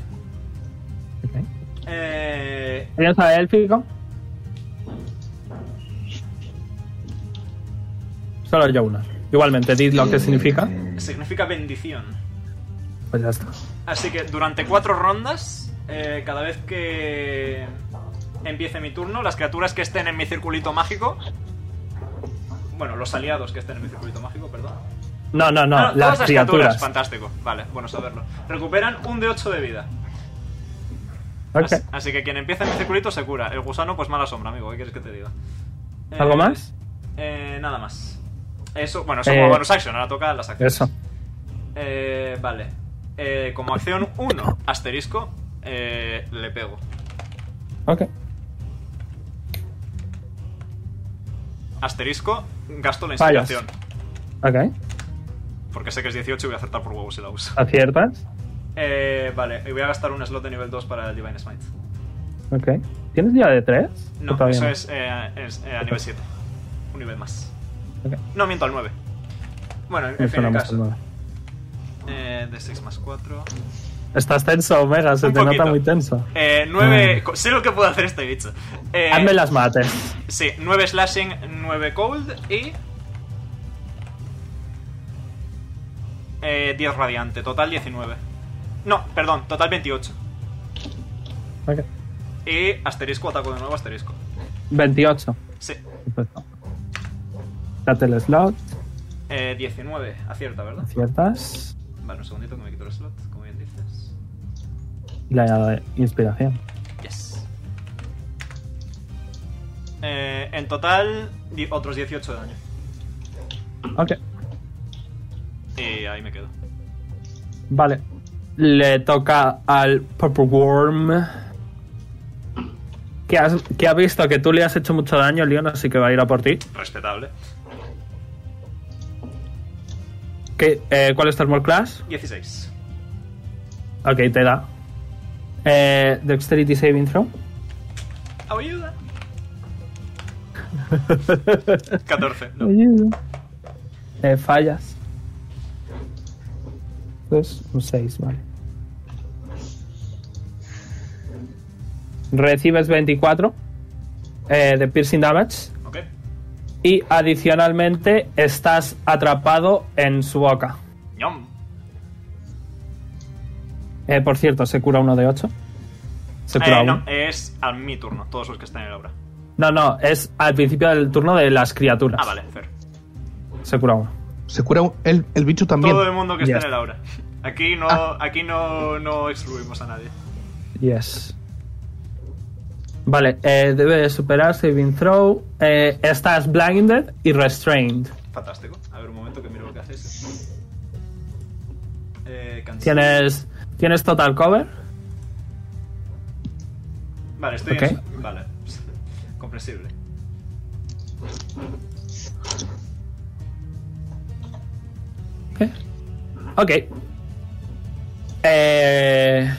Ok.
Eh,
¿Adiós a élfico? Solo yo una. Igualmente, did lo que significa.
significa bendición.
Pues ya está.
Así que durante cuatro rondas, eh, cada vez que empiece mi turno, las criaturas que estén en mi circulito mágico. Bueno, los aliados que estén en mi circulito mágico, perdón.
No, no, no,
Ah, todas
las criaturas.
Fantástico, vale, bueno saberlo. Recuperan un de 8 de vida.
Ok.
Así, así que quien empieza en el circulito se cura. El gusano, pues mala sombra, amigo. ¿Qué quieres que te diga? Eh,
¿Algo más?
Eh, nada más. Eso, bueno, eso
Eh,
como bonus action. Ahora toca las acciones.
Eso.
Eh, vale. Eh, como acción 1, asterisco, eh, le pego.
Ok.
Asterisco, gasto la
Fallas.
inspiración.
Ok.
Porque sé que es 18 y voy a acertar por huevos si la uso.
¿Aciertas?
Eh, vale, y voy a gastar un slot de nivel 2 para el Divine Smite.
Ok. ¿Tienes ya de tres? ¿O
No,
todavía
eso es, eh, es, eh, a nivel 7. Un nivel más.
Ok.
No, miento al 9. Bueno, en,
Me
en fin,
suena
el
más
caso.
al nueve.
Eh, de 6 más 4.
Estás tenso, Omega, se
Un
te
poquito.
nota muy tenso.
Eh, 9. Sé lo que puede hacer este bicho. Eh,
Hazme las mates.
Sí, 9 slashing, 9 cold y. Eh, 10 radiante, total 19. No, perdón, total 28.
Ok.
Y asterisco, ataco de nuevo, asterisco.
28.
Sí,
Perfecto. Date el slot,
eh, 19, acierta, ¿verdad?
aciertas.
Vale, un segundito que me quito el slot, como bien dices.
Y le añado inspiración.
Yes. Eh, en total, di- otros 18 de daño.
Ok.
Y ahí me quedo.
Vale. Le toca al Purple Worm. Que, has- que ha visto que tú le has hecho mucho daño, Leon, así que va a ir a por ti.
Respetable.
¿Qué, eh, ¿Cuál es tu armor class?
16.
Ok, te da. Eh, Dexterity Saving Throw. <laughs>
¡Ayuda! 14. No.
Eh, fallas. Pues un 6, vale. Recibes 24 eh, de piercing damage
Ok.
y adicionalmente estás atrapado en su boca.
Ñom.
Eh, por cierto, se cura uno de 8. Se cura
Eh,
uno.
no, es a mi turno, todos los que están en el obra.
No, no, es al principio del turno de las criaturas.
Ah, vale, fair.
Se cura uno.
Se cura un- el, el bicho también.
Todo el mundo que
Ya
está en el
está. Ah.
aura. Aquí no, aquí no, no excluimos a nadie.
Yes. Vale, eh, debe superar saving throw. Eh, estás blinded y restrained.
Fantástico. A ver un momento que miro lo que hace ese. Eh, cancel.
Tienes, tienes total cover.
Vale, estoy en- Vale. <laughs> Comprensible.
Ok. Eh,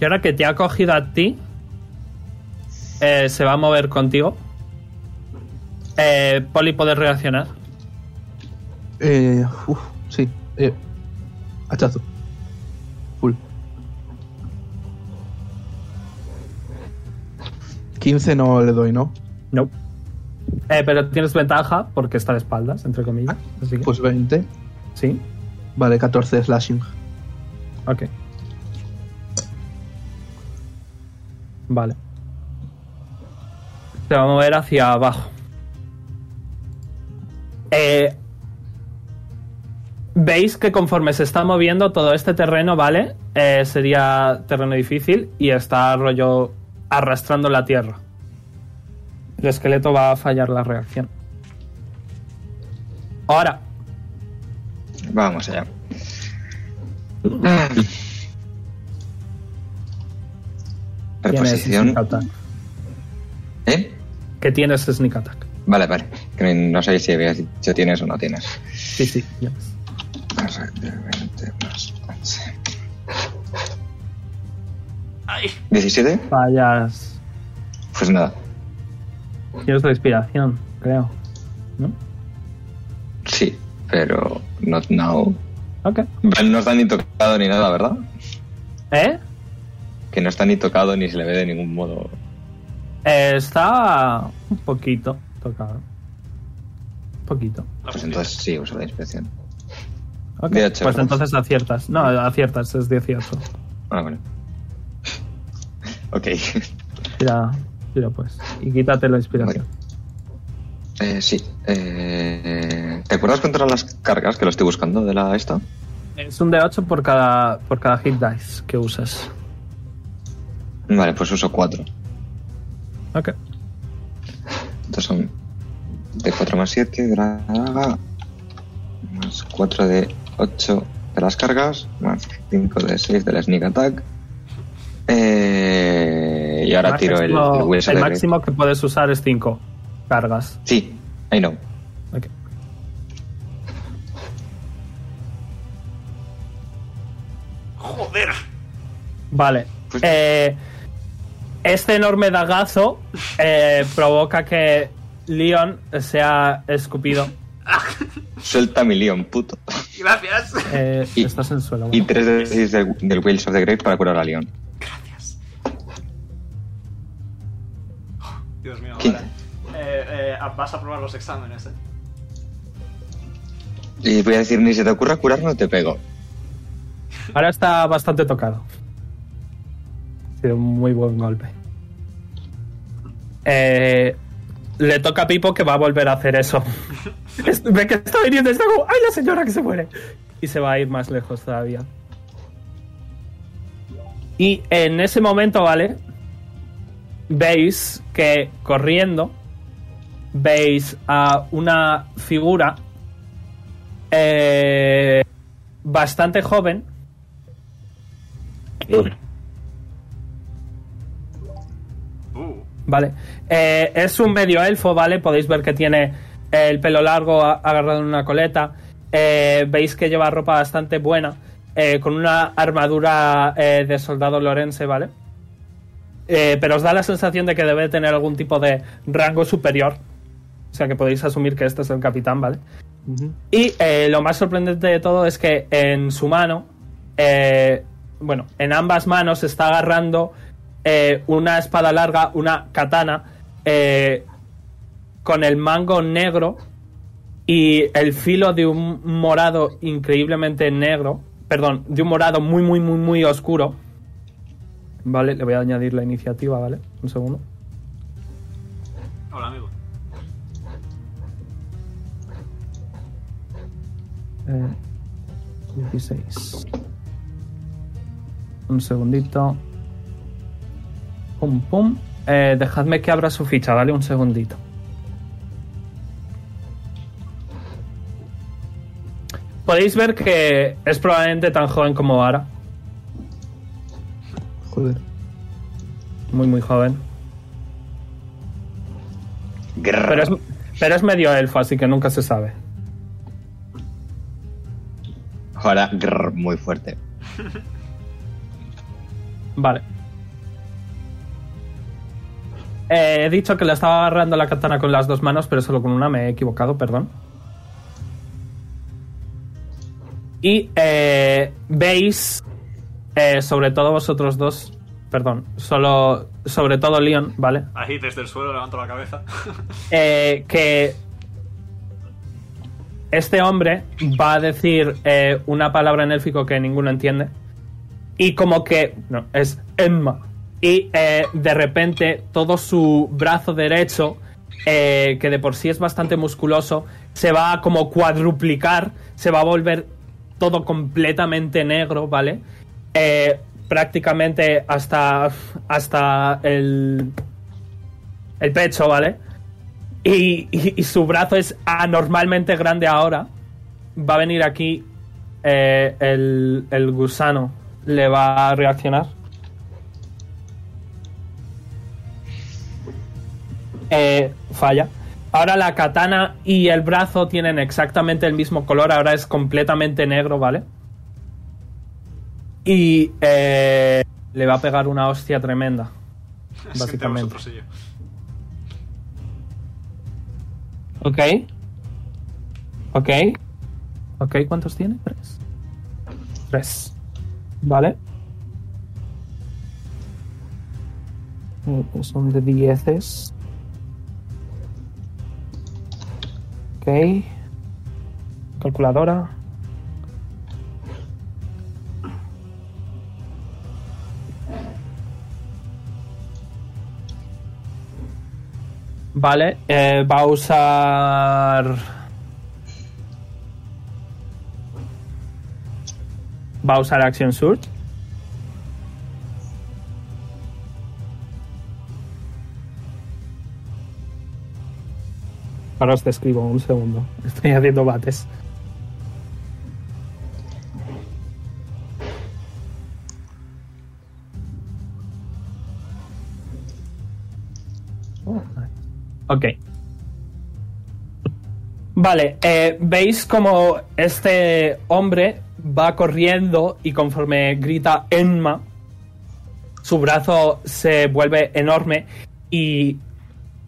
y ahora que te ha cogido a ti, eh, se va a mover contigo. Eh, Poli, puedes reaccionar.
Eh, uf, sí. Eh, hachazo. Full. 15 no le doy, ¿no?
No. Eh, pero tienes ventaja porque está de espaldas, entre comillas. Así que,
Pues 20.
sí.
Vale, 14 slashing.
Ok. Vale. Se va a mover hacia abajo. Eh, Veis que conforme se está moviendo todo este terreno, ¿vale? Eh, sería terreno difícil y está rollo arrastrando la tierra. El esqueleto va a fallar la reacción. Ahora,
Vamos allá.
tienes
Reposición.
sneak attack.
¿Eh?
Que tienes sneak attack.
Vale, vale. Que No sé si habías dicho tienes o no tienes.
Sí, sí, ya ves.
Arrete, 20 más 11.
Ay,
¿17?
Fallas.
Pues nada.
Tienes tu inspiración, creo.
Sí, pero not now.
Ok.
No está ni tocado ni nada, ¿verdad?
¿Eh?
Que no está ni tocado ni se le ve de ningún modo.
Eh, Está un poquito tocado. Un poquito.
la
Pues
puntita.
entonces sí, usa la inspección.
Ok,
De ocho,
Pues
¿verdad?
entonces aciertas. No, aciertas, es 18.
Ah, bueno. <laughs> ok. <laughs>
Tira, tira pues. Y quítate la inspiración.
Eh, sí. Eh, ¿Te acuerdas contra las cargas que lo estoy buscando de la esta?
Es un D8 por cada, por cada hit dice que usas.
Vale, pues uso 4.
Ok.
Entonces son de 4 más 7 de la daga, más 4 de 8 de las cargas, más 5 de 6 del sneak attack. Eh, y ahora tiro el,
máximo,
el hueso
el
de
máximo que puedes usar es 5 cargas.
Sí, I know.
Ok.
Joder.
Vale.
Pues-
Eh, este enorme dagazo eh, provoca que Leon sea escupido.
Suelta mi león, puto.
Gracias.
Eh,
Y-
estás en el suelo.
Y
bueno.
3 de 6 del, del Wheels of the Grave para curar a León.
Dios mío, ahora.
Quince.
Eh, eh, vas a probar los exámenes, eh.
Y voy a decir, ni se te ocurra curar, no te pego.
Ahora está bastante tocado. Ha sido un muy buen golpe. Eh, le toca a Pipo que va a volver a hacer eso. Es- Ve que está viniendo, está como, ¡ay, la señora que se muere! Y se va a ir más lejos todavía. Y en ese momento, ¿vale? Veis que corriendo, veis a una figura eh, bastante joven
Uh,
Vale. Eh, es un medio elfo, ¿vale? Podéis ver que tiene eh, el pelo largo a- agarrado en una coleta. Eh, veis que lleva ropa bastante buena. eh, con una armadura eh, de soldado lorense, ¿vale? Eh, pero os da la sensación de que debe tener algún tipo de rango superior. O sea que podéis asumir que este es el capitán, ¿vale? Y eh, lo más sorprendente de todo es que en su mano, eh, bueno, en ambas manos está agarrando eh, una espada larga, una katana, eh, con el mango negro y el filo de un morado increíblemente negro, perdón, de un morado muy, muy, muy, muy oscuro. Vale, le voy a añadir la iniciativa, ¿vale? Un segundo.
hola, amigo.
Eh, 16. Un segundito. Pum, pum. Eh, dejadme que abra su ficha, ¿vale? Un segundito. Podéis ver que es probablemente tan joven como Ara.
Joder.
Muy, muy joven.
Grrr.
Pero es, pero es medio elfo, así que nunca se sabe.
Ahora, grrr, muy fuerte.
Vale. Eh, he dicho que la estaba agarrando la katana con las dos manos, pero solo con una me he equivocado, perdón. Y eh, veis, eh, sobre todo vosotros dos, perdón, solo, sobre todo Leon, ¿vale?
Ahí desde el suelo levanto la cabeza. <laughs>
eh, que este hombre va a decir eh, una palabra en élfico que ninguno entiende. Y como que. No, es Emma. Y eh, de repente todo su brazo derecho, eh, que de por sí es bastante musculoso, se va a como cuadruplicar, se va a volver todo completamente negro, ¿vale? Eh, prácticamente hasta, hasta el, el pecho, ¿vale? Y, y- y su brazo es anormalmente grande ahora. Va a venir aquí eh, el, el gusano. Le va a reaccionar. Eh, falla. Ahora la katana y el brazo tienen exactamente el mismo color. Ahora es completamente negro, ¿vale? Y eh, Le va a pegar una hostia tremenda.
Es que entre
Básicamente.
vosotros y yo.
Ok. Ok. Ok, ¿cuántos tiene? Tres. Tres. Vale. Eh, pues Son de dieces. Ok. Calculadora. Vale, eh, va a usar... Va a usar Action Surge. Ahora os describo un segundo. <laughs> Estoy haciendo bates. Ok. Vale, eh, veis como este hombre va corriendo y conforme grita Enma, su brazo se vuelve enorme y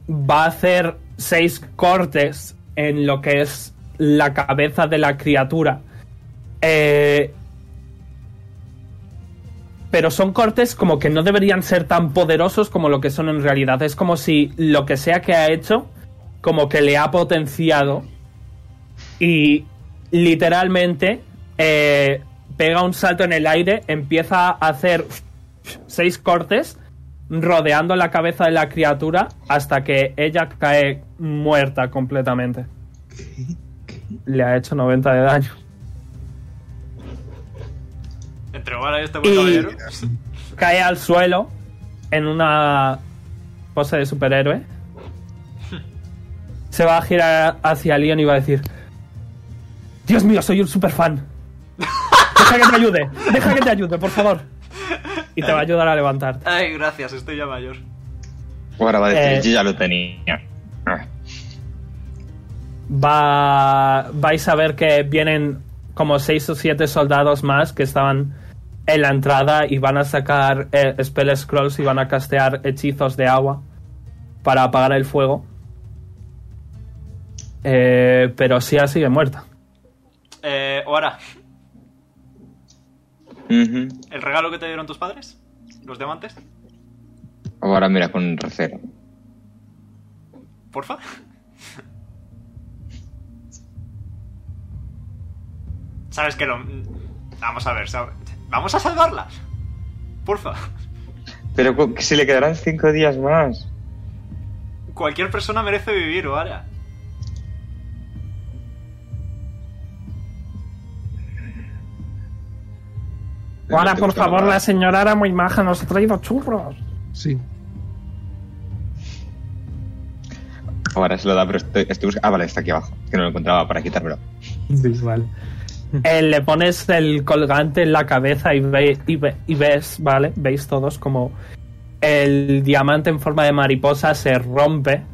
va a hacer seis cortes en lo que es la cabeza de la criatura. Eh, pero son cortes como que no deberían ser tan poderosos como lo que son en realidad. Es como si lo que sea que ha hecho, como que le ha potenciado y literalmente eh, pega un salto en el aire, empieza a hacer seis cortes rodeando la cabeza de la criatura hasta que ella cae muerta completamente. Le ha hecho 90 de daño.
Entre Obara y este buen
Y-
caballero.
cae al suelo en una pose de superhéroe. Se va a girar hacia Leon y va a decir: Dios mío, soy un superfan. Deja que te ayude, deja que te ayude, por favor. Y te va a ayudar a levantarte.
Ay, gracias, estoy ya mayor.
Ahora va a decir,
Eh.
yo ya lo tenía. Ah,
Va, vais a ver que vienen como seis o siete soldados más que estaban en la entrada y van a sacar eh, spell scrolls y van a castear hechizos de agua para apagar el fuego. Eh, pero Sia sigue muerta.
Eh, Oara,
ujú.
¿el regalo que te dieron tus padres? ¿Los diamantes?
Ahora mira con recelo.
Porfa. <laughs> Sabes que lo. Vamos a ver, sab- vamos a salvarla. Porfa.
Pero cu- que si le quedarán cinco días más.
Cualquier persona merece vivir, <laughs> Oara.
Ahora,
Te
por
gusta la
favor,
palabra.
la señora era muy maja, nos ha traído churros.
Sí.
Ahora se lo da, pero estoy, estoy buscando. Ah, vale, está aquí abajo. Que no lo encontraba para quitármelo.
Eh, le pones el colgante en la cabeza y, ve- y ve- y ves, ¿vale? Veis todos como el diamante en forma de mariposa se rompe.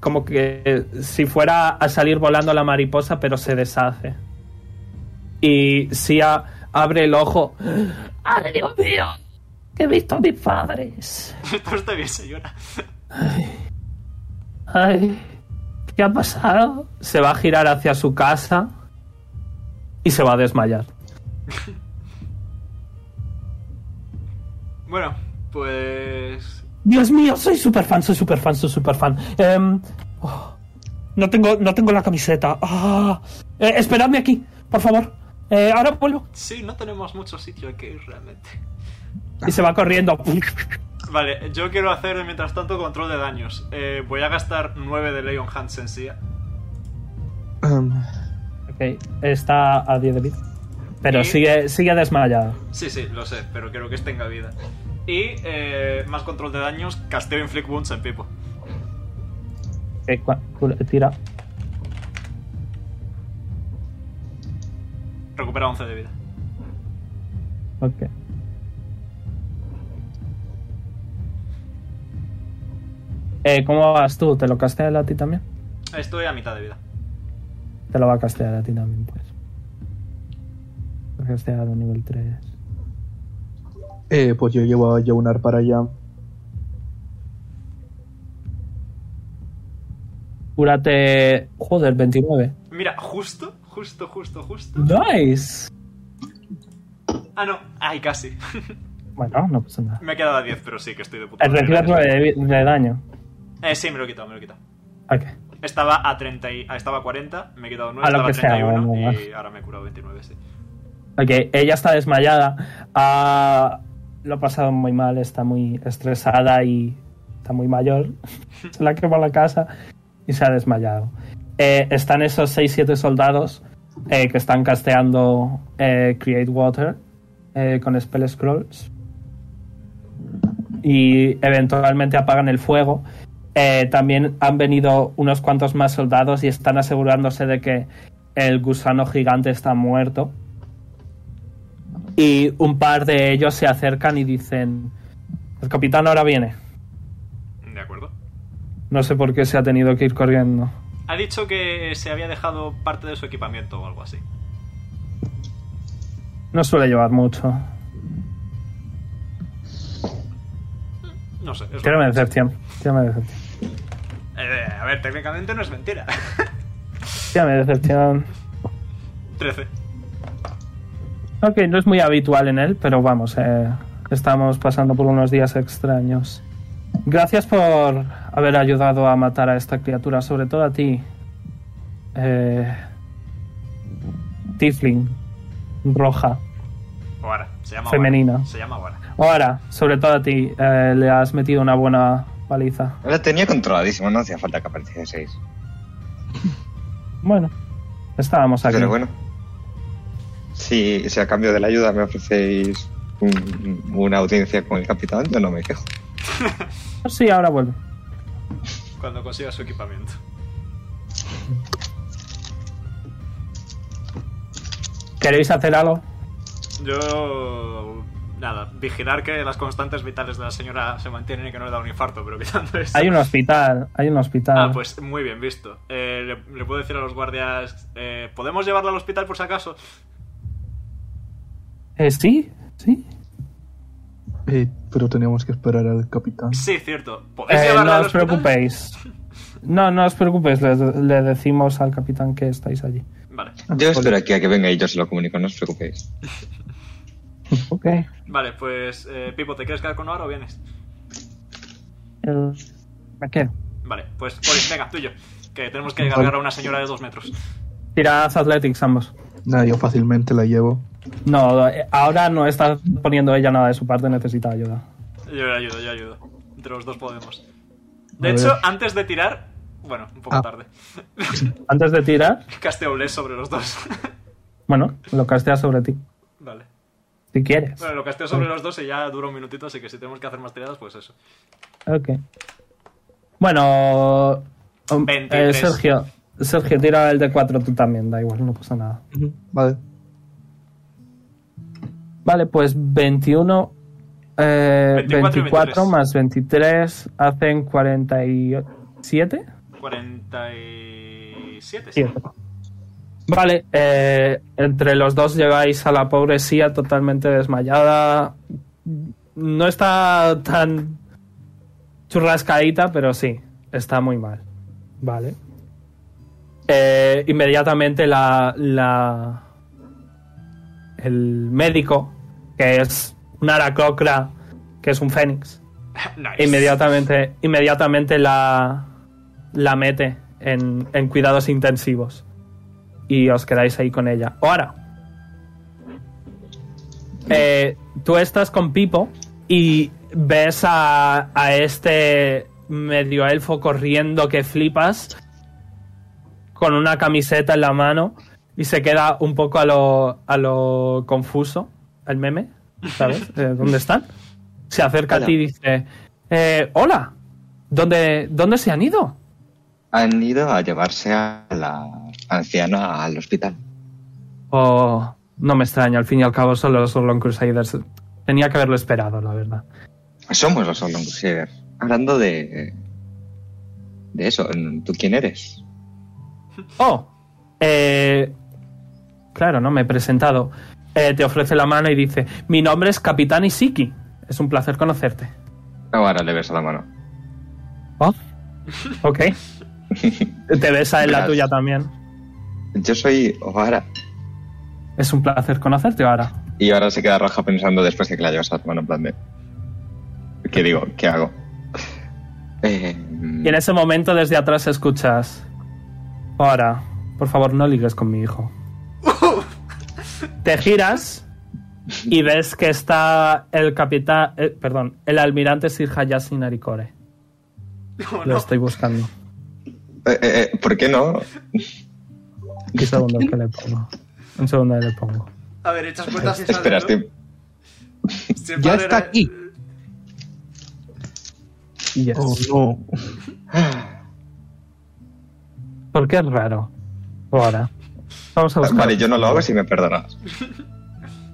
Como que eh, si fuera a salir volando la mariposa, pero se deshace. Y Sia abre el ojo.
¡Ay, Dios mío! Que he visto a mis padres.
Todo está bien, señora.
¡Ay! ¿Qué ha pasado?
Se va a girar hacia su casa. Y se va a desmayar.
Bueno, pues.
Dios mío, soy superfan, soy superfan, soy superfan. Em, oh, no, tengo, no tengo la camiseta. Ah, eh, esperadme aquí, por favor. Eh, ahora vuelvo.
Sí, no tenemos mucho sitio que ir realmente.
Y se va corriendo.
Vale, yo quiero hacer mientras tanto control de daños. Eh, voy a gastar 9 de Leon Hands en sí.
Am,
Ok, está a 10 de vida. Pero
Y-
sigue, sigue desmayada.
Sí, sí, lo sé, pero quiero que tenga vida. Y eh, más control de daños, casteo Inflict Wounds en Pipo.
Ok, cua- cura- tira.
Recupera 11 de vida.
Ok. Eh, ¿Cómo vas tú? ¿Te lo casteas a ti también?
Estoy a mitad de vida.
Te lo va a castear a ti también, pues. Lo ha casteado a nivel 3.
Eh, pues yo llevo a Jonar para allá.
Cúrate. Joder, 29.
Mira, justo, justo, justo, justo.
Nice.
Ah, no. Ay, casi. <laughs>
Bueno, no pasa nada.
Me he quedado a 10, pero sí que estoy de puta
Eh,
madre.
Retiras 9 de, de daño.
Eh, sí, me lo he quitado, me lo he quitado.
Ok.
Estaba a 30 y- ah, estaba a 40, me he quitado 9,
A lo
estaba
que sea,
31
vamos.
y ahora me he curado 29, sí.
Ok, ella está desmayada. Ah, lo ha pasado muy mal, está muy estresada y está muy mayor. <laughs> se la quema la casa y se ha desmayado. Eh, están esos 6-7 soldados eh, que están casteando eh, Create Water eh, con Spell Scrolls. Y eventualmente apagan el fuego. Eh, también han venido unos cuantos más soldados y están asegurándose de que el gusano gigante está muerto. Y un par de ellos se acercan y dicen, el capitán ahora viene.
De acuerdo.
No sé por qué se ha tenido que ir corriendo.
Ha dicho que se había dejado parte de su equipamiento o algo así.
No suele llevar mucho.
No sé. es lo que
Tírame
pienso.
decepción. Tírame decepción.
Eh, a ver, técnicamente no es mentira. <laughs>
Tírame decepción.
13.
Ok, no es muy habitual en él, pero vamos, eh, estamos pasando por unos días extraños. Gracias por haber ayudado a matar a esta criatura, sobre todo a ti. Eh, Tifling. Roja.
Oara. Se llama
Femenina.
Oara. Se llama Oara.
Ahora, sobre todo a ti, eh, le has metido una buena paliza.
Lo tenía controladísimo, no hacía falta que apareciese 6.
Bueno, estábamos aquí.
Pero bueno. Si, si a cambio de la ayuda me ofrecéis un- una audiencia con el capitán, yo no me quejo.
Sí, ahora vuelve.
Cuando consiga su equipamiento.
¿Queréis hacer algo?
Yo. Nada, vigilar que las constantes vitales de la señora se mantienen y que no le da un infarto, pero quitando eso.
Hay un hospital, hay un hospital.
Ah, pues muy bien visto. Eh, le, le puedo decir a los guardias: eh, ¿Podemos llevarla al hospital por si acaso?
Eh, sí, sí.
Eh, pero tenemos que esperar al capitán.
Sí, cierto. ¿Podéis
Eh,
llevarla
no
al
os
hospital?
preocupéis. No, no os preocupéis, le, le decimos al capitán que estáis allí.
Vale,
Yo espero aquí a que venga y yo se lo comunico, no os preocupéis.
Ok.
vale, pues. eh, Pipo, ¿te quieres quedar con Oara o vienes?
eh, me quedo.
Vale, pues Cory, venga, tú y yo. Que tenemos que cargar a una señora de dos metros.
Tirad Athletics ambos.
Nada, yo fácilmente la llevo.
No, eh, ahora no está poniendo ella nada de su parte, necesita ayuda.
Yo le ayudo, yo le ayudo. Entre los dos podemos.
A
De hecho,
ver.
antes de tirar. Bueno, un poco
Ah.
tarde. <laughs>
Antes de tirar,
Casteo Bless sobre los dos. <laughs>
bueno, lo casteas sobre ti,
vale.
si quieres.
Bueno, lo casteo sobre los dos y ya dura un minutito, así que si tenemos que hacer más tiradas, pues eso.
Ok. Bueno, um,
23.
eh, Sergio, Sergio, tira el de 4 tú también, da igual, no pasa nada.
Vale.
Vale, pues 21, eh,
24
24,
y 23.
más 23 hacen 47.
47. sí.
Siete. Vale, eh, entre los dos llegáis a la pobre Sia totalmente desmayada. No está tan churrascadita, pero sí, está muy mal. Vale. Eh, inmediatamente la, la- El médico, que es un aracocra, que es un fénix,
<laughs> Nice. <laughs>
inmediatamente, inmediatamente la, la mete en, en cuidados intensivos. Y os quedáis ahí con ella. Ahora, eh, tú estás con Pipo y ves a, a este medio elfo corriendo que flipas con una camiseta en la mano y se queda un poco a lo, a lo confuso el meme, ¿sabes? Eh, ¿Dónde están? Se acerca a ti y dice, eh, hola, ¿dónde, ¿dónde se han ido?
Han ido a llevarse a la anciana al hospital.
Oh, no me extraña, al fin y al cabo son los Orlon Crusaders. Tenía que haberlo esperado, la verdad.
Pues Somos los Orlon Crusaders. Hablando de. de eso, ¿tú quién eres?
Oh, eh, claro, no me he presentado. Eh, te ofrece la mano y dice, mi nombre es Capitán Isiki. Es un placer conocerte. "Oh,
Ahora le beso la mano.
Ok. Te besa en la
Gracias.
tuya también.
Yo soy Ohara.
Es un placer conocerte ahora.
Y ahora se queda roja pensando después de que la llevas a tu mano en plan de... ¿Qué digo? ¿Qué hago? Eh,
Y en ese momento desde atrás escuchas. Ahora, por favor, no ligues con mi hijo. Te giras y ves que está el capitán. eh, perdón, el almirante Sir Hayashi Narikore.
No,
Lo
no.
estoy buscando.
eh, eh, eh, ¿Por qué no?
Un segundo que le pongo. Un segundo que le pongo.
A ver, echas cuentas y sale,
<laughs>
¿no?
Espera, estoy...
Siempre
Ya
era-
está aquí.
Y yes.
Oh, no.
Porque es raro. Ahora. Vamos a buscar.
Vale, yo no lo hago si me perdonas.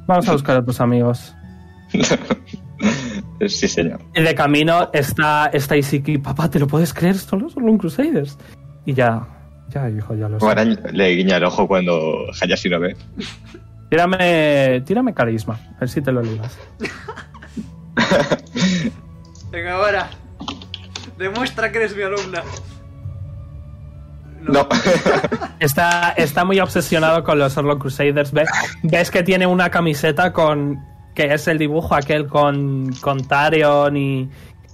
Vamos a buscar a tus amigos.
Eh, sí, señor.
Y de camino está, está Isiki. Papá, ¿te lo puedes creer? Solo son un Crusaders. Y ya. Ya, hijo, ya lo sé.
Ahora le guiña el ojo cuando Hayashi lo ve.
Tírame, tírame carisma. A ver si te lo ligas.
Venga, ahora. Demuestra que eres mi alumna.
<laughs> No.
Está, está muy obsesionado con los Orlok Crusaders. ¿Ves, ves que tiene una camiseta con. que es el dibujo aquel con, con Tarion y,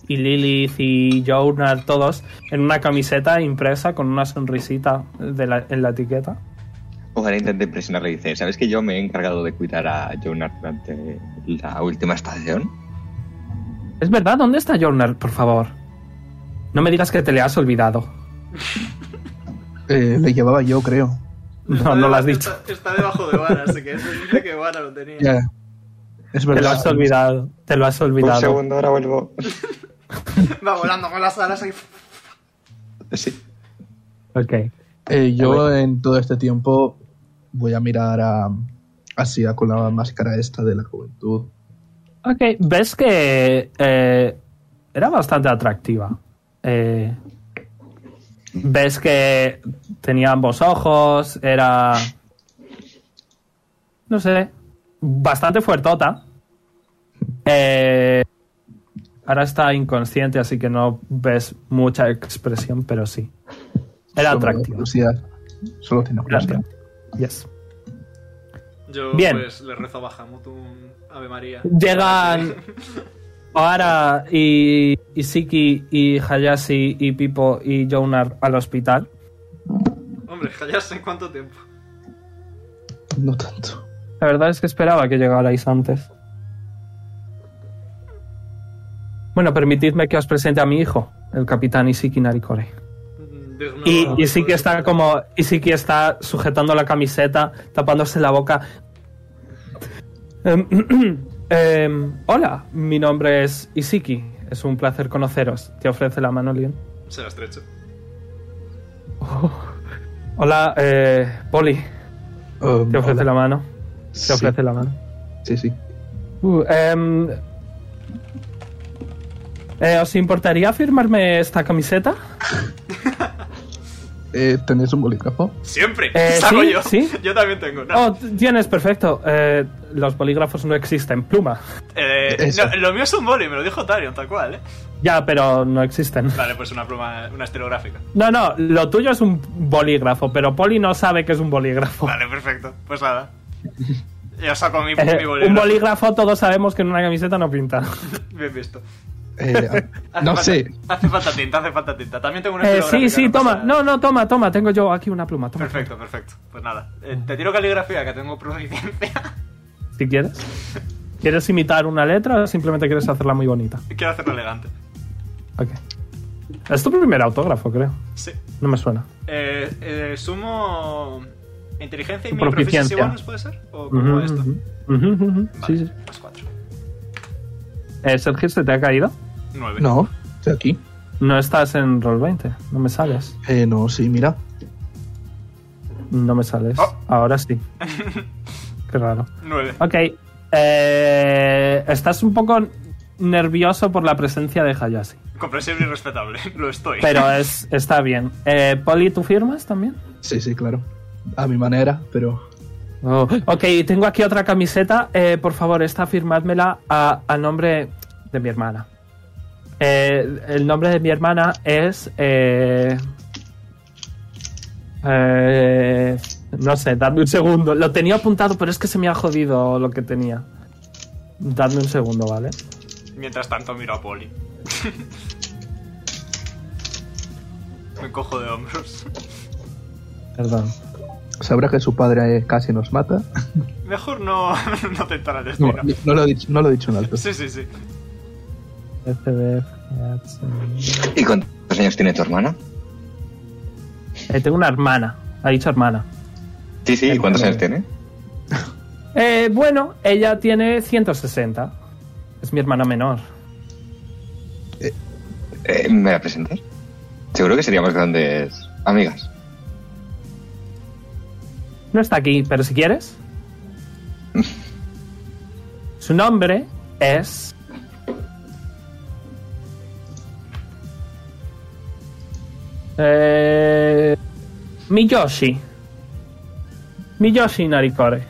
y Lilith y Jonar, todos, en una camiseta impresa con una sonrisita de la- en la etiqueta.
Ojalá intente impresionarle y dice, ¿sabes que yo me he encargado de cuidar a Jonar durante la última estación?
Es verdad, ¿dónde está Jonar, por favor? No me digas que te le has olvidado.
Eh, le llevaba yo, creo.
No, no lo has dicho.
Está, está debajo de Vara, así que eso dice que Vara lo tenía.
Ya. Es
Te
verdad.
lo has olvidado. Te lo has
Un
olvidado.
segundo, ahora vuelvo.
Va volando con las alas ahí.
sí.
Ok.
Eh, yo en todo este tiempo voy a mirar a, a Sia con la máscara esta de la juventud.
Ok, ves que eh, era bastante atractiva. Eh, ves que tenía ambos ojos, era... No sé, bastante fuertota. Eh, ahora está inconsciente, así que no ves mucha expresión, pero sí. Era
Solo
atractiva.
curiosidad. Solo tiene
Gracias.
curiosidad.
Yes.
Yo
Bien.
pues le rezo a Bahamut un Ave María.
Llegan Ohara y Isiki y Hayashi y Pipo y Jonar al hospital.
Hombre, <laughs> callarse en cuánto tiempo.
No tanto.
La verdad es que esperaba que llegarais antes. Bueno, permitidme que os presente a mi hijo, el capitán Isiki Narikore.
Mm, digno-
Y Isiki está como. Isiki está sujetando la camiseta, tapándose la boca. Em, <clears throat> em, hola, mi nombre es Isiki. Es un placer conoceros. Te ofrece la mano, Leon.
Se la estrecho.
Hola, eh, Poli.
Um,
Te ofrece
hola.
la mano.
Sí,
Te ofrece la mano.
Sí, sí.
Uh, em, eh, ¿Os importaría firmarme esta camiseta?
Eh, ¿Tenéis un bolígrafo?
¡Siempre! <laughs>
Eh,
¡Saco
sí,
yo!
sí.
Yo también tengo. No,
Oh, t- tienes, perfecto. Eh, los bolígrafos no existen. Pluma.
Eh,
eso.
no, lo mío es un boli, me lo dijo Tarion, tal cual, ¿eh?
Ya, pero no existen.
Vale, pues una pluma, una estilográfica.
No, no, lo tuyo es un bolígrafo, pero Poli no sabe que es un bolígrafo. <laughs>
Vale, perfecto. Pues nada. Yo saco mi,
Oh. Eh,
mi
un
bolígrafo.
bolígrafo todos sabemos que en una camiseta no pinta.
Bien visto.
Eh,
<laughs>
Hace
no
falta-
sé.
Hace falta tinta, hace falta tinta. También tengo una
Eh,
estilográfica.
sí, sí,
pasa
toma.
nada.
No, no, toma, toma. Tengo yo aquí una pluma. Toma,
Perfecto, perfecto. Pues nada. Eh, te tiro caligrafía, que tengo proficiencia. <laughs>
si quieres. ¿Quieres imitar una letra o simplemente quieres hacerla muy bonita?
Quiero hacerlo elegante.
Ok. Es tu primer autógrafo, creo.
Sí.
No me suena.
Eh, eh, sumo. Inteligencia y mi
Proficiencia.
proficiency bonus, ¿puede ser? ¿O cómo va
Ujú,
esto?
ujú, ujú, ujú.
Vale,
Sí, sí.
más cuatro.
Eh, Sergio, ¿se te ha caído?
Nueve.
No, estoy aquí.
No estás en Roll20. No me sales.
Eh, no, sí, mira.
No me sales.
Oh. <laughs>
Ahora sí. Qué raro.
Nueve.
Ok. eh, estás un poco nervioso por la presencia de Hayashi.
Comprensible y respetable. <laughs> Lo estoy.
Pero es, está bien. Eh, Poli, ¿tú firmas también?
Sí, sí, claro. A mi manera, pero.
Oh, Ok, tengo aquí otra camiseta. Eh, por favor, esta firmádmela a, a nombre. de mi hermana. Eh, el nombre de mi hermana es. eh, eh, no sé, dadme un segundo. Lo tenía apuntado, pero es que se me ha jodido lo que tenía. Dadme un segundo, ¿vale?
Mientras tanto miro a Poli. <laughs> Me cojo de hombros. <laughs>
Perdón.
Sabrá que su padre eh, casi nos
<laughs>
mata.
Mejor no, <laughs> no aceptar el
No,
destino.
no lo, he dicho, no lo he dicho en alto.
Sí, sí, sí.
FDF, Ads,
¿Y cuántos años tiene tu hermana?
eh, tengo una hermana. Ha dicho hermana.
Sí, sí, ¿y cuántos años tiene?
Eh, bueno, ella tiene 160. Es mi hermana menor.
Eh, ¿Me la presentas? Seguro que seríamos grandes amigas.
No está aquí, pero si quieres. Su nombre es. Eh, Miyoshi. Miyoshi Narikore.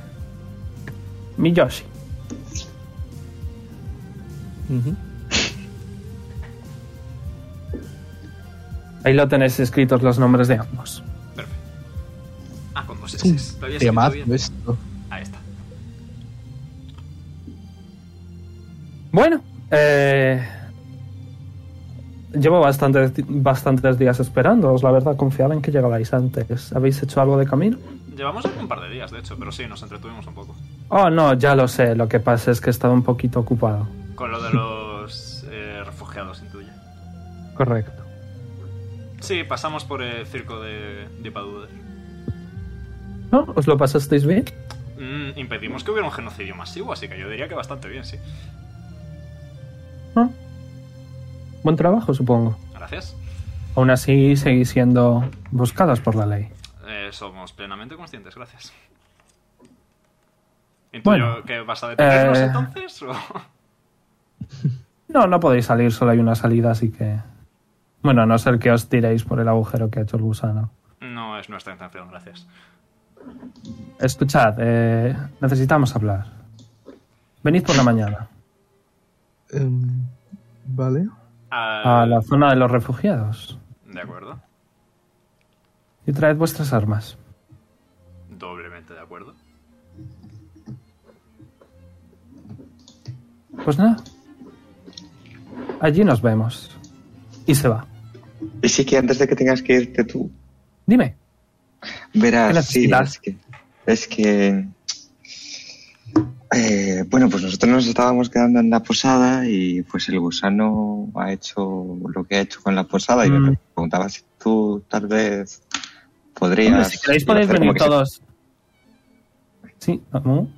Miyoshi. Ahí lo tenéis escritos los nombres de ambos.
Ah, con dos S. Lo había escrito
Temazo
bien.
esto.
Ahí está.
Bueno, eh, llevo bastantes, bastantes días esperándoos, la verdad, confiaba en que llegabais antes. ¿Habéis hecho algo de camino?
Llevamos aquí un par de días, de hecho, pero sí, nos entretuvimos un poco.
Oh, no, ya lo sé, lo que pasa es que he estado un poquito ocupado.
Con
<laughs>
lo de los eh, refugiados, intuye.
Correcto.
Sí, pasamos por el circo de, de Paduder.
¿No? ¿Os lo pasasteis bien?
Mm, impedimos que hubiera un genocidio masivo, así que yo diría que bastante bien, sí.
¿No? Buen trabajo, supongo.
Gracias.
Aún así, seguís siendo buscados por la ley.
Eh, somos plenamente conscientes, gracias. Intuyo
Bueno,
que vas a detenernos
eh,
entonces, o... <laughs>
No, no podéis salir, solo hay una salida, así que... Bueno, a no ser que os tiréis por el agujero que ha hecho el gusano.
No es nuestra intención, gracias.
Escuchad, eh, necesitamos hablar. Venid por la mañana
Em, vale.
Ah,
a la zona de los refugiados
De acuerdo.
y traed vuestras armas.
Doblemente de acuerdo.
Pues nada, allí nos vemos. Y se va.
Y sí que antes de que tengas que irte tú,
Dime, ¿Qué
Verás, sí,
necesitas?
es que, es que eh, bueno, pues nosotros nos estábamos quedando en la posada y pues el gusano ha hecho lo que ha hecho con la posada y
Mm.
me preguntaba si tú tal vez podrías...
hombre, si queréis podéis
hacer como
venir
que se-
todos. Sí, ¿no?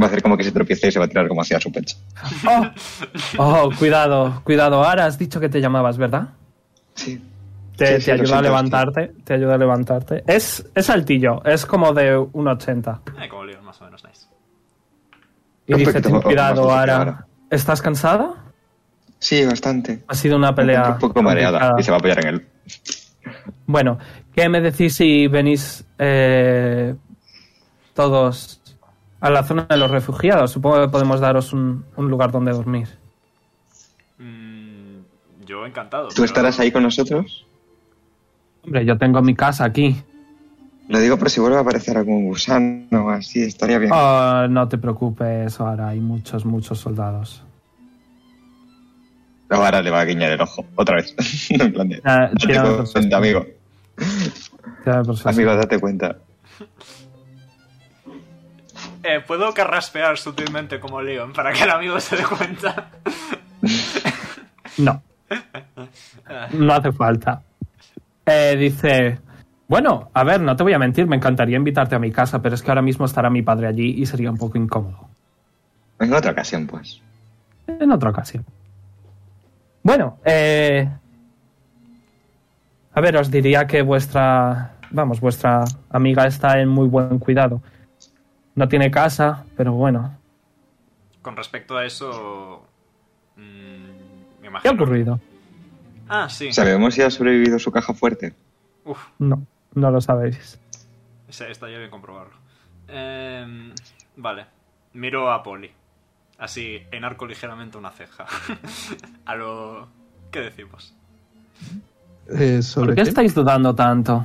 va a hacer como que se tropieza y se va a tirar como hacia su pecho.
Oh, oh, cuidado, cuidado. Ahora has dicho que te llamabas, ¿verdad?
Sí.
Te,
Sí,
te
sí, lo
ayuda a
siento,
levantarte, te ayuda a levantarte. Es, es altillo, es como de 1,80.
Eh, como Leon, más o menos, nice.
Y
Un
dice,
poquito
ten
más- más
cuidado,
dulce que
Ara.
ahora.
¿Estás cansada?
Sí, bastante.
Ha sido una
Un
pelea.
poco- un poco mareada
complicada.
y se va a apoyar en él.
Bueno, ¿qué me decís si venís eh, todos a la zona de los refugiados? Supongo que podemos daros un, un lugar donde dormir.
Mm, yo encantado.
¿Tú estarás ahí con nosotros?
Hombre, yo tengo mi casa aquí.
Lo digo por si vuelve a aparecer algún gusano así, estaría bien.
Oh, no te preocupes, ahora hay muchos, muchos soldados.
Ahora le va a guiñar el ojo, otra vez. <laughs> en plan de,
Ah,
date
tira otro
cuenta, amigo.
Quédame por suerte.
Amigo, date cuenta.
Eh, Puedo carraspear sutilmente como Leon para que el amigo se dé cuenta.
No. No hace falta. Eh, dice, bueno, a ver, no te voy a mentir, me encantaría invitarte a mi casa, pero es que ahora mismo estará mi padre allí y sería un poco incómodo.
En otra ocasión, pues.
En otra ocasión. Bueno, eh, a ver, os diría que vuestra, vamos, vuestra amiga está en muy buen cuidado. No tiene casa, pero bueno,
Con respecto a eso... mm, me
¿qué ha
imagino...
ocurrido?
Ah, sí.
¿Sabemos si ha sobrevivido su caja fuerte?
Uf,
No, no lo sabéis.
ese- estaría bien comprobarlo. Em, vale. Miro a Poli. Así, enarco ligeramente una ceja. <laughs> A lo... ¿Qué decimos?
Eh, ¿Sobre
¿Por qué
qué?
estáis dudando tanto?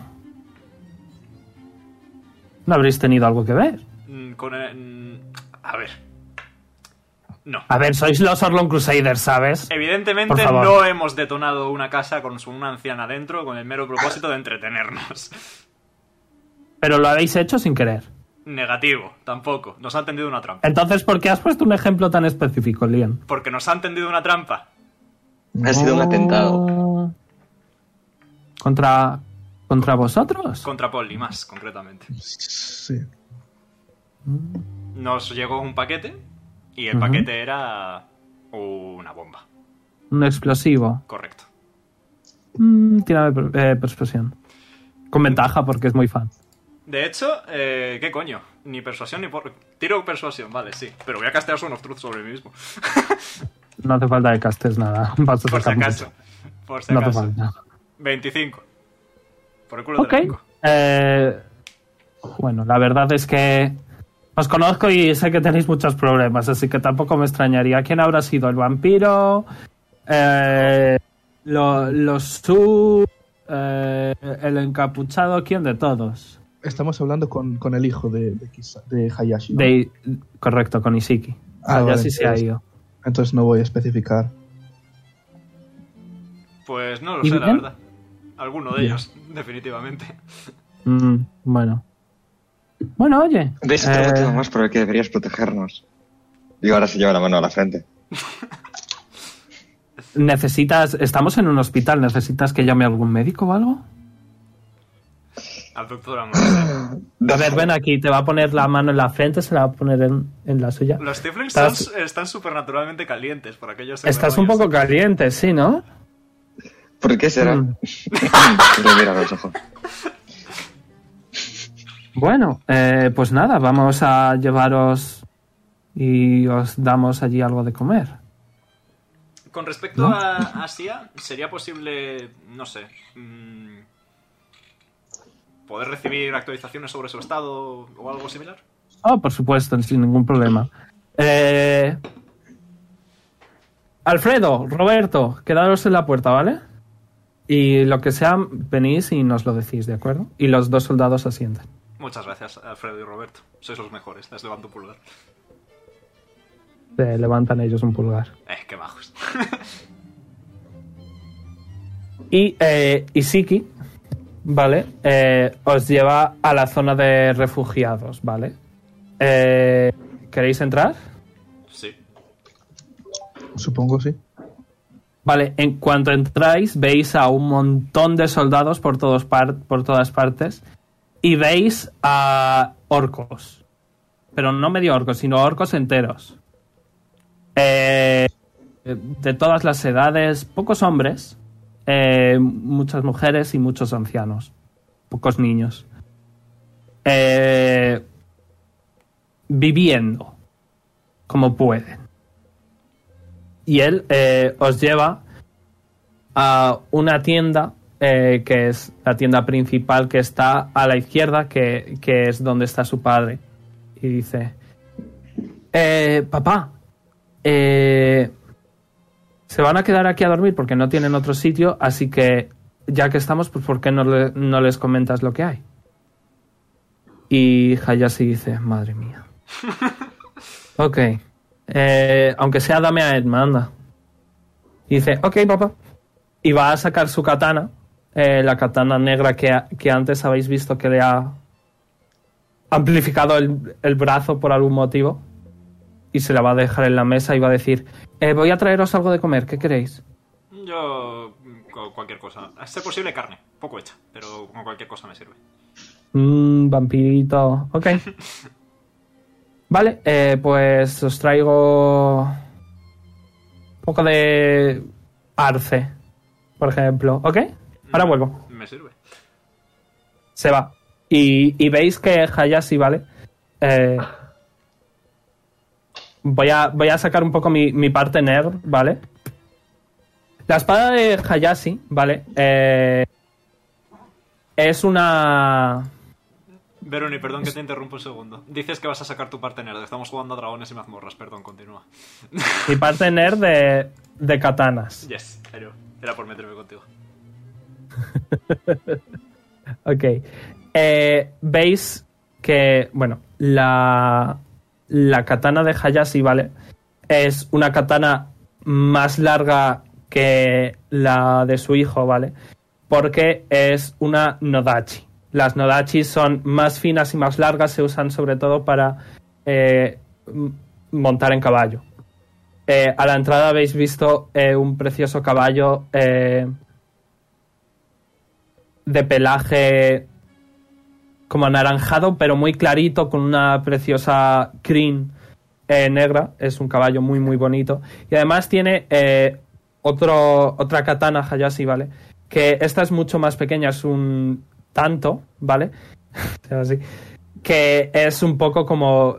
¿No habréis tenido algo que ver?
Mm, Con... eh, mm, A ver. No.
A ver, sois los Orlon Crusaders, ¿sabes?
Evidentemente
Por favor.
no hemos detonado una casa con su- una anciana dentro con el mero propósito de entretenernos. <laughs>
Pero lo habéis hecho sin querer.
Negativo, tampoco. Nos han tendido una trampa.
Entonces, ¿por qué has puesto un ejemplo tan específico, Liam?
Porque nos han tendido una trampa.
Ha sido un atentado.
Oh. ¿Contra, contra vosotros?
Contra Polly, más concretamente.
Sí.
Nos llegó un paquete y el
Ujú.
paquete era una bomba.
Un explosivo.
Correcto.
Mm, tírame per- eh, persuasión. Con ventaja, porque es muy fan.
De hecho, eh, ¿qué coño? Ni persuasión ni por... Tiro persuasión, vale, sí. Pero voy a castear Son of Truth sobre mí mismo.
Pues No hace falta que castes nada. <laughs> Vas
<laughs>
a
Por si
sacar mucho.
acaso. Por si
No hace
acaso.
falta.
25. Por el culo
Ok.
del arco.
Eh, bueno, la verdad es que os conozco y sé que tenéis muchos problemas, así que tampoco me extrañaría. ¿Quién habrá sido? ¿El vampiro? Eh, lo- los su... eh, el encapuchado, ¿quién de todos?
Estamos hablando con, con el hijo de, de, Kisa- de Hayashi. ¿no?
De- correcto, con Isiki.
Ah,
ya
vale,
sí se ha
entonces-
ido.
Entonces no voy a especificar.
Pues no lo
¿Y
sé, la
bien?
verdad. Alguno de ellos, <laughs> definitivamente.
Mm, bueno. Bueno, oye.
¿Ves
eh,
otro motivo más por el que deberías protegernos? Y ahora se lleva la mano a la frente.
necesitas... Estamos en un hospital, ¿necesitas que llame algún médico o algo?
Al doctor Amor.
A ver, ven aquí, te va a poner la mano en la frente, se la va a poner en, en la suya.
Los tieflings
Estás-
son- están supernaturalmente calientes, por aquellos...
Estás un poco
ceremonias.
caliente, sí, ¿no?
¿Por qué será? <laughs>
Mm.
Le mira a los
<laughs>
ojos.
Bueno, eh, pues nada, vamos a llevaros y os damos allí algo de comer.
Con respecto a Asia, ¿sería posible, no sé, mm, poder recibir actualizaciones sobre su estado o algo similar?
Oh, por supuesto, sin ningún problema. Eh, Alfredo, Roberto, quedaros en la puerta, ¿vale? Y lo que sea, venís y nos lo decís, ¿de acuerdo? Y los dos soldados asienten.
Muchas gracias, Alfredo y Roberto. Sois los mejores, les levanto pulgar.
Se levantan ellos un pulgar.
Eh, qué bajos.
Y eh, Isiki, ¿vale? Eh, os lleva a la zona de refugiados, ¿vale? Eh, ¿Queréis entrar?
Sí.
Supongo, sí.
Vale, en cuanto entráis, veis a un montón de soldados por, todos par- por todas partes y veis a orcos. Pero no medio orcos, sino orcos enteros. Eh, de todas las edades, pocos hombres, eh, muchas mujeres y muchos ancianos. Pocos niños. Eh, viviendo como pueden y él eh, os lleva a una tienda eh, que es la tienda principal que está a la izquierda, que, que es donde está su padre. Y dice, "Eh, papá, eh, se van a quedar aquí a dormir porque no tienen otro sitio, así que ya que estamos, pues ¿por qué no, le- no les comentas lo que hay? Y Hayashi dice, madre mía. ok. Eh, aunque sea, dame a Ed, manda. Y dice, ok, papá. Y va a sacar su katana, eh, la katana negra que, a- que antes habéis visto que le ha amplificado el, el brazo por algún motivo. Y se la va a dejar en la mesa y va a decir, "Eh, voy a traeros algo de comer, ¿qué queréis?
Yo. mm, co- cualquier cosa. A ser posible, carne. Poco hecha, pero con cualquier cosa me sirve.
Mmm, vampirito. Ok. Vale, eh, pues os traigo un poco de arce, por ejemplo. ¿Ok? Ahora vuelvo.
Me sirve.
Se va. Y, y veis que Hayashi, ¿vale? Eh, voy, a, voy a sacar un poco mi, mi parte nerd, ¿vale? La espada de Hayashi, ¿vale? Eh, es una...
Veroni, perdón que te interrumpo un segundo. Dices que vas a sacar tu parte nerd. Estamos jugando a dragones y mazmorras. Perdón, continúa.
Mi parte nerd de, de katanas.
Yes, pero era por meterme contigo.
Ok. Eh, Veis que, bueno, la, la katana de Hayashi, ¿vale? Es una katana más larga que la de su hijo, ¿vale? Porque es una nodachi. Las nodachi son más finas y más largas, se usan sobre todo para eh, m- montar en caballo. Eh, a la entrada habéis visto eh, un precioso caballo eh, de pelaje como anaranjado, pero muy clarito, con una preciosa crin eh, negra. Es un caballo muy, muy bonito. Y además tiene eh, otro, otra katana Hayashi, ¿vale? Que esta es mucho más pequeña, es un tanto, ¿vale? <laughs> Se llama así. Que es un poco como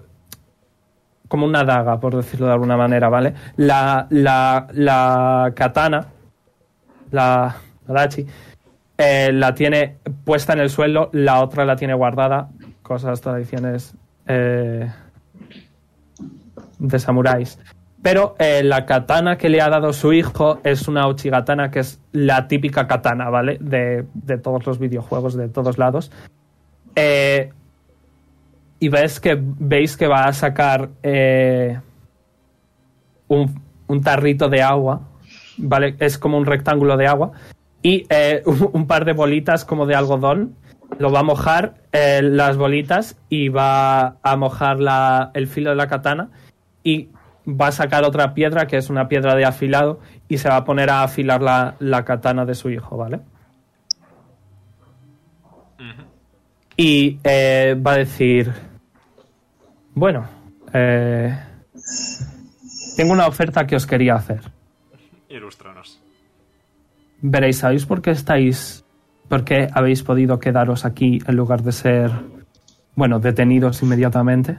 como una daga, por decirlo de alguna manera, ¿vale? La, la, la katana, la, la dachi, eh, la tiene puesta en el suelo, la otra la tiene guardada. Cosas, tradiciones eh, de samuráis. Pero eh, la katana que le ha dado su hijo es una Uchigatana, que es la típica katana, ¿vale? De, de todos los videojuegos, de todos lados. Eh, y ves que, veis que va a sacar eh, un, un tarrito de agua, ¿vale? Es como un rectángulo de agua y eh, <laughs> un, un par de bolitas como de algodón. Lo va a mojar eh, las bolitas y va a mojar la- el filo de la katana y va a sacar otra piedra que es una piedra de afilado y se va a poner a afilar la, la katana de su hijo, ¿vale? Y eh, va a decir, bueno, eh, tengo una oferta que os quería hacer.
Ilústranos.
Veréis, ¿sabéis por qué estáis, por qué habéis podido quedaros aquí en lugar de ser, bueno, detenidos inmediatamente?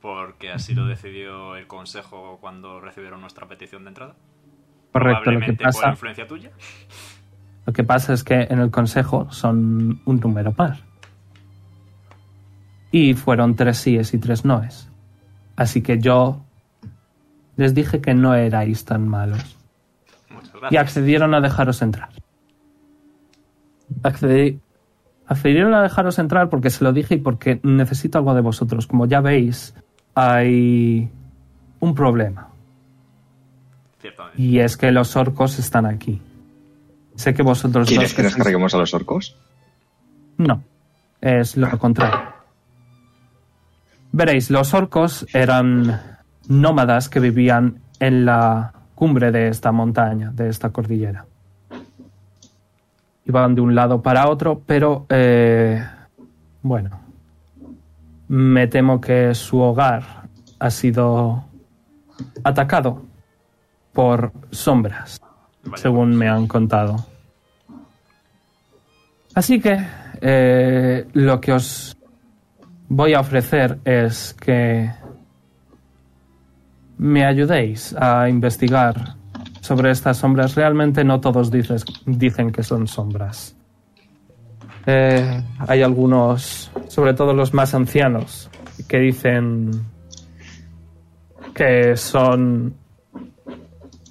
Porque así lo decidió el consejo cuando recibieron nuestra petición de entrada.
Correcto, lo que
Probablemente pues. por
pasa,
influencia tuya.
lo que pasa es que en el consejo son un número par. Y fueron tres síes y tres noes. Así que yo les dije que no erais tan malos.
Muchas
y
gracias.
accedieron a dejaros entrar. Accedi- accedieron a dejaros entrar porque se lo dije y porque necesito algo de vosotros. Como ya veis, hay un problema.
Ciertamente.
Y es que los orcos están aquí. Sé que vosotros...
¿Quieres
dos
que nos
sois-
carguemos a los orcos?
No, es lo contrario. Veréis, los orcos eran nómadas que vivían en la cumbre de esta montaña, de esta cordillera. Iban de un lado para otro, pero eh, bueno, me temo que su hogar ha sido atacado por sombras
Vaya,
según me han contado. Así que eh, lo que os voy a ofrecer es que me ayudéis a investigar sobre estas sombras. Realmente no todos dices- dicen que son sombras. Eh, hay algunos, sobre todo los más ancianos, que dicen que son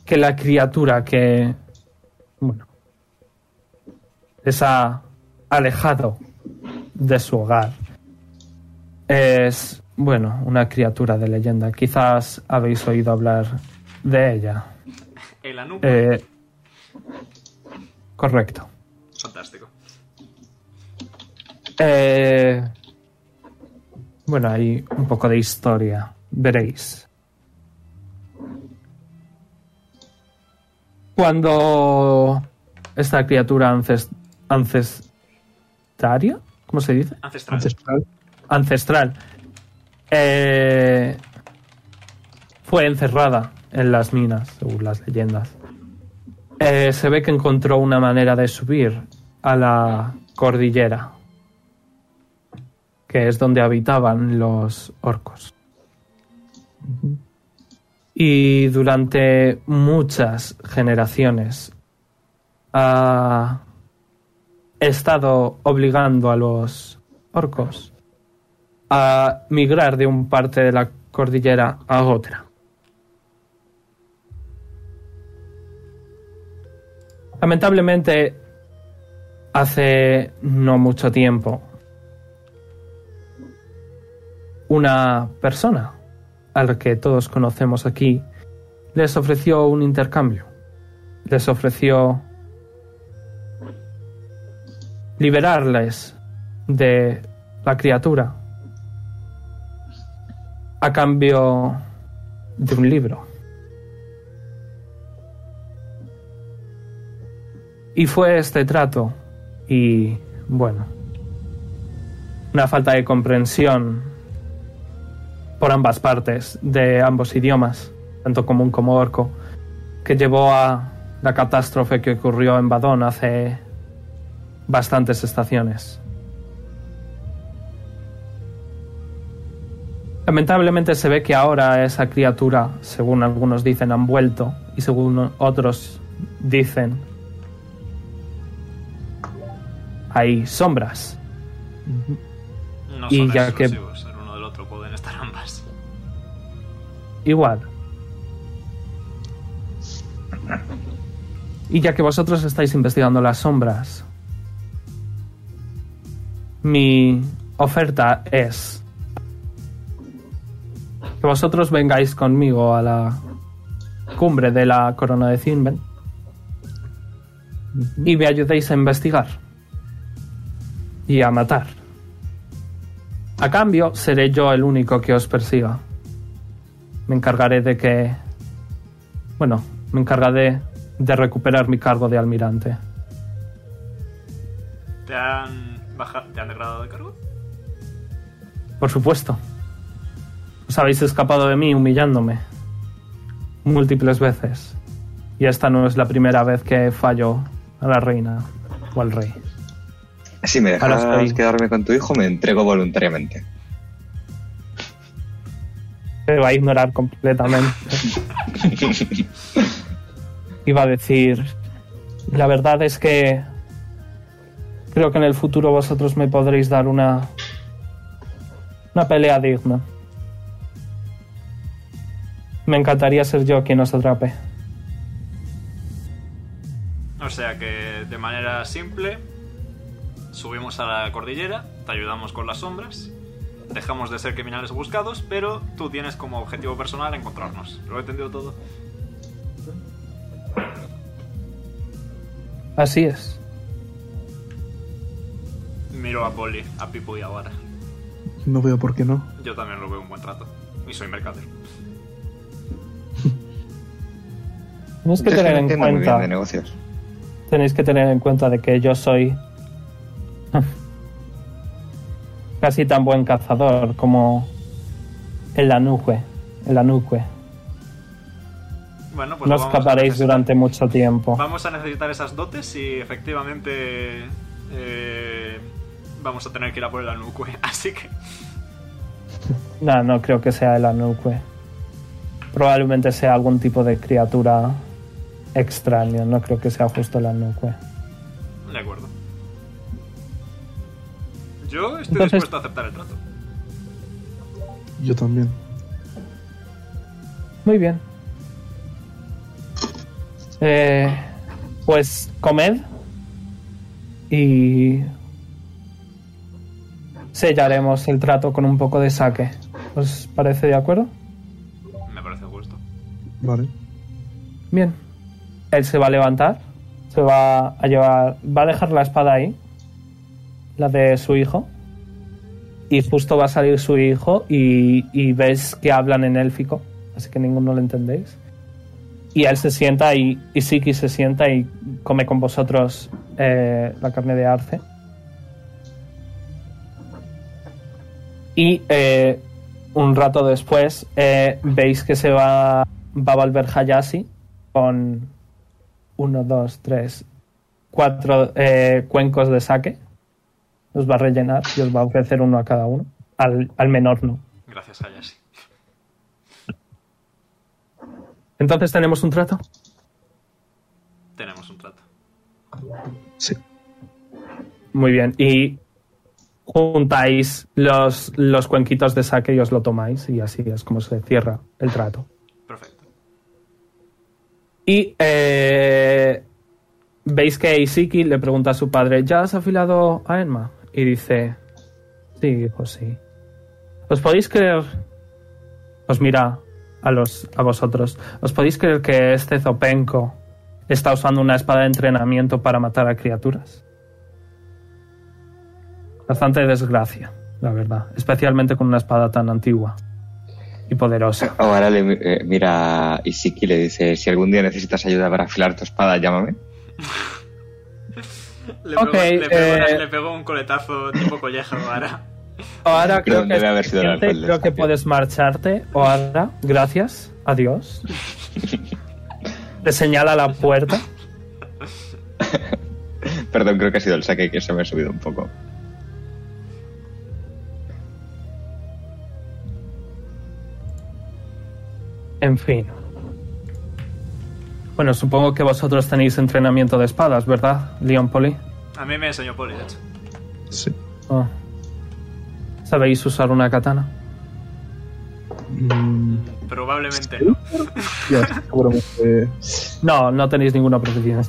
que la criatura que bueno les ha alejado de su hogar es bueno una criatura de leyenda quizás habéis oído hablar de ella
El Anupa.
Eh, correcto
Fantástico.
Eh, bueno, hay un poco de historia, veréis. Cuando esta criatura ances- ancestaria, ¿cómo se dice?
Ancestral.
Ancestral.
ancestral eh, fue encerrada en las minas, según las leyendas. Eh, se ve que encontró una manera de subir a la cordillera, que es donde habitaban los orcos. Y durante muchas generaciones ha estado obligando a los orcos a migrar de un parte de la cordillera a otra. Lamentablemente, hace no mucho tiempo, una persona al que todos conocemos aquí les ofreció un intercambio. Les ofreció liberarles de la criatura a cambio de un libro. Y fue este trato y, bueno, una falta de comprensión por ambas partes de ambos idiomas, tanto común como orco, que llevó a la catástrofe que ocurrió en Badón hace bastantes estaciones. Lamentablemente se ve que ahora esa criatura, según algunos dicen, han vuelto y según otros dicen, hay sombras.
No
Y
son
ya
exclusivos, el uno del otro pueden estar ambas.
Igual. Y ya que vosotros estáis investigando las sombras, mi oferta es que vosotros vengáis conmigo a la cumbre de la corona de Zinben y me ayudéis a investigar y a matar. A cambio, seré yo el único que os persiga me encargaré de que... Bueno, me encargaré de recuperar mi cargo de almirante.
¿Te han, baja- ¿Te han degradado de cargo?
Por supuesto. Os habéis escapado de mí humillándome. Múltiples veces. Y esta no es la primera vez que fallo a la reina o al rey.
Si me
Ahora
dejas
estoy.
quedarme con tu hijo, me entrego voluntariamente.
Me va a ignorar completamente. Iba a decir, la verdad es que creo que en el futuro vosotros me podréis dar una una pelea digna. Me encantaría ser yo quien os atrape.
O sea que de manera simple subimos a la cordillera, te ayudamos con las sombras, dejamos de ser criminales buscados, pero tú tienes como objetivo personal encontrarnos. Lo he entendido todo.
Así es.
Miro a Polly, a Pipo y a Wara.
No veo por qué no.
Yo también lo veo un buen trato. Y soy mercader.
Tenéis que
Yo <laughs> es que
tener en
no entiendo muy bien de
cuenta,
negocios.
tenéis que tener en cuenta de que yo soy <laughs> casi tan buen cazador como el anuque, el anuque.
Bueno, pues
no
lo vamos a
escaparéis
necesitar.
durante mucho tiempo.
Vamos a necesitar esas dotes si efectivamente eh, vamos a tener que ir a por el Anukue. <laughs> Así que
No, no creo que sea el Anuque. Probablemente sea algún tipo de criatura extraño. No creo que sea justo el Anuque.
De acuerdo. Yo estoy
Entonces-
dispuesto a aceptar el trato.
Yo también.
Muy bien. Eh, pues comed y sellaremos el trato con un poco de saque. ¿Os parece de acuerdo?
Me parece justo.
Vale.
Bien. Él se va a levantar. Se va a llevar. Va a dejar la espada ahí. La de su hijo. Y justo va a salir su hijo y, y ves que hablan en élfico. Así que ninguno lo entendéis. Y él se sienta y, y Siki se sienta y come con vosotros eh, la carne de arce. Y eh, un rato después eh, veis que se va, va Valver Hayashi con uno, dos, tres, cuatro eh, cuencos de saque. Los va a rellenar y os va a ofrecer uno a cada uno. Al, al menor no.
Gracias, Hayashi.
Entonces tenemos un trato.
Tenemos un trato.
Sí.
Muy bien. Y juntáis los, los cuenquitos de saque y os lo tomáis y así es como se cierra el trato.
Perfecto.
Y eh, veis que Isiki le pregunta a su padre, ¿ya has afilado a Enma? Y dice, sí, hijo, sí. ¿Os podéis creer? Os mira a, los, a vosotros. ¿Os podéis creer que este zopenco está usando una espada de entrenamiento para matar a criaturas? Bastante desgracia, la verdad. Especialmente con una espada tan antigua y poderosa.
Ahora le mi- eh, mira a Isiki y le dice, si algún día necesitas ayuda para afilar tu espada, llámame. <laughs>
Le,
Ok,
pego, le pego una-
eh,
le pego un coletazo tipo colleja ahora.
Ahora
Creo
creo,
que
que,
debe haber sido el
suficiente,
alcohol de
creo que
esta
puedes marcharte. Ahora, gracias. Adiós. Te señala la puerta.
Perdón, creo que ha sido el saque que se me ha subido un poco.
En fin. Bueno, supongo que vosotros tenéis entrenamiento de espadas, ¿verdad, Leon Poli?
A mí me enseñó Poli, de hecho.
Sí.
Oh. ¿Sabéis usar una katana?
Mm,
Probablemente no.
ya, seguramente.
No, no tenéis ninguna profesión.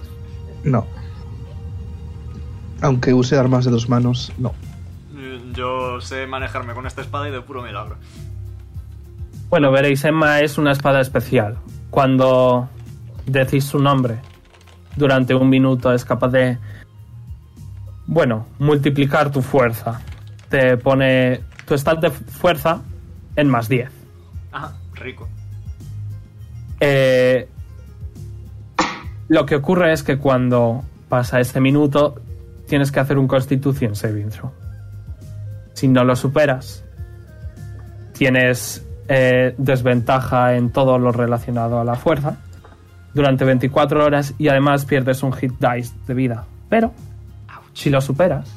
No. Aunque use armas de dos manos, no.
Yo sé manejarme con esta espada y de puro milagro.
Bueno, veréis, Emma es una espada especial. Cuando decís su nombre durante un minuto es capaz de, bueno, multiplicar tu fuerza. Te pone tu stat de fuerza en más 10.
Ah, rico.
Eh, lo que ocurre es que cuando pasa este minuto tienes que hacer un Constitution Saving Throw. Si no lo superas, tienes eh, desventaja en todo lo relacionado a la fuerza durante 24 horas y además pierdes un hit dice de vida. Pero si lo superas,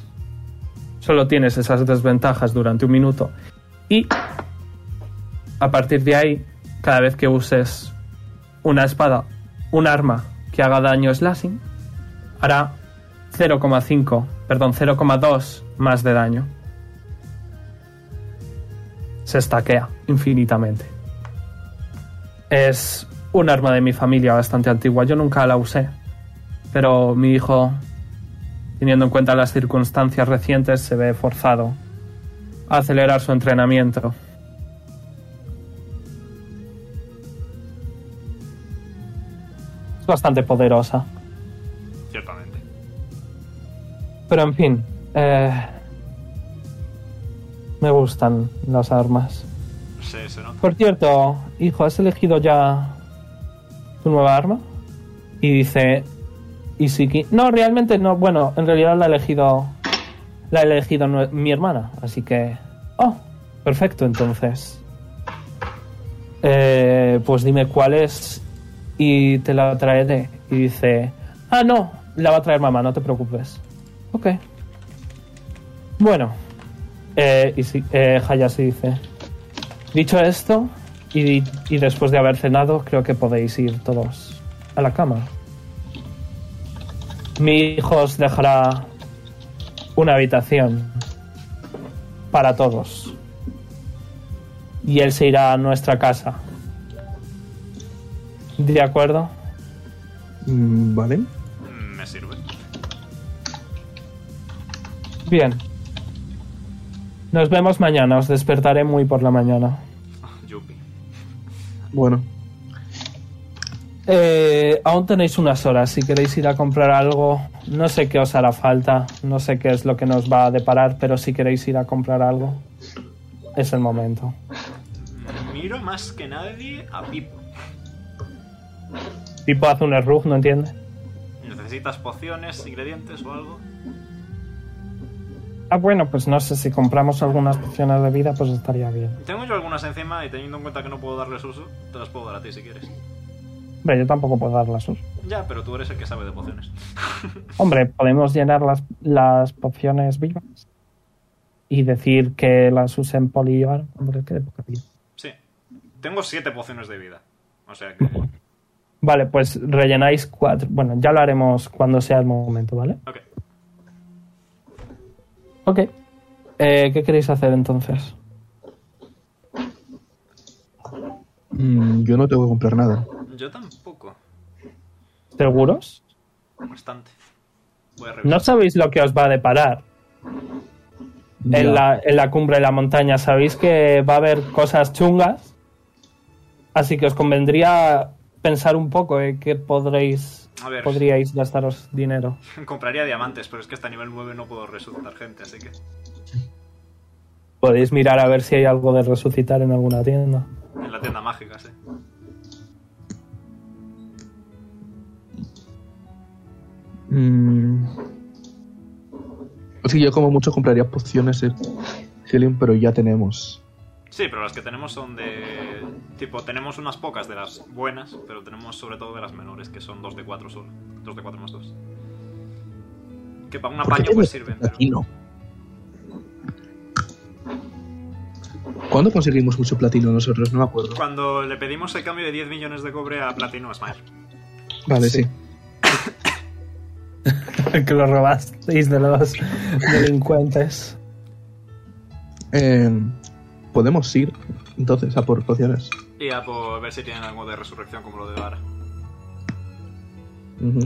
solo tienes esas desventajas durante un minuto y a partir de ahí, cada vez que uses una espada, un arma que haga daño slashing, hará 0,5, perdón, 0,2 más de daño. Se estaquea infinitamente. Es un arma de mi familia bastante antigua, yo nunca la usé, pero mi hijo, teniendo en cuenta las circunstancias recientes, se ve forzado a acelerar su entrenamiento. Es bastante poderosa.
Ciertamente.
Pero en fin, eh, me gustan las armas.
Sí, se nota.
Por cierto, hijo, ¿has elegido ya tu nueva arma? Y dice Isiki, no, realmente no, bueno, en realidad la ha elegido la ha elegido nue- mi hermana, así que oh, perfecto entonces. Eh, pues dime cuál es y te la traeré. Y dice, ah, no, la va a traer mamá, no te preocupes. Ok. Bueno, eh, Isi- eh, Hayashi dice, Dicho esto, y, y después de haber cenado, creo que podéis ir todos a la cama. Mi hijo os dejará una habitación para todos. Y él se irá a nuestra casa. ¿De acuerdo?
Mm, vale.
Mm, Me sirve.
Bien. Nos vemos mañana, os despertaré muy por la mañana.
Yupi.
Bueno.
Eh, aún tenéis unas horas si queréis ir a comprar algo. No sé qué os hará falta, no sé qué es lo que nos va a deparar, pero si queréis ir a comprar algo, es el momento.
Miro más que nadie a Pipo.
Tipo hace un errug, ¿no entiende?
¿Necesitas pociones, ingredientes o algo?
Ah, bueno, pues no sé si compramos algunas pociones de vida, pues estaría bien.
Tengo yo algunas encima y teniendo en cuenta que no puedo darles uso, te las puedo dar a ti si quieres.
Hombre, yo tampoco puedo dar las
Ya, pero tú eres el que sabe de pociones.
Hombre, podemos llenar las, las pociones vivas y decir que las usen poli y Iván. Hombre, qué de poca vida.
Sí. Tengo siete pociones de vida. O sea que...
Vale, pues rellenáis cuatro. Bueno, ya lo haremos cuando sea el momento, ¿vale?
Ok.
Ok. Eh, ¿Qué queréis hacer entonces?
Mm, yo no tengo que comprar nada.
Yo tampoco.
¿Seguros?
Bastante. Voy a
No
revisar. <laughs>
sabéis lo que os va a deparar
Ya.
en la, en la cumbre de la montaña. Sabéis que va a haber cosas chungas. Así que os convendría pensar un poco en qué podréis,
A ver.
podríais gastaros dinero.
Compraría diamantes, pero es que hasta nivel 9 no puedo resucitar gente, así que.
Podéis mirar a ver si hay algo de resucitar en alguna tienda.
En la tienda mágica, sí.
Mm. O sea, yo como mucho compraría pociones de Helium, pero ya tenemos.
Sí, pero las que tenemos son de. Tipo, tenemos unas pocas de las buenas, pero tenemos sobre todo de las menores, que son 2 de 4 solo. 2 de 4 más 2. Que para un
¿Por qué
apaño pues
tienes
sirven, pero.
platino? ¿Cuándo conseguimos mucho platino nosotros? No me acuerdo.
Cuando le pedimos el cambio de 10 millones de cobre a Platino Smile.
Vale, sí.
<laughs> que lo robasteis de los delincuentes.
Eh, Podemos ir entonces a por pociones.
Y a por ver si tienen algo de resurrección como lo de Vara.
Ujú.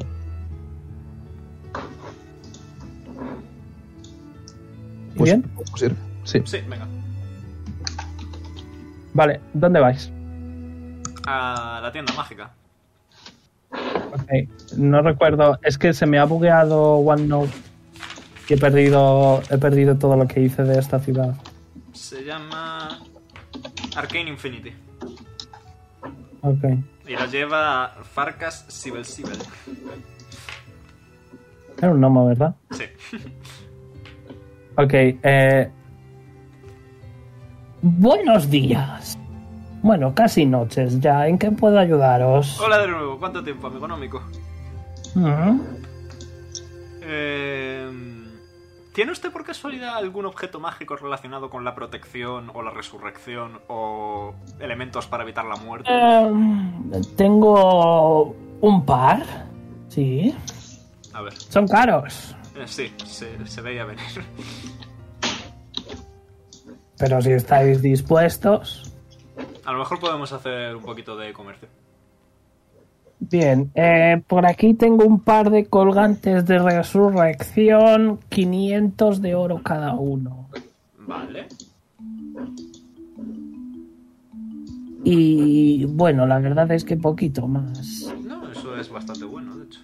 Pues,
Bien.
podemos ir. Sí.
Sí, venga.
Vale, ¿dónde vais?
A la tienda mágica.
Ok, No recuerdo, es que se me ha bugueado OneNote y he perdido, he perdido todo lo que hice de esta ciudad.
Se llama. Arcane Infinity.
Ok.
Y la lleva Farkas Sibel Sibel.
Era un gnomo, ¿verdad?
Sí.
Ok. Eh,
Buenos días.
bueno, casi noches ya. ¿En qué puedo ayudaros?
Hola de nuevo, ¿cuánto tiempo, amigo nómico?
Mm.
Eh, ¿Tiene usted por casualidad algún objeto mágico relacionado con la protección o la resurrección o elementos para evitar la muerte?
Eh, tengo un par. Sí.
A ver,
Son caros.
eh, sí, se, se veía venir.
Pero si estáis dispuestos.
A lo mejor podemos hacer un poquito de comercio.
Bien, eh, por aquí tengo un par de colgantes de resurrección, 500 de oro cada uno.
Vale.
Y bueno, la verdad es que poquito más.
No, eso es bastante bueno, de hecho.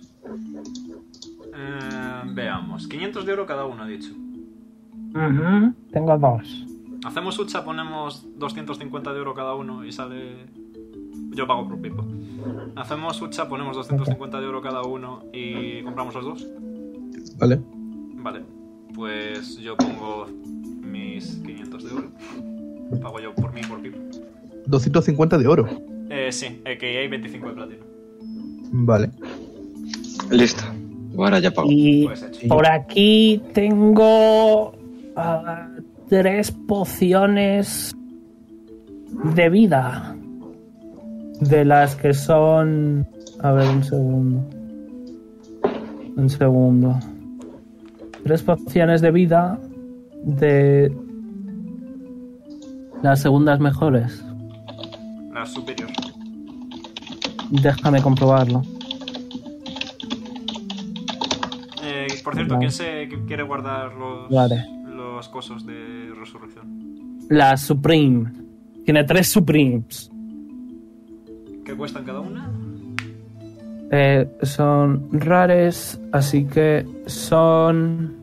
Eh, veamos, 500 de oro cada uno, ha dicho.
Tengo dos.
Hacemos hucha, ponemos 250 de oro cada uno y sale. Yo pago por pipo. Hacemos hucha, ponemos 250 de oro cada uno y compramos los dos.
Vale.
Vale. Pues yo pongo mis 500 de oro. Pago yo por mí y por pipo.
250 de oro.
Eh, sí, que hay 25 de platino.
Vale.
Listo. Ahora ya pago.
Y
Pues hecho.
por aquí tengo ah, tres pociones de vida. De las que son... A ver, un segundo. Un segundo. Tres pociones de vida de... Las segundas mejores.
La superior.
Déjame comprobarlo.
Eh, por cierto,
Vale.
¿quién se quiere guardar los,
Vale.
los cosos de resurrección?
La Supreme. Tiene tres Supremes.
¿Qué cuestan cada una?
Eh, son rares, así que son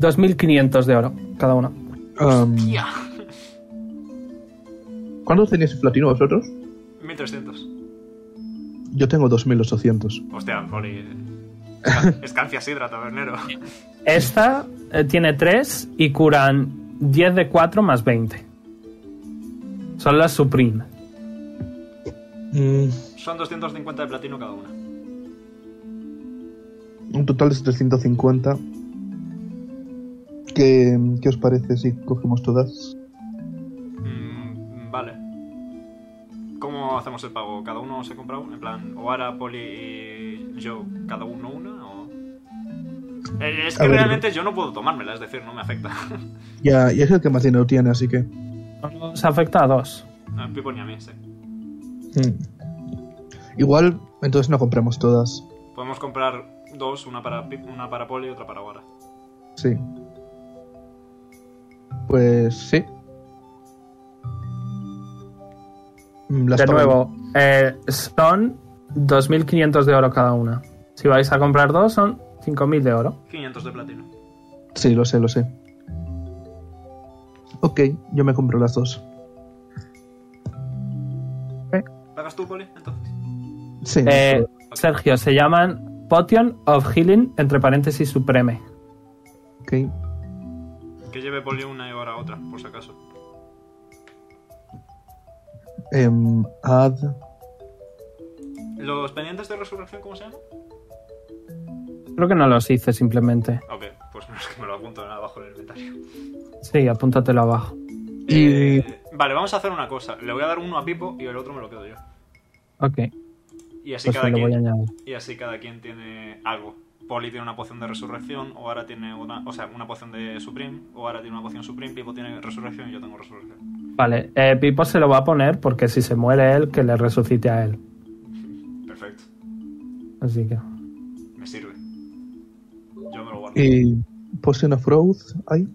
2.500 de oro cada uno.
Um, ¿Cuándo tenéis platino vosotros?
1300.
Yo tengo 2800.
Hostia, Poli. eh. Esca- Escancia Sidra, tabernero.
Esta eh, tiene 3 y curan 10 de 4 más 20. Son las Supreme.
Son 250 de platino cada una.
Un total de 750. ¿Qué, qué os parece si cogemos todas?
Mm, vale. ¿Cómo hacemos el pago? ¿Cada uno se compra una? En plan, Oara, Poli y yo, cada uno una o. Eh, Es
A
que
ver,
realmente yo no puedo tomármela, es decir, no me afecta. <laughs> A
Ya, y es el que más dinero tiene, así que.
Nos afecta a dos.
Pipo ni a mí, sí.
hmm. Igual, entonces no compremos todas.
Podemos comprar dos, una para, Pip- una para Poli y otra para Wara.
Sí. Pues sí. Mm, las
De
pago.
nuevo, eh, son 2.500 de oro cada una. Si vais a comprar dos, son 5.000 de oro.
500 de platino.
Sí, lo sé, lo sé. Ok, yo me compro las dos.
¿Pagas tú, Poli, entonces?
Sí.
Eh, Sergio, se llaman Potion of Healing, entre paréntesis, Supreme.
ok.
Que lleve Poli una y Wara otra, por si acaso.
Em, add.
¿Los pendientes de resurrección cómo se llaman?
Creo que no los hice simplemente.
Ok, pues no es que me lo apunto abajo en el inventario.
Sí, apúntatelo abajo.
Y-
Eh, vale, vamos a hacer una cosa. Le voy a dar uno a Pipo y el otro me lo quedo yo.
Ok,
Y así,
pues
cada,
me lo voy a
quien,
añadir.
y así cada quien tiene algo. Poli tiene una poción de resurrección, o ahora tiene una, o sea, una poción de Supreme, o ahora tiene una poción Supreme, Pipo tiene resurrección y yo tengo resurrección.
Vale, eh, Pipo se lo va a poner porque si se muere él, que le resucite a él.
Perfecto,
Así que.
me sirve. Yo me lo guardo.
Y. Potion of Growth, ahí.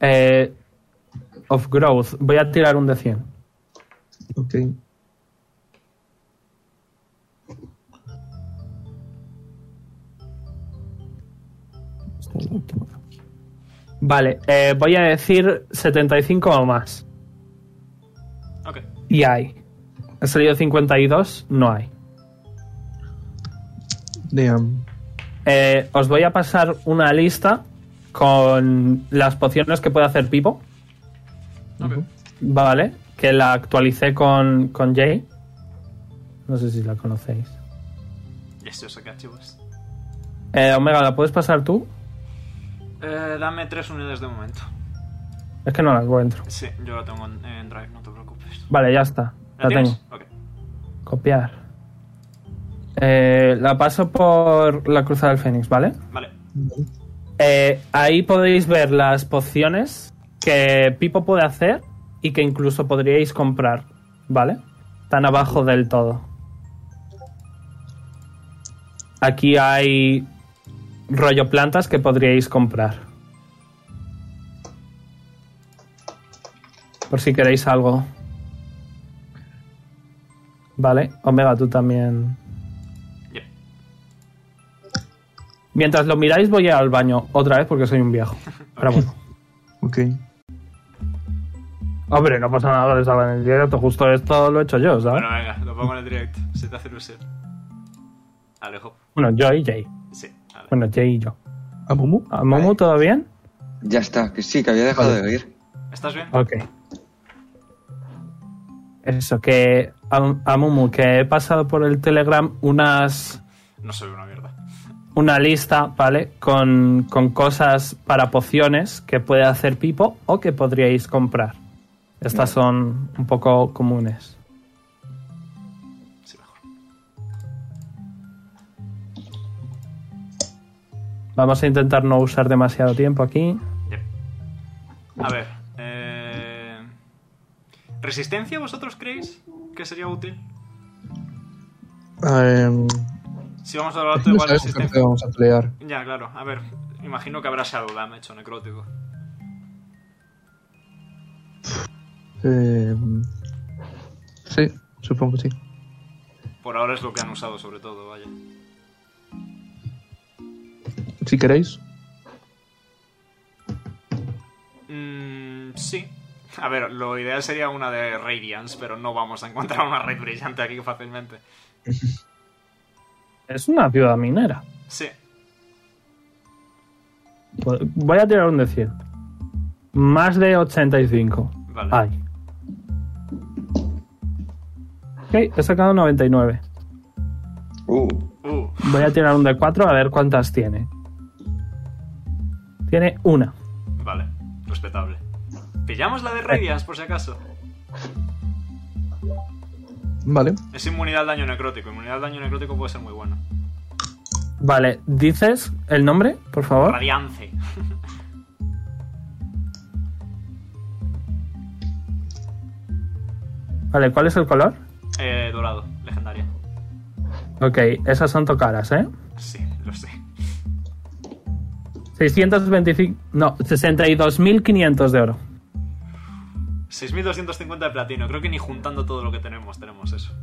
Eh, of Growth, voy a tirar un de 100.
Ok.
Vale, eh, voy a decir 75 o más.
Ok,
Y hay. Ha salido 52, no hay.
Damn.
Eh, os voy a pasar una lista con las pociones que puede hacer Pipo.
ok.
Vale, que la actualicé con, con Jay. No sé si la conocéis.
Yes, yo sé que archivos.
Eh, Omega, ¿la puedes pasar tú?
Eh, dame tres unidades de momento.
Es que no la encuentro.
Sí, yo la tengo en, en Drive, no te preocupes.
Vale, ya está.
¿La
La tengo.
tienes? Ok.
Copiar. Eh, la paso por la cruzada del Fénix, ¿vale?
Vale,
Eh, ahí podéis ver las pociones que Pipo puede hacer y que incluso podríais comprar, ¿vale? Están abajo del todo. Aquí hay rollo plantas que podríais comprar. Por si queréis algo. Vale, Omega, tú también.
yep.
Mientras lo miráis voy al baño otra vez porque soy un viejo. Pero bueno.
Ok.
Hombre, no pasa nada que salga en el directo. Justo esto lo he hecho yo, ¿sabes?
Bueno, venga, lo pongo en el directo, si te hace ilusión. Alejo.
Bueno, yo y Jay.
Sí, vale.
Bueno, Jay y yo.
¿A Mumu?
¿A Momo todo bien?
Ya está, que sí, que había dejado de oír.
¿Estás bien?
Ok. Eso, que a, a Mumu, que he pasado por el Telegram unas
No soy una mierda.
una lista, ¿vale? Con, con cosas para pociones que puede hacer Pipo o que podríais comprar. Estas son un poco comunes.
Sí, mejor.
Vamos a intentar no usar demasiado tiempo aquí.
Yep. A ver. eh, ¿Resistencia vosotros creéis que sería útil?
Em,
Si vamos a hablar
<laughs>
Ah, igual
no
de
sabemos qué
resistencia.
vamos a pelear.
Ya, claro. A ver, imagino que habrá Shadow Damage o Necrótico.
Em, sí, supongo que sí.
Por ahora es lo que han usado sobre todo, vaya.
Si queréis.
Mm, sí. A ver, lo ideal sería una de Radiance, pero no vamos a encontrar una red brillante aquí fácilmente.
Es una ciudad minera.
Sí.
Pues, Voy a tirar un de 100. Más de 85.
Vale.
Ay. Ok, he sacado 99.
Uh,
Uh,
Voy a tirar un de 4 a ver cuántas tiene. Tiene una.
vale. Respetable. ¿Pillamos la de Radiance, por si acaso?
Vale.
Es inmunidad al daño necrótico. Inmunidad al daño necrótico puede ser muy bueno.
Vale, ¿dices el nombre, por favor?
Radiance.
Vale, ¿cuál es el color?
Eh, dorado, legendaria.
Ok, esas son tocaras, ¿eh?
Sí, lo sé.
625... No, 62.500 de oro.
6.250 de platino. Creo que ni juntando todo lo que tenemos tenemos eso.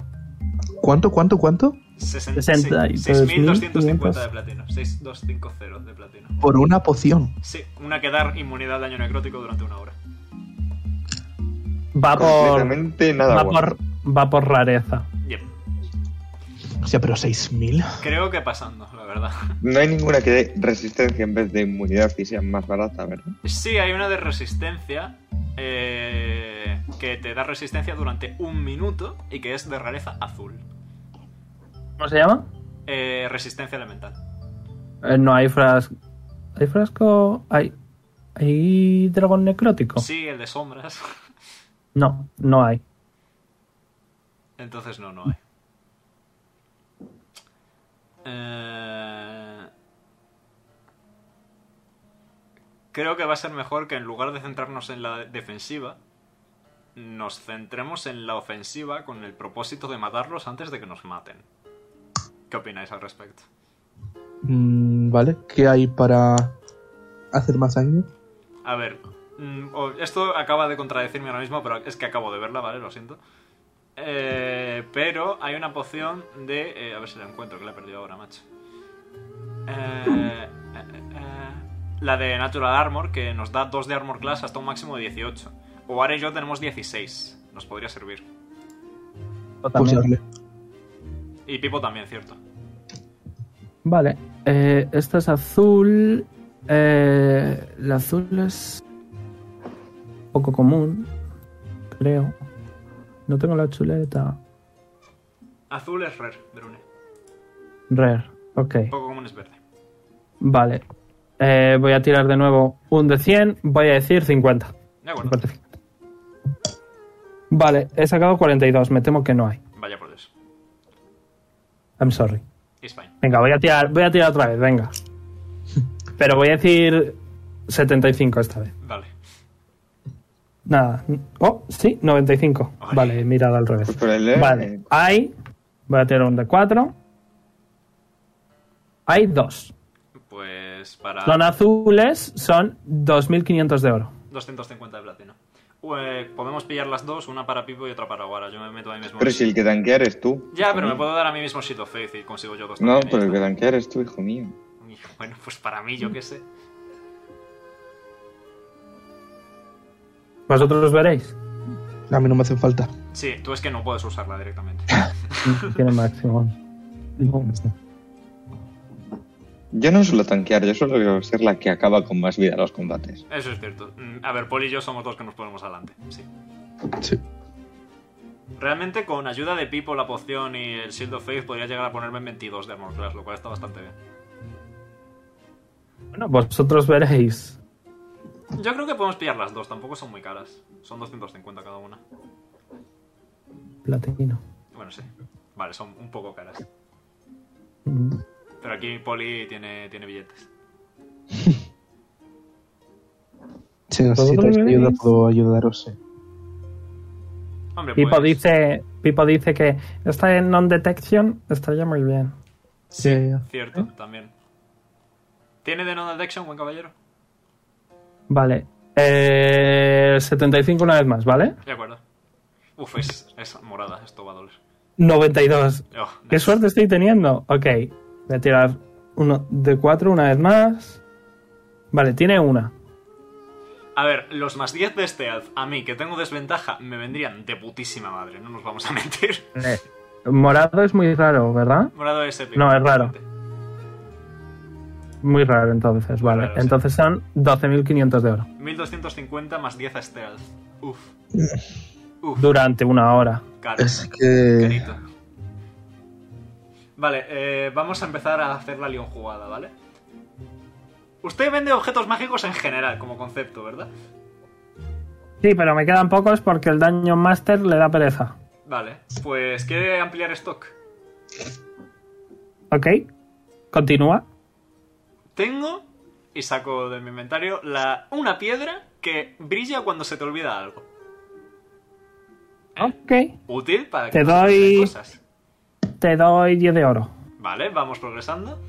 ¿Cuánto, cuánto, cuánto?
Sesen- sí, 6.250 de
62.500.
platino. 6250 de platino.
Por una poción.
Sí, una que dar inmunidad al daño necrótico durante una hora.
Va por...
Completamente nada
Va
bueno.
por, va por rareza.
Yep.
O sea, pero 6.000.
Creo que pasando, la verdad.
No hay ninguna que dé resistencia en vez de inmunidad y sea más barata, ¿verdad?
Sí, hay una de resistencia eh, que te da resistencia durante un minuto y que es de rareza azul.
¿Cómo se llama?
Eh, resistencia elemental.
Eh, no, hay frasco... ¿Hay frasco? ¿Hay, ¿Hay dragón necrótico?
Sí, el de sombras.
No, no hay.
Entonces no, no hay. Eh, Creo que va a ser mejor que en lugar de centrarnos en la defensiva, nos centremos en la ofensiva con el propósito de matarlos antes de que nos maten. ¿Qué opináis al respecto?
Mm, vale, ¿qué hay para hacer más daño?
A ver, mm, o- esto acaba de contradecirme ahora mismo, pero es que acabo de verla, ¿vale? Lo siento. Eh, pero hay una poción de... eh, a ver si la encuentro, que la he perdido ahora, macho. Eh, eh, eh, la de Natural Armor, que nos da 2 de Armor Class hasta un máximo de 18. O ahora y yo tenemos 16. Nos podría servir.
Pues darle.
Y Pipo también, cierto.
Vale. Eh, esta es azul. Eh, la azul es poco común, creo. No tengo la chuleta.
Azul es rare, Brune.
Rare. Ok.
Poco común es verde.
Vale. Eh, voy a tirar de nuevo un de 100. Voy a decir 50.
De acuerdo.
50. Vale, he sacado 42. Me temo que no hay.
Vaya por Dios.
I'm sorry.
It's fine.
Venga, voy a tirar, voy a tirar otra vez, venga. Pero voy a decir 75 esta vez.
Vale.
Nada. Oh, sí, 95.
Ay.
Vale, he mirado al revés.
Pues por el eh,
Vale,
eh,
hay. Voy a tirar un de 4. Hay dos.
Pues para...
Son azules, son 2.500 de oro.
250 de platino. Eh, podemos pillar las dos, una para Pipo y otra para Guara. Yo me meto a mí mismo.
Pero si el que tanquear es tú.
Ya, pero me
hijo mío.
puedo dar a mí mismo Shit of Faith y consigo yo dos.
No,
también,
pero el que
ya
tanquear es tú, hijo mío.
está. <laughs> Bueno, pues para mí, yo qué sé.
Vosotros los veréis.
A mí no me hacen falta.
Sí, tú es que no puedes usarla
<laughs>
directamente.
Tiene máximo.
Yo no suelo tanquear, yo suelo ser la que acaba con más vida los combates.
Eso es cierto. Mm, A ver, Paul y yo somos dos que nos ponemos adelante. Sí.
Sí.
Realmente con ayuda de Pipo, la poción y el Shield of Faith podría llegar a ponerme en 22 de Armor Class, lo cual está bastante bien.
Bueno, vosotros veréis.
Yo creo que podemos pillar las dos, tampoco son muy caras. Son 250 cada una.
Platino.
Bueno, sí. Vale, son un poco caras.
Mm.
Pero aquí Poli tiene, tiene billetes.
Si necesitáis
¿Vosotros
ayuda,
veréis?
puedo ayudaros. eh.
Hombre,
Pipo
pues-
dice, Pipo dice que está en non-detection, estaría muy bien.
Sí,
Ya, ya.
cierto, también. ¿Tiene de no detection, buen caballero?
Vale. Eh, 75 una vez más, ¿vale?
De acuerdo. Uf, es, es morada, esto va a doler.
92.
Oh,
¿Qué
nice.
suerte estoy teniendo? Ok. Voy a tirar uno de 4 una vez más. Vale, tiene una.
A ver, los más 10 de este alf, a mí que tengo desventaja, me vendrían de putísima madre, no nos vamos a <laughs> mentir.
Eh, morado es muy raro, ¿verdad?
Morado es épico.
No, es raro. Muy raro entonces,
Muy
vale.
raro, sí.
entonces son 12.500 de oro.
1250 más 10 a este alf. Uf.
<laughs>
Uf,
Durante una hora.
caro.
Es que.
Carito. Vale, eh, vamos a empezar a hacer la lión jugada, ¿vale? Usted vende objetos mágicos en general, como concepto, ¿verdad?
Sí, pero me quedan pocos porque el daño master le da pereza.
Vale, pues quiere ampliar stock.
Ok. Continúa.
Tengo, y saco de mi inventario, la, una piedra que brilla cuando se te olvida algo.
Ok.
Útil para que
Te
no se te olviden
doy-
cosas.
Te doy 10 de oro.
Vale, vamos progresando.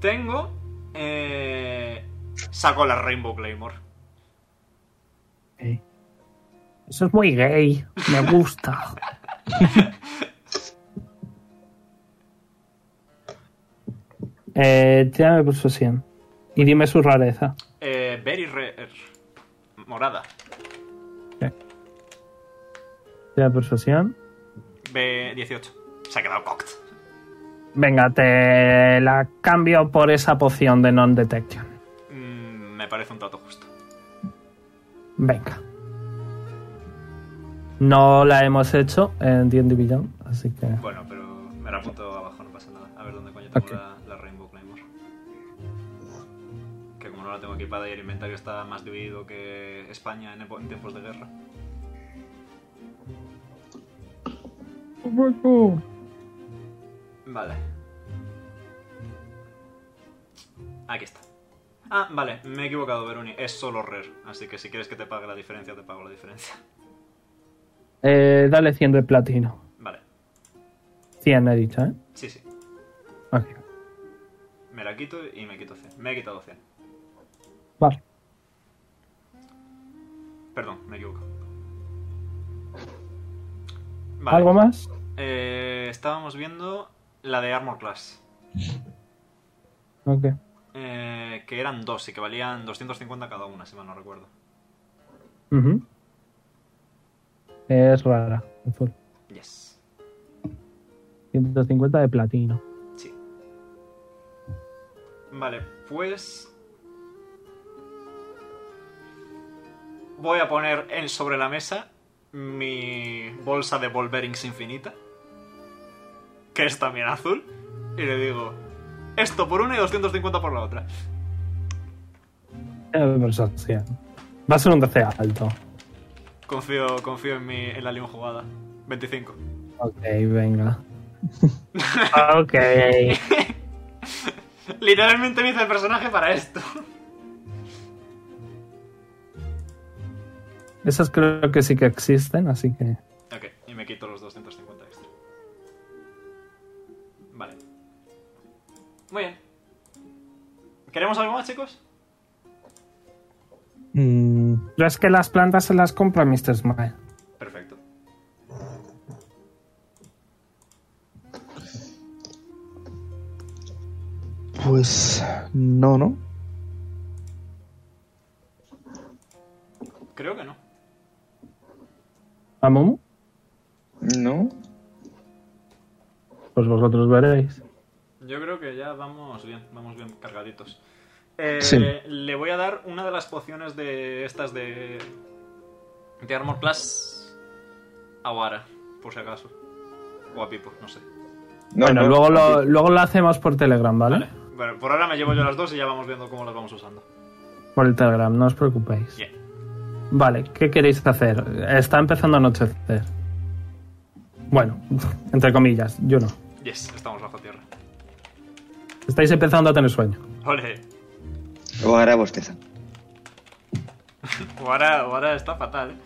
Tengo... eh, saco la Rainbow Claymore.
Eso es muy gay. Me <laughs> gusta. eh, tírame por su 100. Y dime su rareza.
Eh, very rare. Morada.
Tírame por su 100.
B18. Se ha quedado cocked.
Venga, te la cambio por esa poción de non-detection.
Mm, me parece un trato justo.
Venga. No la hemos hecho en D&D Beyond, así que...
Bueno, pero me la apunto abajo, no pasa nada. A ver dónde coño tengo
Ok.
la, la Rainbow Claymore. Que como no la tengo equipada y el inventario está más dividido que España en, epo- en tiempos de guerra. Vale. Aquí está. Ah, vale, me he equivocado, Veruni. Es solo rare. Así que si quieres que te pague la diferencia, te pago la diferencia. <laughs>
Eh, dale 100 de platino.
Vale.
100 he dicho, ¿eh?
Sí, sí.
Ok.
Me la quito y me quito 100. Me he quitado 100.
Vale.
Perdón, me equivoco. Vale.
¿Algo más?
Eh, estábamos viendo la de Armor Class.
Ok.
eh, que eran dos y que valían 250 cada una, si mal no recuerdo.
Ujú. Es rara. azul.
Yes.
150 de platino.
Sí. Vale, pues. Voy a poner en sobre la mesa mi bolsa de Volverings infinita. Que es también azul. Y le digo. Esto por una y 250 por la otra.
Eh, pero son 100. Va a ser un DC alto.
Confío, confío en, mi, en la León jugada. 25.
Ok,
<laughs>
venga. ok.
<laughs> Literalmente me hice el personaje para esto.
Esas creo que sí que existen, así que...
Ok, y me quito los 250 extra. Vale. Muy bien. ¿Queremos algo más, chicos?
Mm,
Pero es que las plantas se las compra Mr. Smile.
Perfecto.
pues no, ¿no?
Creo que no.
¿A Momo?
No.
Pues vosotros veréis.
Yo creo que ya vamos bien, vamos bien cargaditos. Eh,
Sí.
Le voy a dar una de las pociones de estas de. de Armor Plus a Wara, por si acaso. O a Pipo, no sé.
No,
bueno,
no,
luego, lo,
sí.
luego lo hacemos por Telegram, ¿vale?
Vale. Bueno, por ahora me llevo yo las dos y ya vamos viendo cómo las vamos usando.
Por el Telegram, no os preocupéis.
Bien.
Vale, ¿qué queréis hacer? Está empezando a anochecer. Bueno, <laughs> entre comillas, yo no.
Yes, estamos bajo tierra.
Estáis empezando a tener sueño.
Ole.
O ahora bosteza.
Wara, Wara Pues está fatal, ¿eh?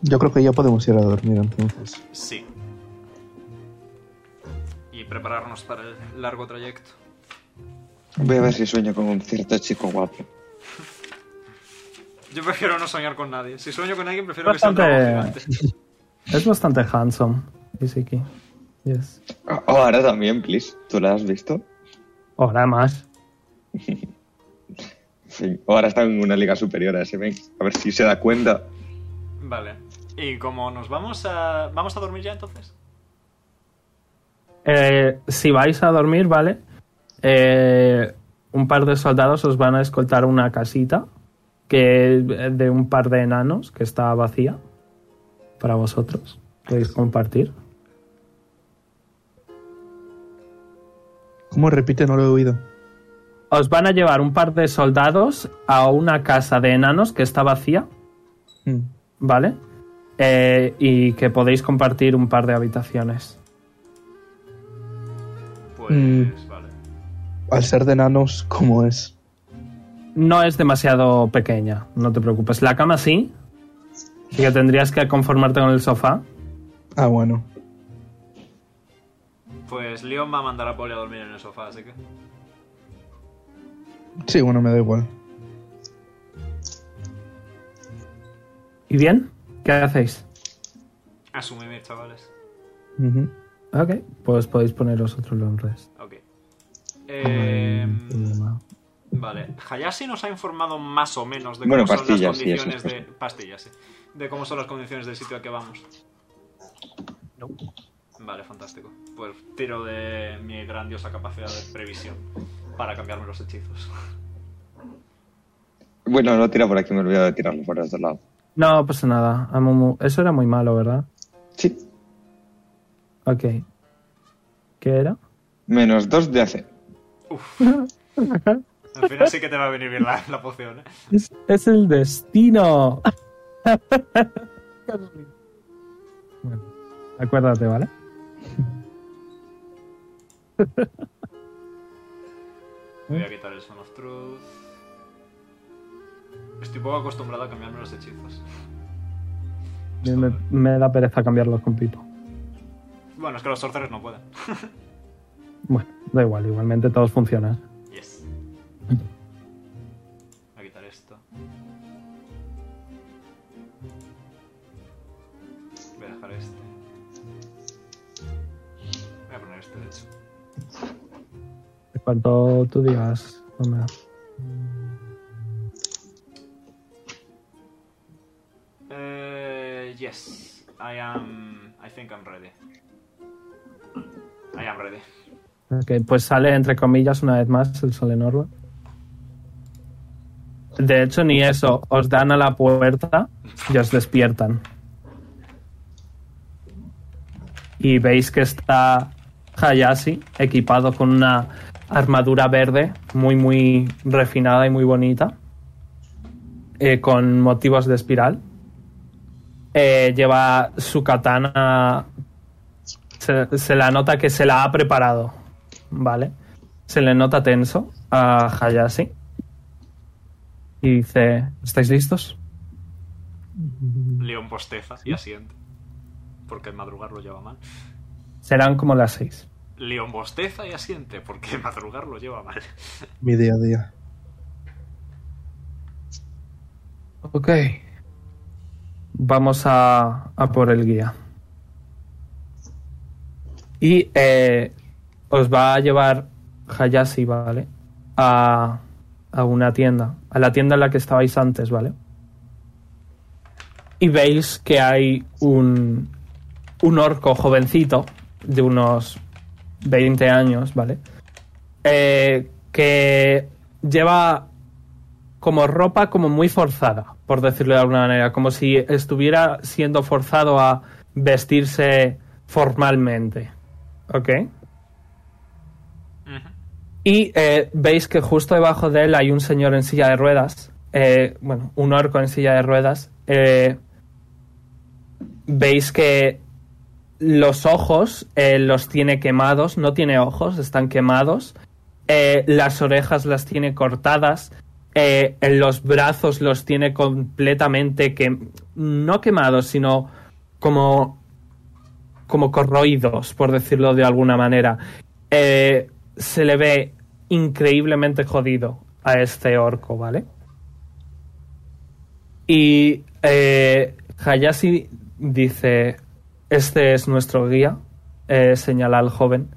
Yo creo que ya podemos ir a dormir entonces.
Sí. Y prepararnos para el largo trayecto.
Voy a ver si sueño con un cierto chico guapo.
Yo prefiero no soñar con nadie. Si sueño con alguien, prefiero que sea un dragón
Bastante-
gigante.
Es bastante handsome, Isiki. Yes.
O Oh, ahora también, please. ¿Tú la has visto?
Ahora más.
Sí. O ahora está en una liga superior a ese men. A ver si se da cuenta.
Vale. Y como nos vamos a. ¿Vamos a dormir ya entonces?
Eh, si vais a dormir, ¿vale? Eh, un par de soldados os van a escoltar a una casita que eh, de un par de enanos que está vacía para vosotros. Podéis compartir.
¿Cómo repite? No lo he oído.
Os van a llevar un par de soldados a una casa de enanos que está vacía,
Mm.
¿vale? Eh, y que podéis compartir un par de habitaciones.
Pues. Vale.
al ser de enanos, ¿cómo es?
No es demasiado pequeña, no te preocupes. La cama sí, así que tendrías que conformarte con el sofá.
Ah, bueno.
Pues Leon va a mandar a Poli a dormir en el sofá, así que.
Sí, bueno, me da igual.
¿Y bien? ¿Qué hacéis?
Asumimir, chavales.
Ujú.
Ok, pues podéis poneros otro long rest.
Ok. Eh,
Problema.
vale. Hayashi nos ha informado más o menos de cómo
Bueno,
son las
pastillas, sí, eso
condiciones
es
de. Pastillas, sí. De cómo son las condiciones del sitio al que vamos. Vale, fantástico. Pues tiro de mi grandiosa capacidad de previsión para cambiarme los hechizos. <laughs>
Bueno, no tira por aquí, me he olvidado de tirarlo por otro lado.
No pasa nada. Amumu- Eso era muy malo, ¿verdad?
Sí,
Ok. ¿Qué era?
menos dos de AC.
Al final sí que te va a venir bien la, la poción, ¿eh?
Es, es el destino. bueno, acuérdate, ¿vale?
Voy a quitar el Son of Truth. Estoy poco acostumbrado a cambiarme los hechizos.
Me, me da pereza cambiarlos con Pipo.
Bueno, es que los sorcerers no pueden.
Bueno, da igual, igualmente todos funcionan.
Yes. Voy a quitar esto. Voy a dejar este. Voy a poner este, de hecho.
En cuanto tú digas, no me da.
Eh, yes. I am... I think I'm ready. I am ready.
Ok, pues sale entre comillas una vez más el sol enorme. De hecho, ni eso. Os dan a la puerta y os despiertan. Y veis que está Hayashi equipado con una armadura verde muy, muy refinada y muy bonita. eh, con motivos de espiral. Eh, lleva su katana. Se, se la nota que se la ha preparado. Vale. Se le nota tenso a Hayashi. Y dice: ¿Estáis listos?
León posteza y asiente. Porque madrugar lo lleva mal.
Serán como las seis.
León bosteza y asiente, porque madrugar lo lleva mal.
Mi día a día.
Ok. Vamos a, a por el guía. Y eh, os va a llevar Hayashi, ¿vale? A, a una tienda. A la tienda en la que estabais antes, ¿vale? Y veis que hay un, un orco jovencito de unos 20 años, ¿vale? Eh, que lleva como ropa como muy forzada, por decirlo de alguna manera, como si estuviera siendo forzado a vestirse formalmente. ¿Ok? Y eh, veis que justo debajo de él hay un señor en silla de ruedas, eh, bueno, un orco en silla de ruedas. eh, veis que los ojos eh, los tiene quemados, no tiene ojos, están quemados. Eh, las orejas las tiene cortadas, eh, en los brazos los tiene completamente que no quemados, sino como como corroídos, por decirlo de alguna manera. Eh, se le ve increíblemente jodido a este orco, ¿vale? Y eh, Hayashi dice, este es nuestro guía, eh, señala al joven.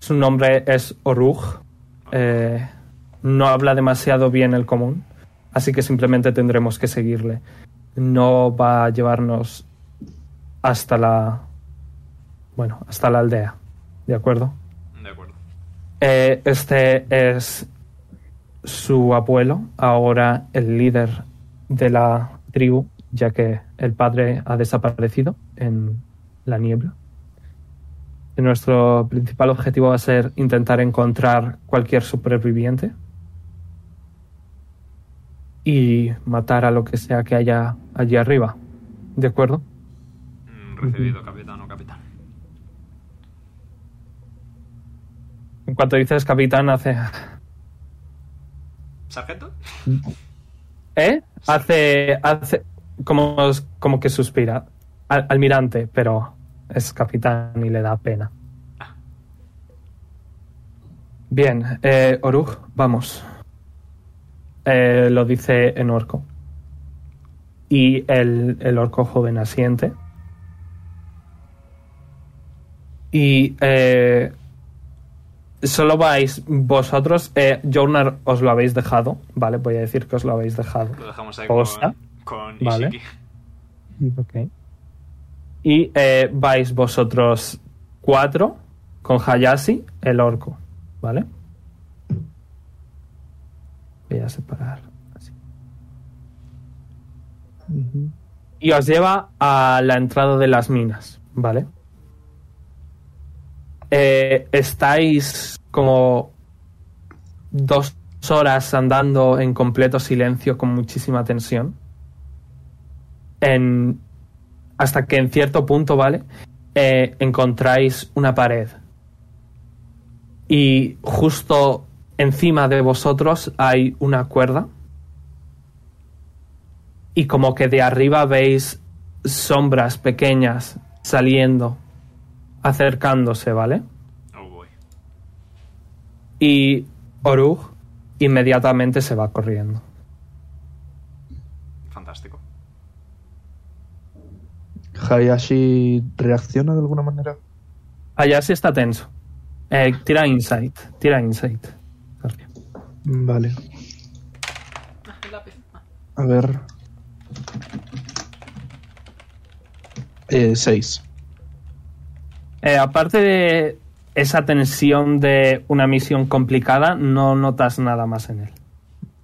Su nombre es Oruj. Eh, no habla demasiado bien el común, así que simplemente tendremos que seguirle. No va a llevarnos hasta la... Bueno, hasta la aldea, ¿de acuerdo?
De acuerdo.
Eh, este es su abuelo, ahora el líder de la tribu, ya que el padre ha desaparecido en la niebla. Y nuestro principal objetivo va a ser intentar encontrar cualquier superviviente y matar a lo que sea que haya allí arriba. ¿De acuerdo?
Mm, Recibido, capitán o capitán.
En cuanto dices capitán, hace...
¿Sargento?
¿Eh? Hace. hace como, como que suspira. Al- almirante, pero es capitán y le da pena. Bien, eh, Orug, vamos. Eh, lo dice en orco. Y el, el orco joven asiente. Y eh, solo vais vosotros. Eh, Journar os lo habéis dejado, ¿vale? Voy a decir que os lo habéis dejado.
Lo dejamos ahí
Cosa.
con, con
Vale.
Ishiki.
Ok. Y eh, vais vosotros cuatro con Hayashi, el orco. ¿Vale? Voy a separar. así. Y os lleva a la entrada de las minas. ¿Vale? Eh, estáis como dos horas andando en completo silencio con muchísima tensión en- hasta que en cierto punto, ¿vale? Eh, encontráis una pared. Y justo encima de vosotros hay una cuerda. Y como que de arriba veis sombras pequeñas saliendo, acercándose, ¿vale?
Oh boy.
Y Orug inmediatamente se va corriendo.
Fantástico.
Hayashi reacciona de alguna manera.
Allá sí está tenso. Eh, tira insight, tira insight.
Vale. A ver. Eh, seis.
Eh, aparte de esa tensión de una misión complicada, no notas nada más en él.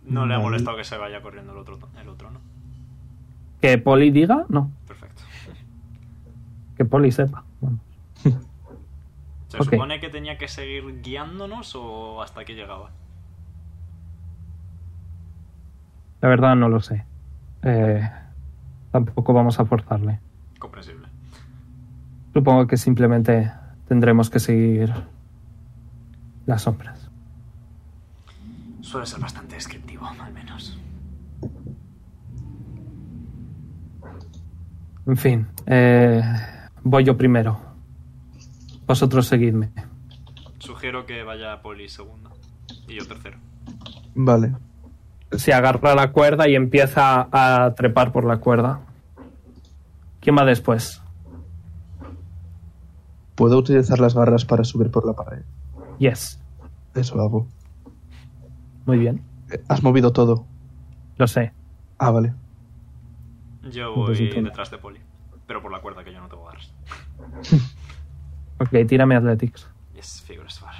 No le ha
Vale.
molestado que se vaya corriendo el otro, el otro, ¿no?
Que Poli diga, no,
Perfecto.
que Poli sepa. Bueno.
¿Se
Ok.
supone que tenía que seguir guiándonos o hasta aquí llegaba?
la verdad no lo sé. Eh, tampoco vamos a forzarle.
Comprensible.
Supongo que simplemente tendremos que seguir las sombras.
Suele ser bastante descriptivo, al menos.
En fin, eh, voy yo primero. Vosotros seguidme.
Sugiero que vaya Poli segundo y yo tercero.
Vale.
Se agarra la cuerda y empieza a trepar por la cuerda. ¿Quién va después?
Puedo utilizar las garras para subir por la pared.
Yes.
Eso hago.
Muy bien.
Eh, Has movido todo.
Lo sé.
Ah, <laughs> vale.
Yo
Pues
voy
entonces-
detrás de Poli, pero por la cuerda que yo no tengo garras.
Ok, tírame Athletics.
Yes, figures far.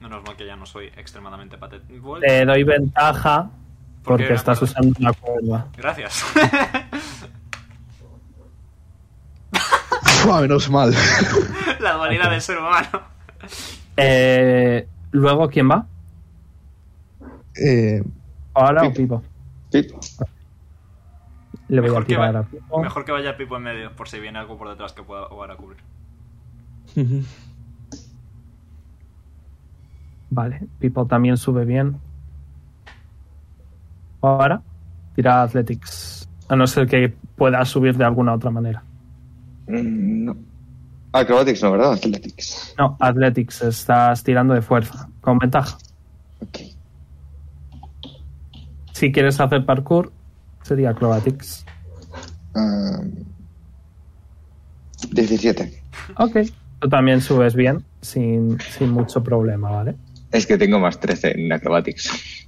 Menos mal que ya no soy extremadamente patético.
Te doy ventaja
¿Por qué
Eh, porque
era
estás
cuerda?
usando una cuerda.
Gracias.
Fua, menos mal.
la dualidad del ser humano.
Eh, Luego, ¿quién va?
<laughs> Eh,
Ahora o
Pipo.
Pipo. Le voy a
Mejor que,
tirar
va-
a Pipo.
mejor que vaya Pipo en medio, por si viene algo por detrás que pueda jugar a cubrir.
Vale, Pipo también sube bien. Ahora, tira Athletics. A no ser que pueda subir de alguna otra manera.
Mm, No. Acrobatics no, ¿verdad? Athletics.
No, Athletics, estás tirando de fuerza, con ventaja.
Ok.
Si quieres hacer parkour, sería Acrobatics.
Ah, 17.
Ok. Tú también subes bien, sin, sin mucho problema, ¿vale?
Es que tengo más 13 en Acrobatics.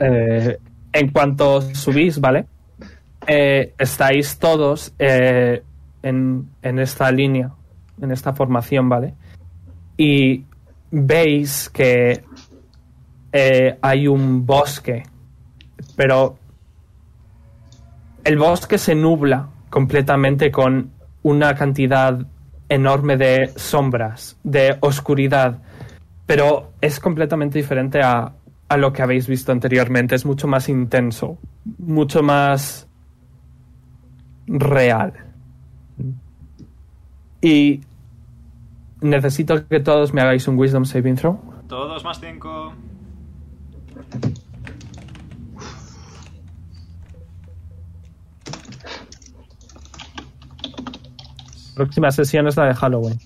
Eh, en cuanto subís, ¿vale? Eh, estáis todos eh, en, en esta línea, en esta formación, ¿vale? Y veis que eh, hay un bosque, pero el bosque se nubla completamente con una cantidad enorme de sombras, de oscuridad, pero es completamente diferente a, a lo que habéis visto anteriormente. Es mucho más intenso, mucho más real. Y Necesito que todos me hagáis un Wisdom Saving Throw.
Todos más 5.
Próxima sesión es la de Halloween.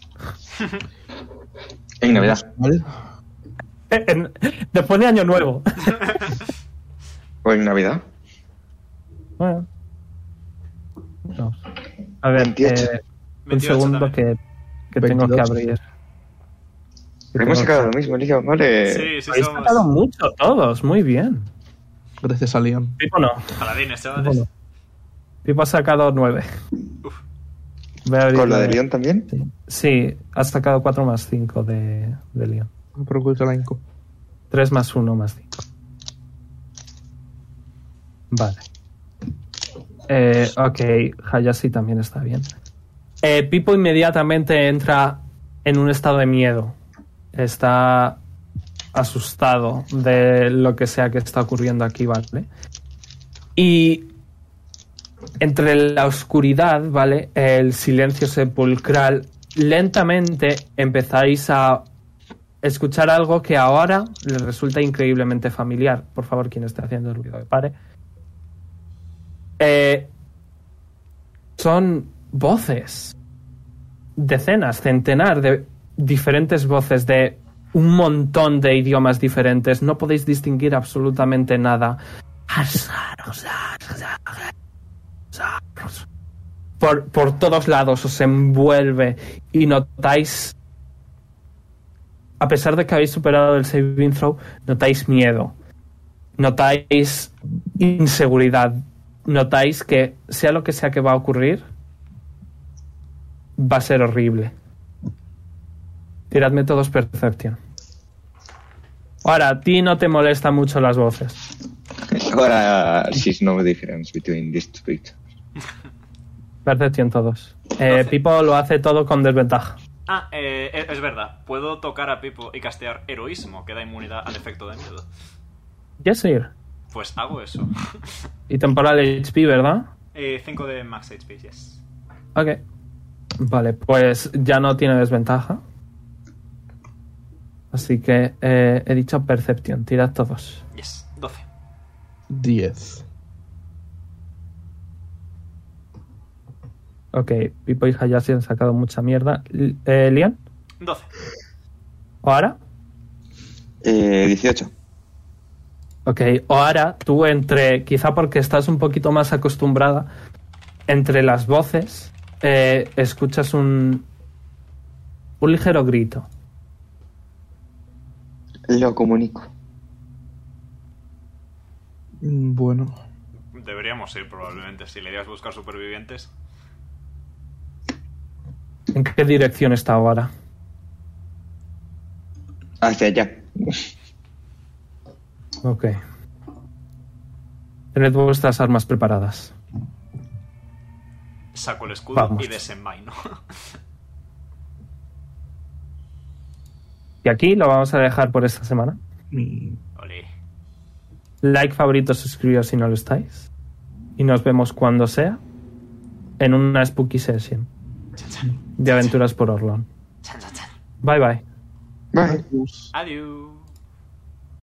En Navidad.
¿Vale?
Eh, <laughs> en- después de Año Nuevo.
O Pues en Navidad.
<laughs> Bueno. No. A ver,
28.
eh, un
28
segundo
también.
que, que tengo que
22.
abrir. Que
Hemos
tengo que-
sacado lo mismo, Liam. Vale.
Sí, sí,
Habéis
somos
sacado mucho todos, muy bien.
Gracias a Liam.
Pipo no.
paladines,
Pipo,
chavales.
no. Pipo ha sacado nueve. Voy a abrir
¿Con la de
de-
León también?
Sí, has sacado 4 más 5 de, de Leon.
Pero cuelga la inco.
3 más 1 más 5. Vale. Eh, ok, Hayashi también está bien. Eh, Pipo inmediatamente entra en un estado de miedo. Está asustado de lo que sea que está ocurriendo aquí, ¿vale? Y entre la oscuridad, ¿vale? El silencio sepulcral, lentamente empezáis a escuchar algo que ahora le resulta increíblemente familiar. Por favor, quien esté haciendo el ruido, que pare. Eh, son voces. Decenas, centenar de diferentes voces de un montón de idiomas diferentes. No podéis distinguir absolutamente nada. Por, por todos lados os envuelve y notáis a pesar de que habéis superado el saving throw, notáis miedo, notáis inseguridad, notáis que sea lo que sea que va a ocurrir, va a ser horrible. Tiradme todos Perception. Ahora, a ti no te molesta mucho las voces.
Ahora, she's no difference between these two creatures.
Perception todos. Eh, Pipo lo hace todo con desventaja.
Ah, eh, es es verdad. Puedo tocar a Pipo y castear heroísmo, que da inmunidad al efecto de miedo.
Jessir.
Pues hago eso.
Y temporal HP, ¿verdad?
5 de max HP, yes.
Ok. Vale, pues ya no tiene desventaja. Así que eh, he dicho Perception. Tirad todos.
Yes, 12.
10.
Ok, Pipo y Hayashi han sacado mucha mierda. L- Eh, ¿Lian?
12.
¿Ohara?
Eh, 18.
Ok, Ohara, tú entre, quizá porque estás un poquito más acostumbrada, entre las voces eh, escuchas un, un ligero grito.
Lo comunico.
Mm, Bueno.
Deberíamos ir probablemente. Si le ibas a buscar supervivientes,
¿En qué dirección está Ohara?
Hacia allá.
Ok. Tened vuestras armas preparadas.
saco el escudo
Vamos.
y desenvaino. <laughs>
Y aquí lo vamos a dejar por esta semana.
Mm,
Ole.
Like, favorito, suscribiros si no lo estáis. Y nos vemos cuando sea en una spooky session
Chan, chan,
de aventuras por Orlon.
chan, chan, chan.
Bye bye.
Bye.
pues-
Adiós.